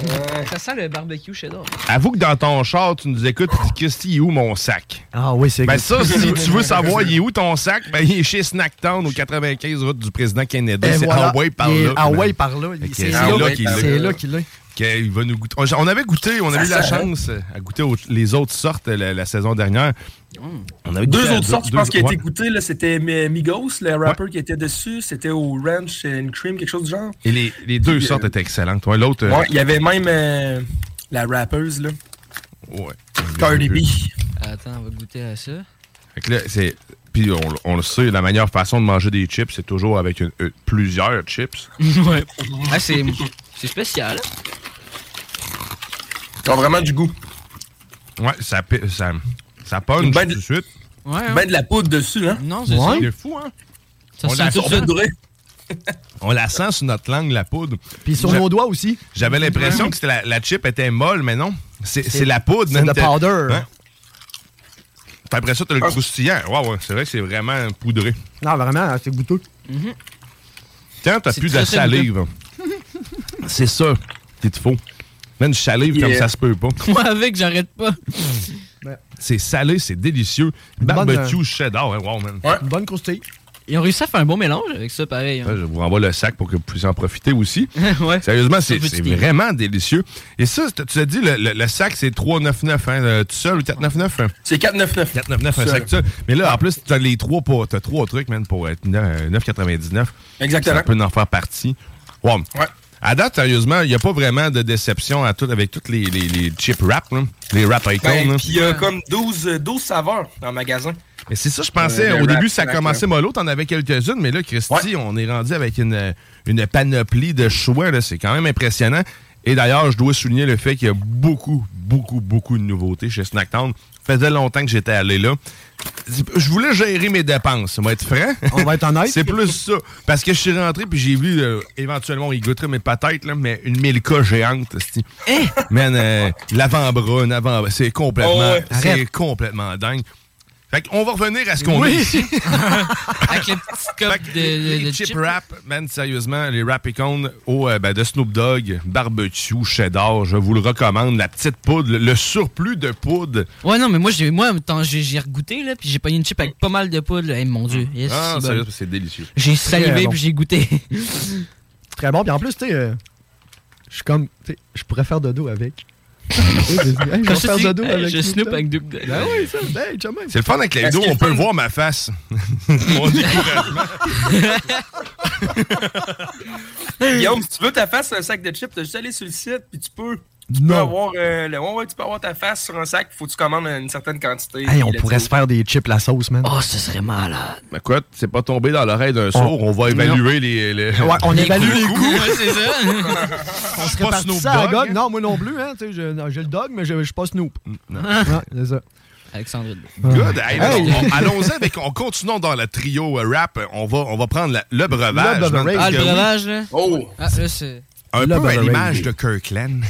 Euh, Ça sent le barbecue chez Dog. Avoue que dans ton char, tu nous écoutes et tu dis Christy, il est où mon sac? Ah oui, c'est Ben ça, si tu veux savoir il est où ton sac, ben il est chez Snacktown au 95 route du président Kennedy. Et C'est voilà. Hawaii par Il est là. Hawaii par là. Fait que C'est c'est là, là qu'il est. c'est là qu'il est. Ok, il va nous goûter. On- On avait goûté, on Ça avait eu la sent, hein? chance euh, à goûter aux- les autres sortes euh, la, la saison dernière. On avait goûté Deux à autres sortes, je deux- pense, qui a ouais. été goûté. là, C'était Mi- Migos, le rapper qui était dessus. C'était au Ranch and Cream, quelque chose du genre. Et les, les deux Puis, euh, sortes étaient excellentes. Ouais, L'autre. euh, Ouais, il y avait même euh, la rappeuse, là. Ouais. Cardi B. Attends, on va goûter à ça. Fait que là, c'est. Puis on, on le sait, la meilleure façon de manger des chips, c'est toujours avec une- euh, plusieurs chips. ouais. Ah, c'est c'est spécial. Qui ont vraiment du goût. Ouais, ça, pi- ça, ça punch Ben de- tout de suite. Ouais, Ben de la poudre dessus, hein? Non, c'est Ouais. ça. C'est fou, hein? Ça On sent la tout de sent- suite. On la sent sur notre langue, la poudre. Puis sur J'a- nos doigts aussi. J'avais l'impression que c'était la, la chip était molle, mais non. C'est c'est la poudre. c'est man. le T'as- powder. Hein? T'as l'impression que t'as le croustillant. Ouais, ouais, c'est vrai que c'est vraiment poudré. Non, vraiment, c'est goûteux. Mhm, Quand t'as C'est plus de très, très salive, c'est ça qu'il te faut. Même salive comme Yeah. ça se peut pas. Moi, avec, j'arrête pas. C'est salé, c'est délicieux. Ben, bonne, euh, Barbecue cheddar, hein, wow, man. Une bonne croustille. Ils ont réussi à faire un bon mélange avec ça, pareil. hein. Là, je vous renvoie le sac pour que vous puissiez en profiter aussi. Ouais. Sérieusement, c'est Surtout c'est du thé. vraiment délicieux. Et ça, c'est- tu as dit, le, le- le sac, c'est 399, hein, euh, tout seul ou 499? hein? C'est 499. 499, un Seul. sac tout seul. Mais là, en plus, t'as les trois pour, t'as trois trucs, man, pour être euh, neuf- 9,99. Exactement. Ça peut en faire partie. Wow. À date, sérieusement, il n'y a pas vraiment de déception à tout, avec toutes les, les, les chip wrap, là, les wrap icons. Ben, là. puis il y a comme 12, euh, 12 saveurs dans le magasin. Mais c'est ça, je pensais, Euh, le au wrap, début, ça wrap, commençait là. mollo, t'en avais quelques-unes, mais là, Christy, on est rendu avec une, une panoplie de choix, là, c'est quand même impressionnant. Et d'ailleurs, je dois souligner le fait qu'il y a beaucoup, beaucoup, beaucoup de nouveautés chez Snacktown. Ça faisait longtemps que j'étais allé là. Je voulais gérer mes dépenses, on va être franc. On va être honnête. c'est plus ça. Parce que je suis rentré puis j'ai vu, euh, éventuellement, on y goûterait, mais peut-être, là, mais une Milka géante. c'ti. Man, euh, l'avant-bras, un avant c'est complètement, Oh, ouais. c'est Arrête. complètement dingue. Fait qu'on va revenir à ce qu'on Oui. est ici. Avec les petites copes de, de, de Chip chips. rap, man, sérieusement, les rap icônes au, euh, ben, de Snoop Dogg, barbecue, cheddar, je vous le recommande. La petite poudre, le- le surplus de poudre. Ouais, non, mais moi, j'ai, moi, en même temps, j'ai, j'ai regoûté, là, puis j'ai pogné une chip avec pas mal de poudre, là. Eh, mon dieu. Yes, Ah, c'est bon. sérieux, c'est délicieux. J'ai Très salivé, bon. puis j'ai goûté. Très bon. Puis en plus, tu sais, euh, je suis comme, tu sais, je pourrais faire dodo avec. Tu sais, je dis, hey, je Comme vais ça, faire tu dis, dodo hey, avec. je snoop avec Snoop Dogg. Ben oui, ça. Hey, chum, C'est le fun avec les Est-ce dos, qu'il on est peut fun? voir ma face. Mon découragement. Guillaume, si tu veux ta face sur un sac de chips, t'as juste allé sur le site, puis tu peux. Tu peux, Non. avoir, euh, le, ouais, ouais, tu peux avoir ta face sur un sac, faut que tu commandes une certaine quantité. Hey, on Let's pourrait go. se faire des chips la sauce, man. Oh, ce serait malade. Ben, quoi, c'est pas tombé dans l'oreille d'un sourd, on va évaluer les, les- Ouais, on les évalue coups. les goûts. Ouais, c'est ça. On suis serait pas parti Snoop ça à la Dogg, gogue. Non, moi non plus, hein. tu sais, je- non, J'ai le dog, mais je je suis pas Snoop. Mm, non. Ouais, c'est ça. Alexandre. Good. Hey, Hey. on- on- Allons-y avec. On continuons dans le trio euh, rap. On va, on va prendre la- le breuvage. Le man, breuvage. parce Ah, le que oui, breuvage, là. Oh. Ah, là, c'est. Le Un peu à breuvage. l'image de Kirkland.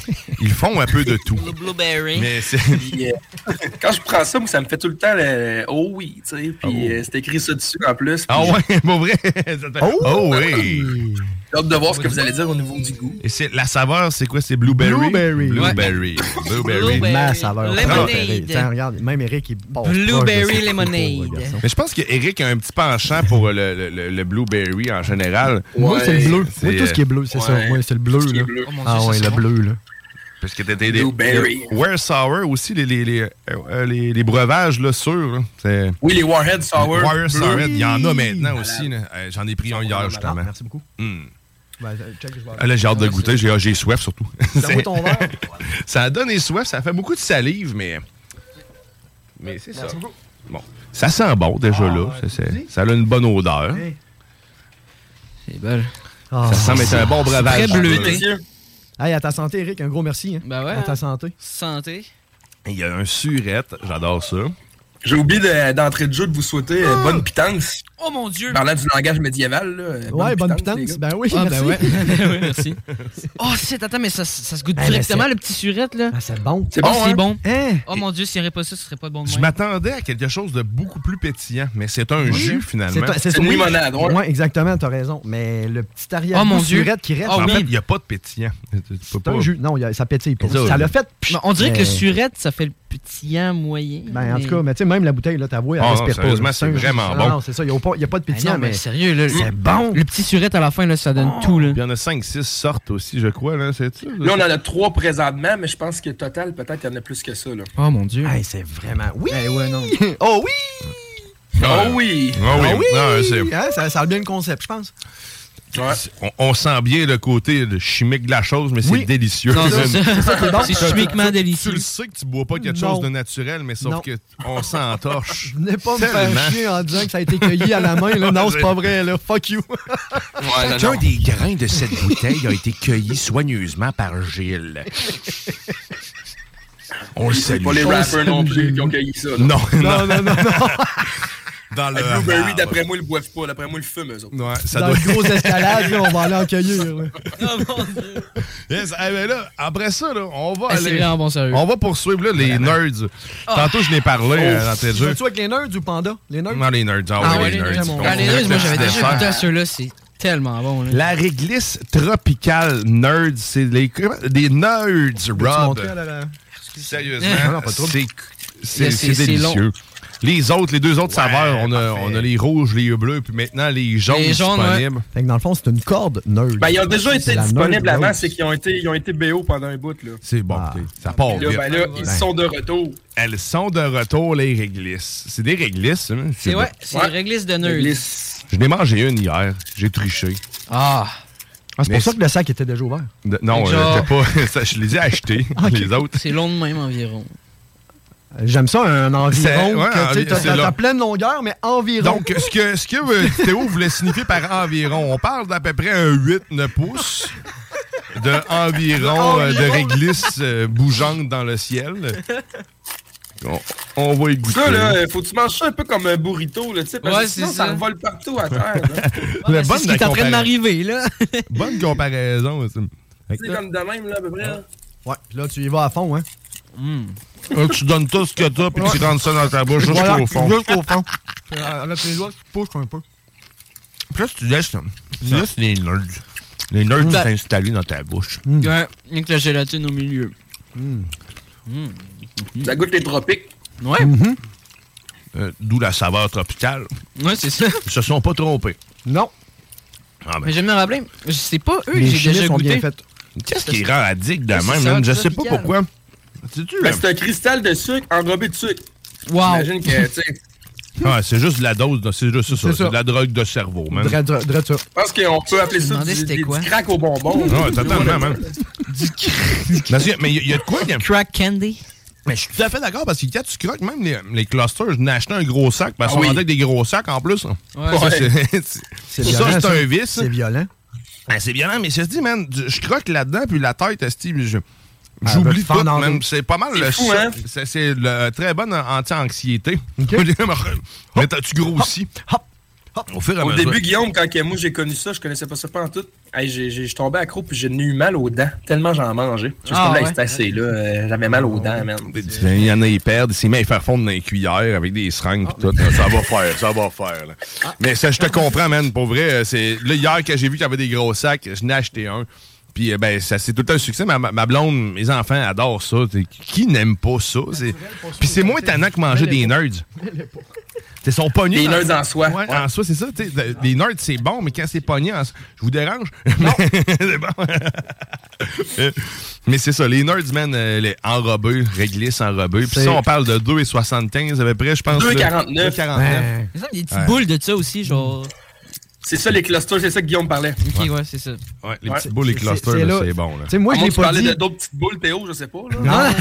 Ils font un peu de tout. Le blueberry. Mais c'est. Puis, euh, quand je prends ça, moi, ça me fait tout le temps le oh oui, tu sais. Puis euh, c'est écrit ça dessus en plus. Ah puis ouais, pour vrai. Ça te fait- Oh. oh oui. J'ai hâte de voir ce que vous allez dire au niveau du goût. Et c'est la saveur, c'est quoi C'est blueberry. Blueberry. Blueberry. Blueberry. Ma saveur Lemonade. préférée. Tiens, regarde, même Eric, il passe proche de Blueberry ce qu'il faut, le lemonade. garçon. Mais je pense que Eric a un petit penchant pour euh, le, le- le- le blueberry en général. Moi, c'est le bleu. Moi, tout ce qui est bleu, c'est Ouais. ça. Moi, c'est le bleu, là. bleu. Oh, mon Dieu, Ah ça, ouais, c'est le bon. bleu, là. Parce que t'étais des. Blueberry. Ware Sour aussi, les, les, les, euh, euh, les- les breuvages là, sûrs. là. C'est- Oui, les Warhead Sour. Warhead Bleu. Sour, il y en a maintenant aussi. là. Euh, J'en ai pris un hier, justement. Hmm. Merci beaucoup. Ben, euh, Ah, là, j'ai hâte de goûter. J'ai j'ai soif, surtout. Donne-moi ton verre. ça donne des soif. Ça fait beaucoup de salive, mais... Mais c'est ça. Bon. Ça sent bon, déjà, là. Ah, Ça, c'est- ça a une bonne odeur. C'est belle. Ah, ça sent, mais c'est un bon breuvage. Hey, à ta santé, Eric, un gros merci. Hein. Ben ouais. À ta santé. Santé. Il y a un surette. J'adore ça. J'ai oublié de- d'entrée de, jeu de vous souhaiter euh, bonne pitance. Oh mon dieu. Parlant du langage médiéval, là. euh, Ouais, bonne les pitance. gars. Ben oui, Ah, merci. ben ouais. Ben ouais, merci. Oh, c'est. Attends, mais ça, ça se goûte Ah, ben, directement, c'est- le petit surette, là. Ah, c'est bon. C'est bon, c'est hein? bon. Hein? Oh mon dieu, s'il n'y aurait pas ça, ce serait pas bon. de Je même. m'attendais à quelque chose de beaucoup plus pétillant, mais c'est un jus, finalement. C'est- C'est oui. Ouais, exactement, t'as raison. Mais le petit arrière Oh, mon Dieu. qui Ah reste. en fait, il n'y a pas de pétillant. Tu peux C'est un pas- jus. Non, il y a- ça pétille pas. C'est ça, Ça l'a là. fait. Non, on dirait que mais- le surette, ça fait le pétillant moyen. Ben, en mais- tout cas, mais tu sais, même la bouteille, là, t'avoues, elle Ah, non, respire pas. sérieusement, là. c'est un jus. vraiment Non, bon. Non, c'est ça, il n'y a pas de Ah pétillant, non, mais, mais. sérieux, là, C'est bon. Le petit surette à la fin, là, ça donne tout. Là. Il y en a 5-6 sortes aussi, je crois. Là, c'est ça? Là, on en a trois présentement, mais je pense que total, peut-être, il y en a plus que ça, là. Oh mon dieu. c'est vraiment. Oui! ouais, non. oh oui! Oh oui! Ah oui! Ah oui! Ah, c'est- Hein, ça, ça a bien le concept, je pense. On, on sent bien le côté le chimique de la chose, mais c'est Oui. délicieux. Non, c'est Même- ça. Ça, c'est bon. C'est Tu- tu- chimiquement tu- délicieux. Tu le sais que tu bois pas quelque Non. chose de naturel, mais Non. sauf que on s'entorche. Venez pas me Tellement. faire chier en disant que ça a été cueilli à la main. Là. Non, c'est pas vrai. Là. Fuck you. Chacun des grains de cette bouteille a été cueilli soigneusement par Gilles. On le C'est salue. pas les rappers non plus qui ont cueilli ça. là. Non, Non, non, non, non. Dans le Blueberry, d'après moi, ils le boivent pas. D'après moi, ils le fument, eux autres. Ouais, Dans le gros escalade, là, on va aller en cueillir. là. Yes, eh ben là, après ça, là, on va Eh, c'est aller. vraiment bon, sérieux. On va poursuivre là, les nerds. Tantôt, je n'ai parlé euh, dans tes Tu jeux. vas-tu avec les nerds ou Panda? Les nerds? Non, les nerds. Ah, Ah ouais, ouais, les les nerds. nerds, mon On- gars. Ah, les nerds, moi, j'avais déjà goûté à Dessert. ceux-là, c'est tellement bon. Là. La réglisse tropicale nerd, c'est les- comment- des nerds, Rob. Sérieusement, Non, non, pas de trouble. c'est- c'est Là, c'est c'est- c'est délicieux. long. Les autres, les deux autres saveurs, on a, on a les rouges, les bleus, puis maintenant les jaunes disponibles. Fait que dans le fond, c'est une corde nerd. Ben, ils ont déjà C'est été la disponibles nerd avant, rose. c'est qu'ils ont été, ils ont été BO pendant un bout, là. C'est bon, écoutez, ça part Là, vite. ben là, ils sont de retour. Elles sont de retour, les réglisses. C'est des réglisses, hein? C'est bon. ouais, c'est Ouais. une réglisse de nerds. Je n'ai mangé une hier. J'ai triché. Ah! Ah, c'est Mais pour ça que le sac était déjà ouvert. De- non, Fait que euh, genre- t'as pas. ça, je les ai achetés, les autres. C'est long de même environ. J'aime ça, un C'est- environ. ouais, que, tu sais, envi- T'as c'est t'as- long. t'as pleine longueur, mais environ. Donc, ce que, ce que euh, Théo voulait signifier par environ, on parle d'à peu près un 8-9 pouces de environ euh, de réglisse euh, bougeante dans le ciel. On, on va y goûter. Ça, là, euh, faut que tu manges ça un peu comme un burrito, là, tu sais, parce Ouais, que sinon, c'est ça ça. revole partout à terre. là. La c'est ce qui est en train de compara- m'arriver, là. bonne comparaison. ça. Fait que C'est là, comme de même, là, à peu près. là. Ouais, puis là, tu y vas à fond, hein. Hmm. là, tu donnes tout ce que t'as puis tu rentres ça dans ta bouche jusqu'au Voilà, fond. Jusqu'au fond. Avec les doigts, tu pousses un peu. Puis là, tu laisses, tu laisses les nerds, les nerds Mm. s'installer dans ta bouche. Ouais, avec la gélatine au milieu. Mm. Mm. Ça goûte les tropiques. Ouais. Euh, D'où la saveur tropicale. Ouais, c'est ça. Ils se sont pas trompés. Non. Ah ben, Mais j'aime me rappeler, c'est pas eux que Les j'ai chimistes déjà sont bien goûté. faites. Qu'est-ce qui rend addict Ah, de même? man? Je sais pas pourquoi. Sais-tu, Ben, euh, c'est un cristal de sucre enrobé de sucre. Wow. J'imagine que, tu sais, je Ah, c'est juste de la dose, de- c'est juste ça. C'est C'est ça. de la drogue de cerveau, man. Dread, dread, dread ça. pense qu'on peut appeler ça demandais du, c'était des- quoi? du crack au bonbon. Non, totalement, man. Parce que- mais il y, a de quoi? que- Crack candy. Mais je suis tout à fait d'accord parce que quand tu croques, même les, les clusters, je n'ai acheté un gros sac parce Ah qu'on oui. vendait des gros sacs en plus. Ouais. Ça, c'est- Ouais. c'est- C'est violent, ça, c'est ça. un vice. C'est violent. Ah, c'est violent, mais je te dis, man, du- je croque là-dedans, puis la tête, esti, je- Ah, J'oublie ben, fendre tout, en man. deux. C'est pas mal C'est le fou, seul- hein? C'est c'est le très bon anti-anxiété. mais t'as-tu grossi? Au fur et à Au mesure. début, Guillaume, quand que moi j'ai connu ça, je connaissais pas ça pas en tout. Hey, j'ai- j'ai- je suis tombé accro puis j'ai eu mal aux dents, tellement j'en mangeais. Je suis Ah, tombé ouais? à cétacé, là. euh, J'avais mal aux dents, man. Il y en a, ils perdent, ils s'est mis à les faire fondre dans les cuillères avec des seringues pis tout. Ça va faire, ça va faire. là. Mais ça, je te comprends, man. Pour vrai, euh, c'est. Là, hier, quand j'ai vu qu'il y avait des gros sacs, je n'ai acheté un. Puis, euh, ben, ça, c'est tout un succès. Ma, ma- ma blonde, mes enfants adorent ça. T'sais, qui n'aime pas ça? C'est- Puis, c'est moins tannant que manger des nerds. Ils sont pognés. Des dans- nerds en soi. Ouais, en soi, c'est ça. t'sais, de- Des nerds, c'est bon, mais quand c'est pogné, en... je vous dérange. c'est bon. mais c'est ça, les nerds, man, euh, les enrobés, réglisse enrobés. Puis C'est- ça, on parle de 2,75 à peu près, je pense. là. 2,49. 2,49. Il me semble qu'il y a des petites Ouais. boules de ça aussi, genre. C'est ça, les clusters, c'est ça que Guillaume parlait. Ok, ouais, c'est ça. Ouais, les petites boules, les clusters, là, c'est bon. là. Tu sais, moi, À je moins l'ai que pas tu parlais dit. de- d'autres petites boules, Théo, je sais pas. Là.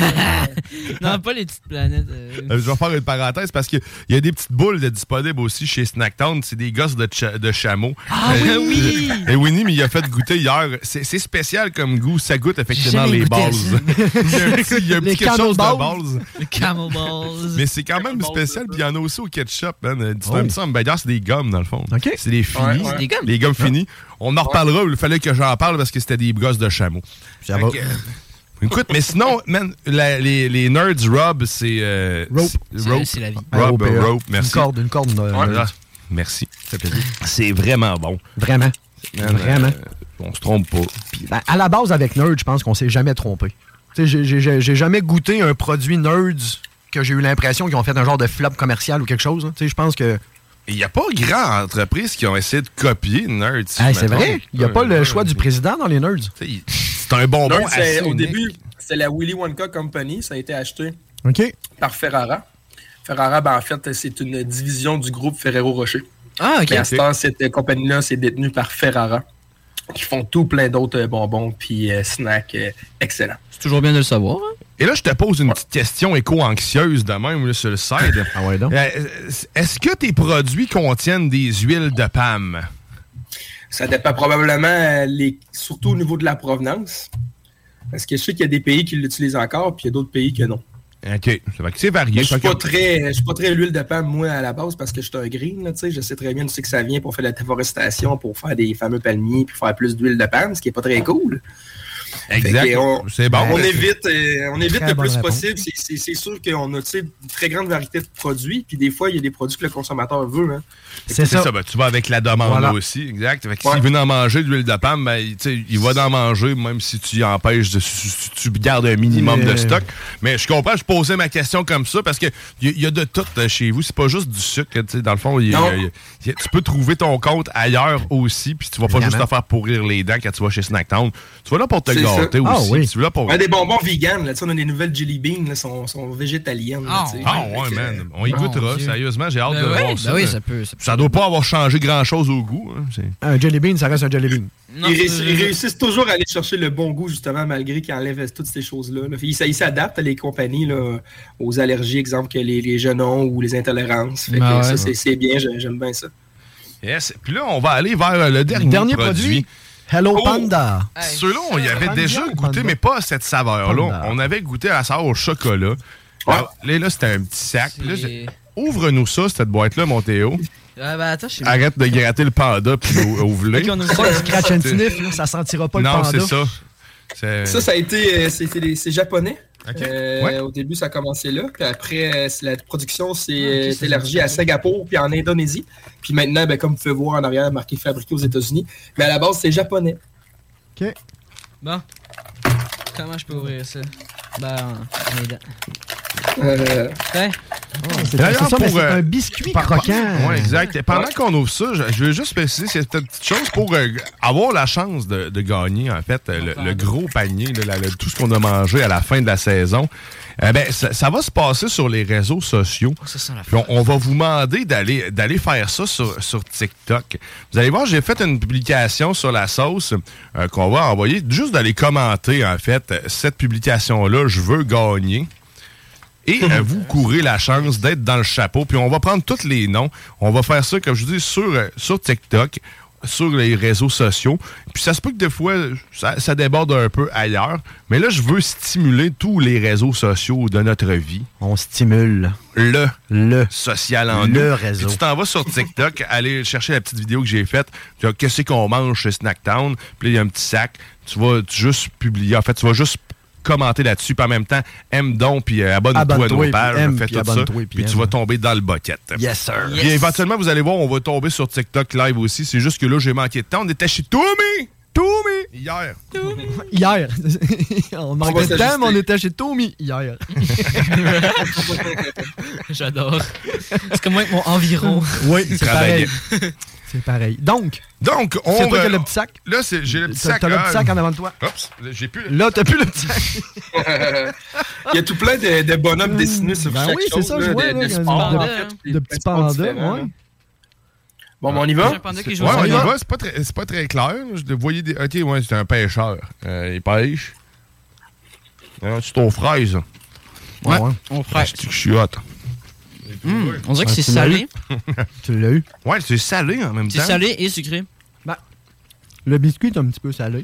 non, pas les petites planètes. euh. Euh, Je vais faire une parenthèse parce qu'il y a des petites boules de disponibles aussi chez Snacktown. C'est des gosses de, cha- de chameau. Ah oui, oui! Et Winnie, mais il a fait goûter hier. C'est c'est spécial comme goût. Ça goûte effectivement J'ai jamais les goûté à balls. il y a un petit, il y a un Les petit quelque chose de camel balls. Les camel balls. Mais c'est quand même spécial. Puis il y en a aussi au ketchup, man. Euh, C'est un Oh. petit hamburger, c'est des gommes, dans le fond. C'est des finis. Ouais, ouais. C'est des gommes. Les gommes finies. On en reparlera. Il fallait que j'en parle parce que c'était des gosses de chameau. Fait que, euh, Écoute, mais sinon, man, la- les, les nerds rob, c'est. euh, Rope. c'est- Rope. C'est la vie. Rob, Ah, rope, euh, rope, une merci. corde, une corde, euh, Ouais, nerd. ah, Merci. C'est vraiment bon. Vraiment. Man, Vraiment. euh, on se trompe pas. Puis, Ben, à la base, avec Nerd, je pense qu'on s'est jamais trompé. Tu sais, j'ai- j'ai- j'ai j'ai jamais goûté un produit Nerds que j'ai eu l'impression qu'ils ont fait un genre de flop commercial ou quelque chose. hein. Tu sais, je pense que. Il n'y a pas grand entreprise qui ont essayé de copier Nerds. Hey, Ah, c'est mettons. vrai, il n'y a pas le choix du président dans les Nerds. C'est un bonbon Nerds, c'est- assez au unique. début, c'est la Willy Wonka Company. Ça a été acheté OK. par Ferrara. Ferrara, ben, en fait, c'est une division du groupe Ferrero Rocher. Ah, ok. Mais à ce temps, cette euh, compagnie-là, c'est détenue par Ferrara. qui font tout plein d'autres euh, bonbons puis euh, snacks euh, excellents. C'est toujours bien de le savoir. hein. Et là, je te pose une petite question éco-anxieuse de même là, sur le site. Ah Euh, Est-ce que tes produits contiennent des huiles de palme? Ça dépend probablement, euh, les, surtout au niveau de la provenance. Parce que je sais qu'il y a des pays qui l'utilisent encore, puis il y a d'autres pays que non. OK. Ça va que c'est varié. Mais je Fait suis pas que- très, euh, je suis pas très l'huile de palme, moi, à la base, parce que je suis un green, là, tu sais. Je sais très bien d'où c'est que ça vient pour faire de la déforestation, pour faire des fameux palmiers, puis faire plus d'huile de palme, ce qui est pas très cool. Ah. Exact. Fait que on- C'est bon. On évite, euh, on évite Très le bonne plus réponse. possible. C'est- C'est c'est sûr qu'on a tu sais, une très grande variété de produits, puis des fois, il y a des produits que le consommateur veut. hein. C'est ça. ben, tu vas avec la demande Voilà. là aussi, exact. Fait que Ouais. S'il veut en manger de l'huile de palme, ben, il- tu sais, il va en manger, même si tu empêches, de- si tu tu gardes un minimum Mais- de stock. Mais je comprends, je posais ma question comme ça parce que il y, a- il y a de tout euh, chez vous. C'est pas juste du sucre. tu sais, Dans le fond, il y a- Non. il y a- il y a- tu peux trouver ton compte ailleurs aussi, puis tu vas pas Évidemment. juste te faire pourrir les dents quand tu vas chez Snacktown. Tu vas là pour te C'est gâter ça. aussi. Ah oui. Tu vas là pour. On a des bonbons vegan, là, tu sais, on a des nouvelles jelly beans, là, sont, sont végétaliennes. là, tu sais. Ah ouais, Fait que, man. On y Mon goûtera. Dieu. Sérieusement, j'ai hâte Ben de ouais, voir ben ça. oui, ça peut- ça doit pas avoir changé grand-chose au goût. hein, c'est- Un jelly bean, ça reste un jelly bean. ils, réussissent, ils réussissent toujours à aller chercher le bon goût, justement, malgré qu'ils enlèvent toutes ces choses-là. là. Fait, Ils s- ils s'adaptent à les compagnies là, aux allergies, exemple, que les, les jeunes ont ou les intolérances. Fait que Ah ouais. Ça, c'est- c'est bien, j'ai- j'aime bien ça. Yes. Puis là, on va aller vers euh, le dernier, Dernier produit. produit, Hello Panda. Ceux-là, on y avait déjà goûté, mais pas à cette saveur-là. Panda. On avait goûté à la saveur au chocolat. Alors, là, là, c'était un petit sac. Puis là, j'ai- Ouvre-nous ça, cette boîte-là, mon Théo. Ah, ben attends, je sais Arrête de gratter le panda puis ou- ouvre-le. Ok, on ouvre Pas du scratch and C'est- sniff, là, ça sentira pas le Non, panda. c'est ça. C'est- Ça, ça a été. euh, c'était des- c'est japonais. Euh, Ouais. Au début, ça a commencé là. Puis après, euh, c'est- la production s'est Ah, ok, euh, c'est élargie à Singapour puis en Indonésie. Puis maintenant, ben, comme vous pouvez voir en arrière, marqué fabriqué aux États-Unis. Mais à la base, c'est japonais. Bon. Comment je peux ouvrir ça? Ben, en aidant. Euh, Ouais. c'est- Oh. D'ailleurs, c'est ça, mais pour, c'est euh, un biscuit par- croquant. Ouais, exact. Et pendant Ouais. qu'on ouvre ça, je, je veux juste préciser, c'est peut-être une petite chose pour euh, avoir la chance de, de gagner, en fait, euh, le, le gros panier, là, la- le- tout ce qu'on a mangé à la fin de la saison. Eh ben, ça, ça va se passer sur les réseaux sociaux. Puis on, on va vous demander d'aller d'aller faire ça sur, sur TikTok. Vous allez voir, j'ai fait une publication sur la sauce euh, qu'on va envoyer. Juste d'aller commenter, en fait, euh, cette publication-là, je veux gagner. Et euh, vous courez la chance d'être dans le chapeau. Puis on va prendre tous les noms. On va faire ça, comme je vous dis, sur, euh, sur TikTok, sur les réseaux sociaux. Puis ça se peut que des fois, ça, ça déborde un peu ailleurs. Mais là, je veux stimuler tous les réseaux sociaux de notre vie. On stimule. Le. Le. Social en Le nous. réseau. Puis tu t'en vas sur TikTok, aller chercher la petite vidéo que j'ai faite. Tu vas, qu'est-ce qu'on mange chez Snacktown? Puis là, il y a un petit sac. Tu vas juste publier. En fait, tu vas juste commenter là-dessus. Puis en même temps, aime donc, puis euh, abonne-toi à Abonne-toi, nos puis pages. aime, fais puis tout ça. abonne-toi, puis Puis tu aime. vas tomber dans le bucket. Yes, sir. Puis éventuellement, vous allez voir, on va tomber sur TikTok live aussi. C'est juste que là, j'ai manqué de temps. On était chez Tommy! Tommy! Hier. Hier. on manquait de temps, mais on était chez Tommy hier. J'adore. C'est comme moi avec mon environ. Oui, Il c'est travaillait. pareil. C'est pareil. Donc, Donc, on. C'est toi qui euh, as le petit sac. Là, c'est- j'ai le petit T'as- sac. t'as le Ah, petit sac en avant de toi. Oups, j'ai plus le. Là, t'as plus le petit sac. Il y a tout plein de, de bonhommes dessinés sur Ben chaque oui, c'est chose, ça, là, je vois. de- là, de il y a un sport, de- en fait, de plein petits sports pandas, différents, ouais. là. Bon, ben, on y va? Ouais, on y va. C'est pas très, c'est pas très clair. Je le voyais. Des... Ok, ouais, c'est un pêcheur. Euh, il pêche. Euh, c'est aux fraises. Ah, Ouais, ouais. On que je suis hot. On dirait que Ah, c'est tu l'as salé. eu? tu l'as eu. Ouais, c'est salé en même temps. C'est salé et sucré. Bah, Le biscuit est un petit peu salé.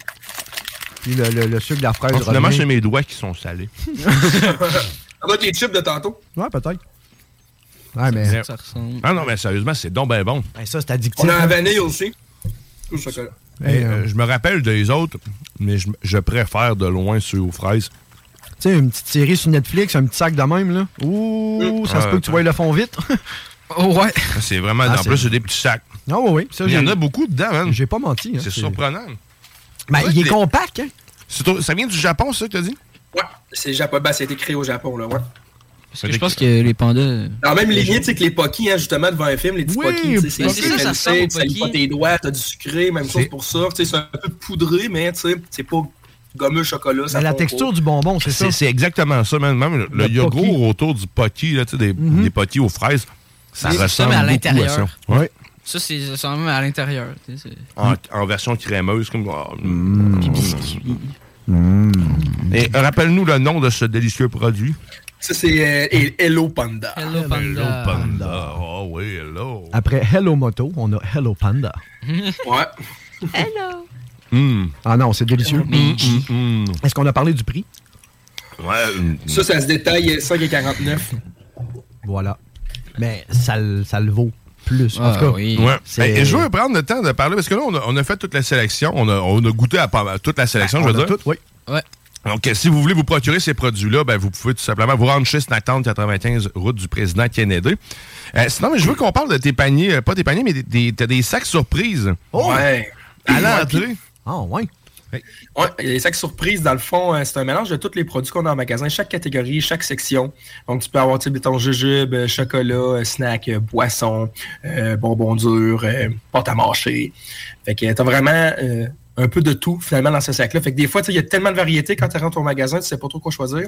Puis le, le- le sucre de la fraise. Ah, finalement, revient. c'est mes doigts qui sont salés. Ça doit être les chips de tantôt. Ouais, peut-être. Ouais, mais. Ah non, mais sérieusement, c'est donc ben bon. ça, c'est addictif. On a un hein. vanille aussi. Tout au chocolat. Mais, Eh, euh, je me rappelle des autres, mais je, je préfère de loin ceux aux fraises. Tu sais, une petite série sur Netflix, un petit sac de même, là. Ouh, ça se Ah, peut que tu attends. voyes le fond vite. oh, ouais. C'est vraiment. Ah, en c'est- plus, c'est des petits sacs. Ah Non, oui, oui. ça, Il y en j'ai- a beaucoup dedans, man. J'ai pas menti. hein, C'est surprenant. Ben, Ouais, il est les- compact, hein. C'est trop- Ça vient du Japon, ça, que t'as dit? Ouais, c'est japonais. Ben, ça a été créé au Japon, là, ouais. Parce que je pense que les pandas. Dans la même lignée, tu sais, que les Pocky, hein, justement, devant un film, les petits Oui, Pocky, tu sais, ben, c'est ça, ça tu sais, ressemble tu aux salis pas Pocky. tes doigts, t'as du sucré, même chose C'est- pour ça. Tu sais, c'est un peu poudré, mais tu sais, c'est pas gommeux chocolat. Ça Ben, Mais la fond pas. texture du bonbon, c'est ça. C'est c'est exactement ça, man. Même le, le Le yogourt pocky. autour du pocky, là, tu sais, des, des pocky aux fraises, ça Oui, c'est ça, ressemble mais à beaucoup à ça. l'intérieur. Ouais. Ça, c'est c'est même à l'intérieur. tu sais, c'est- En, en version crémeuse, comme. oh, mm. Et rappelle-nous le nom de ce délicieux produit. Ça, c'est euh, Hello Panda. Hello Hello Panda. Oh oui, hello. Après Hello Moto, on a Hello Panda. ouais. Hello. Hmm. Ah non, c'est délicieux. Est-ce qu'on a parlé du prix? Ça, ça se détaille euh, 5,49. Voilà. Mais ça, le- ça le vaut plus. Ah en tout cas, Ouais. Ah c'est- Ben, je veux prendre le temps de parler parce que là, on a, on a fait toute la sélection. On a, on a goûté à, pas- à toute la sélection, Ben, on je veux a dire. tout, oui. Donc, euh, si vous voulez vous procurer ces produits-là, ben, vous pouvez tout simplement vous rendre chez Snacktown 95, route du président Kennedy. Euh, sinon, mais je veux qu'on parle de tes paniers, euh, pas tes paniers, mais des, des- t'as des sacs surprises. Oh, Ouais. À l'entrée. Ah, ouais. Ouais, les sacs surprises, dans le fond, euh, c'est un mélange de tous les produits qu'on a en magasin, chaque catégorie, chaque section. Donc, tu peux avoir, tu sais, mettons, jujube, euh, chocolat, euh, snack, euh, boisson, euh, bonbons durs, euh, pâte à mâcher. Fait que euh, t'as vraiment euh, un peu de tout, finalement, dans ce sac-là. Fait que des fois, tu sais, il y a tellement de variétés quand tu rentres au magasin, tu sais pas trop quoi choisir.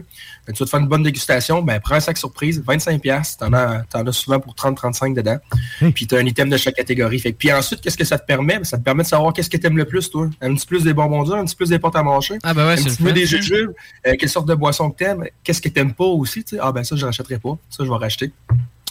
Fait que tu vas te faire une bonne dégustation, ben, prends un sac surprise, 25$, piastres. t'en as, t'en as souvent pour 30-35$ dedans. Hmm. Puis t'as un item de chaque catégorie. Fait que, puis ensuite, qu'est-ce que ça te permet? Ben, ça te permet de savoir qu'est-ce que t'aimes le plus, toi. Un petit plus des bonbons durs, un petit plus des pâtes à manger. Ah ben ouais, un c'est petit le peu fun, des ça. jujubes. Euh, quelle sorte de boisson que t'aimes? Qu'est-ce que t'aimes pas aussi? tu sais? Ah ben ça, je rachèterai pas. Ça, je vais racheter.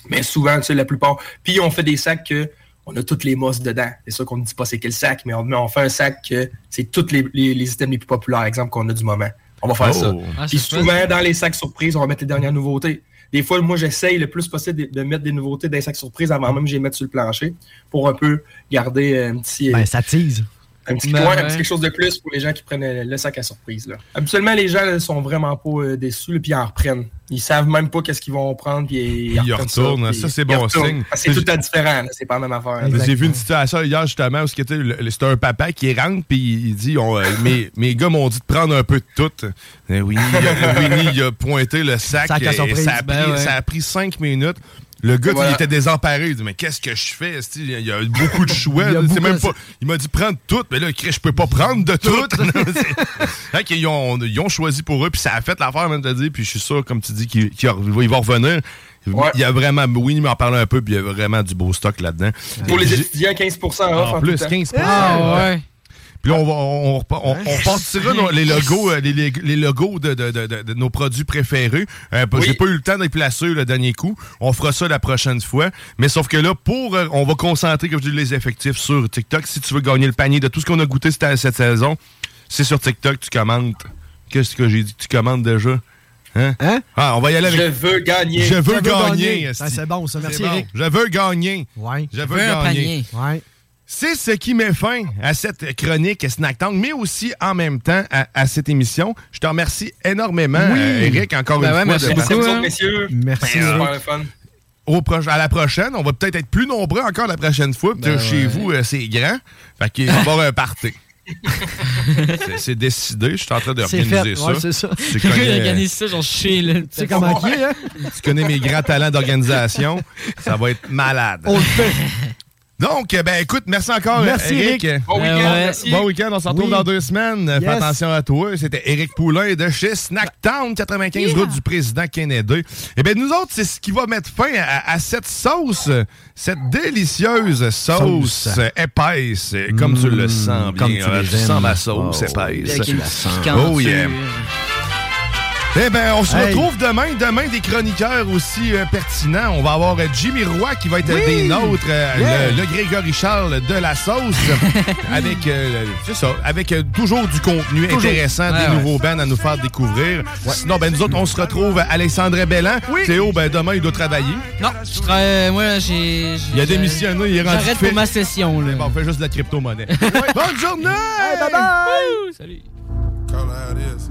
Mais souvent, tu sais, la plupart. Puis on fait des sacs que on a toutes les mosses dedans. C'est sûr qu'on ne dit pas c'est quel sac, mais on, mais on fait un sac que c'est tous les, les- les items les plus populaires, exemple, qu'on a du moment. On va faire Oh. ça. Ah, Puis c'est souvent, fun. dans les sacs surprises, on va mettre les dernières nouveautés. Des fois, moi, j'essaye le plus possible de, de mettre des nouveautés dans les sacs surprises avant même que je les mette sur le plancher pour un peu garder euh, un petit. euh, Ben, ça tease. un petit, Ben coin, un ouais. petit quelque chose de plus pour les gens qui prennent euh, le sac à surprise. Là. Habituellement, les gens ne sont vraiment pas euh, déçus, là, puis ils en reprennent. Ils savent même pas qu'est-ce qu'ils vont prendre, puis ils, Ils retournent, puis ça, c'est ils bon retournent. signe. Ah, Parce que C'est tout à différent, là, c'est pas la même affaire. là. J'ai vu une situation hier justement où c'était c'était un papa qui rentre puis il dit on, euh, mes, mes gars m'ont dit de prendre un peu de tout. Eh oui, il a- Winnie il a pointé le sac, Sac à et surprise, ça, a pris, ben ouais. ça a pris cinq minutes. Le gars, tu sais, Voilà. il était désemparé. Il dit Mais qu'est-ce que je fais esti? Il y a beaucoup de choix. Il y a là, c'est beaucoup même de- pas... Il m'a dit Prendre tout. Mais là, Chris, je peux pas prendre de tout. Fait qu'ils ont, ils ont choisi pour eux. Puis ça a fait l'affaire, même, de dire. Puis je suis sûr, comme tu dis, qu'il qu'il va il va revenir. Il y a vraiment. Winnie m'en parlait un peu. Puis il y a vraiment du beau stock là-dedans. ah, Pour les étudiants, 15 off. En tout plus, temps. 15 Ah, ouais. Puis là, on, va, on, repa- on, on repartira nos- les logos, euh, les, les- les logos de, de- de- de- de nos produits préférés. Euh, p- J'ai pas eu le temps de les placer le dernier coup. On fera ça la prochaine fois. Mais sauf que là, pour euh, on va concentrer, comme je dis, les effectifs sur TikTok. Si tu veux gagner le panier de tout ce qu'on a goûté cette, cette saison, c'est sur TikTok, tu commandes. Qu'est-ce que j'ai dit que tu commandes déjà? Hein? Ah, on va y aller avec. Je veux gagner. Je veux gagner. Ah, esti. c'est bon, ça. Merci, C'est bon. Eric. Je veux gagner. Ouais. Je veux gagner. C'est ce qui met fin à cette chronique Snack Tank, mais aussi en même temps à, à cette émission. Je te remercie énormément, Oui. euh, Eric, encore Ben une ouais, fois. merci de- beaucoup, de- hein. Merci, Ben, Eric. euh, au proche- à la prochaine, on va peut-être être plus nombreux encore la prochaine fois. puis Ben chez ouais. vous, euh, c'est grand. Fait qu'il va y avoir un party. C'est- c'est décidé. Je suis en train de C'est fait, organiser ça. ouais, c'est ça. Tu Le gars, il connais, organise ça, genre chez le. C'est comme à qui, hein? tu connais mes grands talents d'organisation. Ça va être malade. On le fait. Donc, euh, ben écoute, merci encore. Merci, Eric. Eric. Ben Bon week-end, Euh, merci. Bon week-end. On se retrouve Oui. dans deux semaines. Fais Yes. attention à toi. C'était Eric Poulain de chez Snacktown 95, route du président Kennedy. Eh bien, nous autres, c'est ce qui va mettre fin à, à cette sauce, cette délicieuse sauce, Sauce. épaisse, comme tu le sens bien. Mmh, comme tu Euh, les je aimes. sens ma sauce Oh. épaisse. Avec une petite Oh yeah. Eh bien, on se Hey. retrouve demain. Demain, des chroniqueurs aussi euh, pertinents. On va avoir euh, Jimmy Roy qui va être euh, des nôtres, euh, Yeah. le, le Grégory Charles de la sauce, avec, euh, c'est ça, avec euh, toujours du contenu Toujours. intéressant, Ouais, des ouais. nouveaux bands à nous faire découvrir. Sinon, ben, nous autres, on se retrouve à Alexandre Bellan. Théo, ben, demain, il doit travailler. Non, je travaille. Moi, j'ai. Il a démissionné, il est rendu J'arrête fit. pour ma session, là. Bon, on fait juste de la crypto-monnaie. Bonne journée! bye bye! Salut! Call it how it is.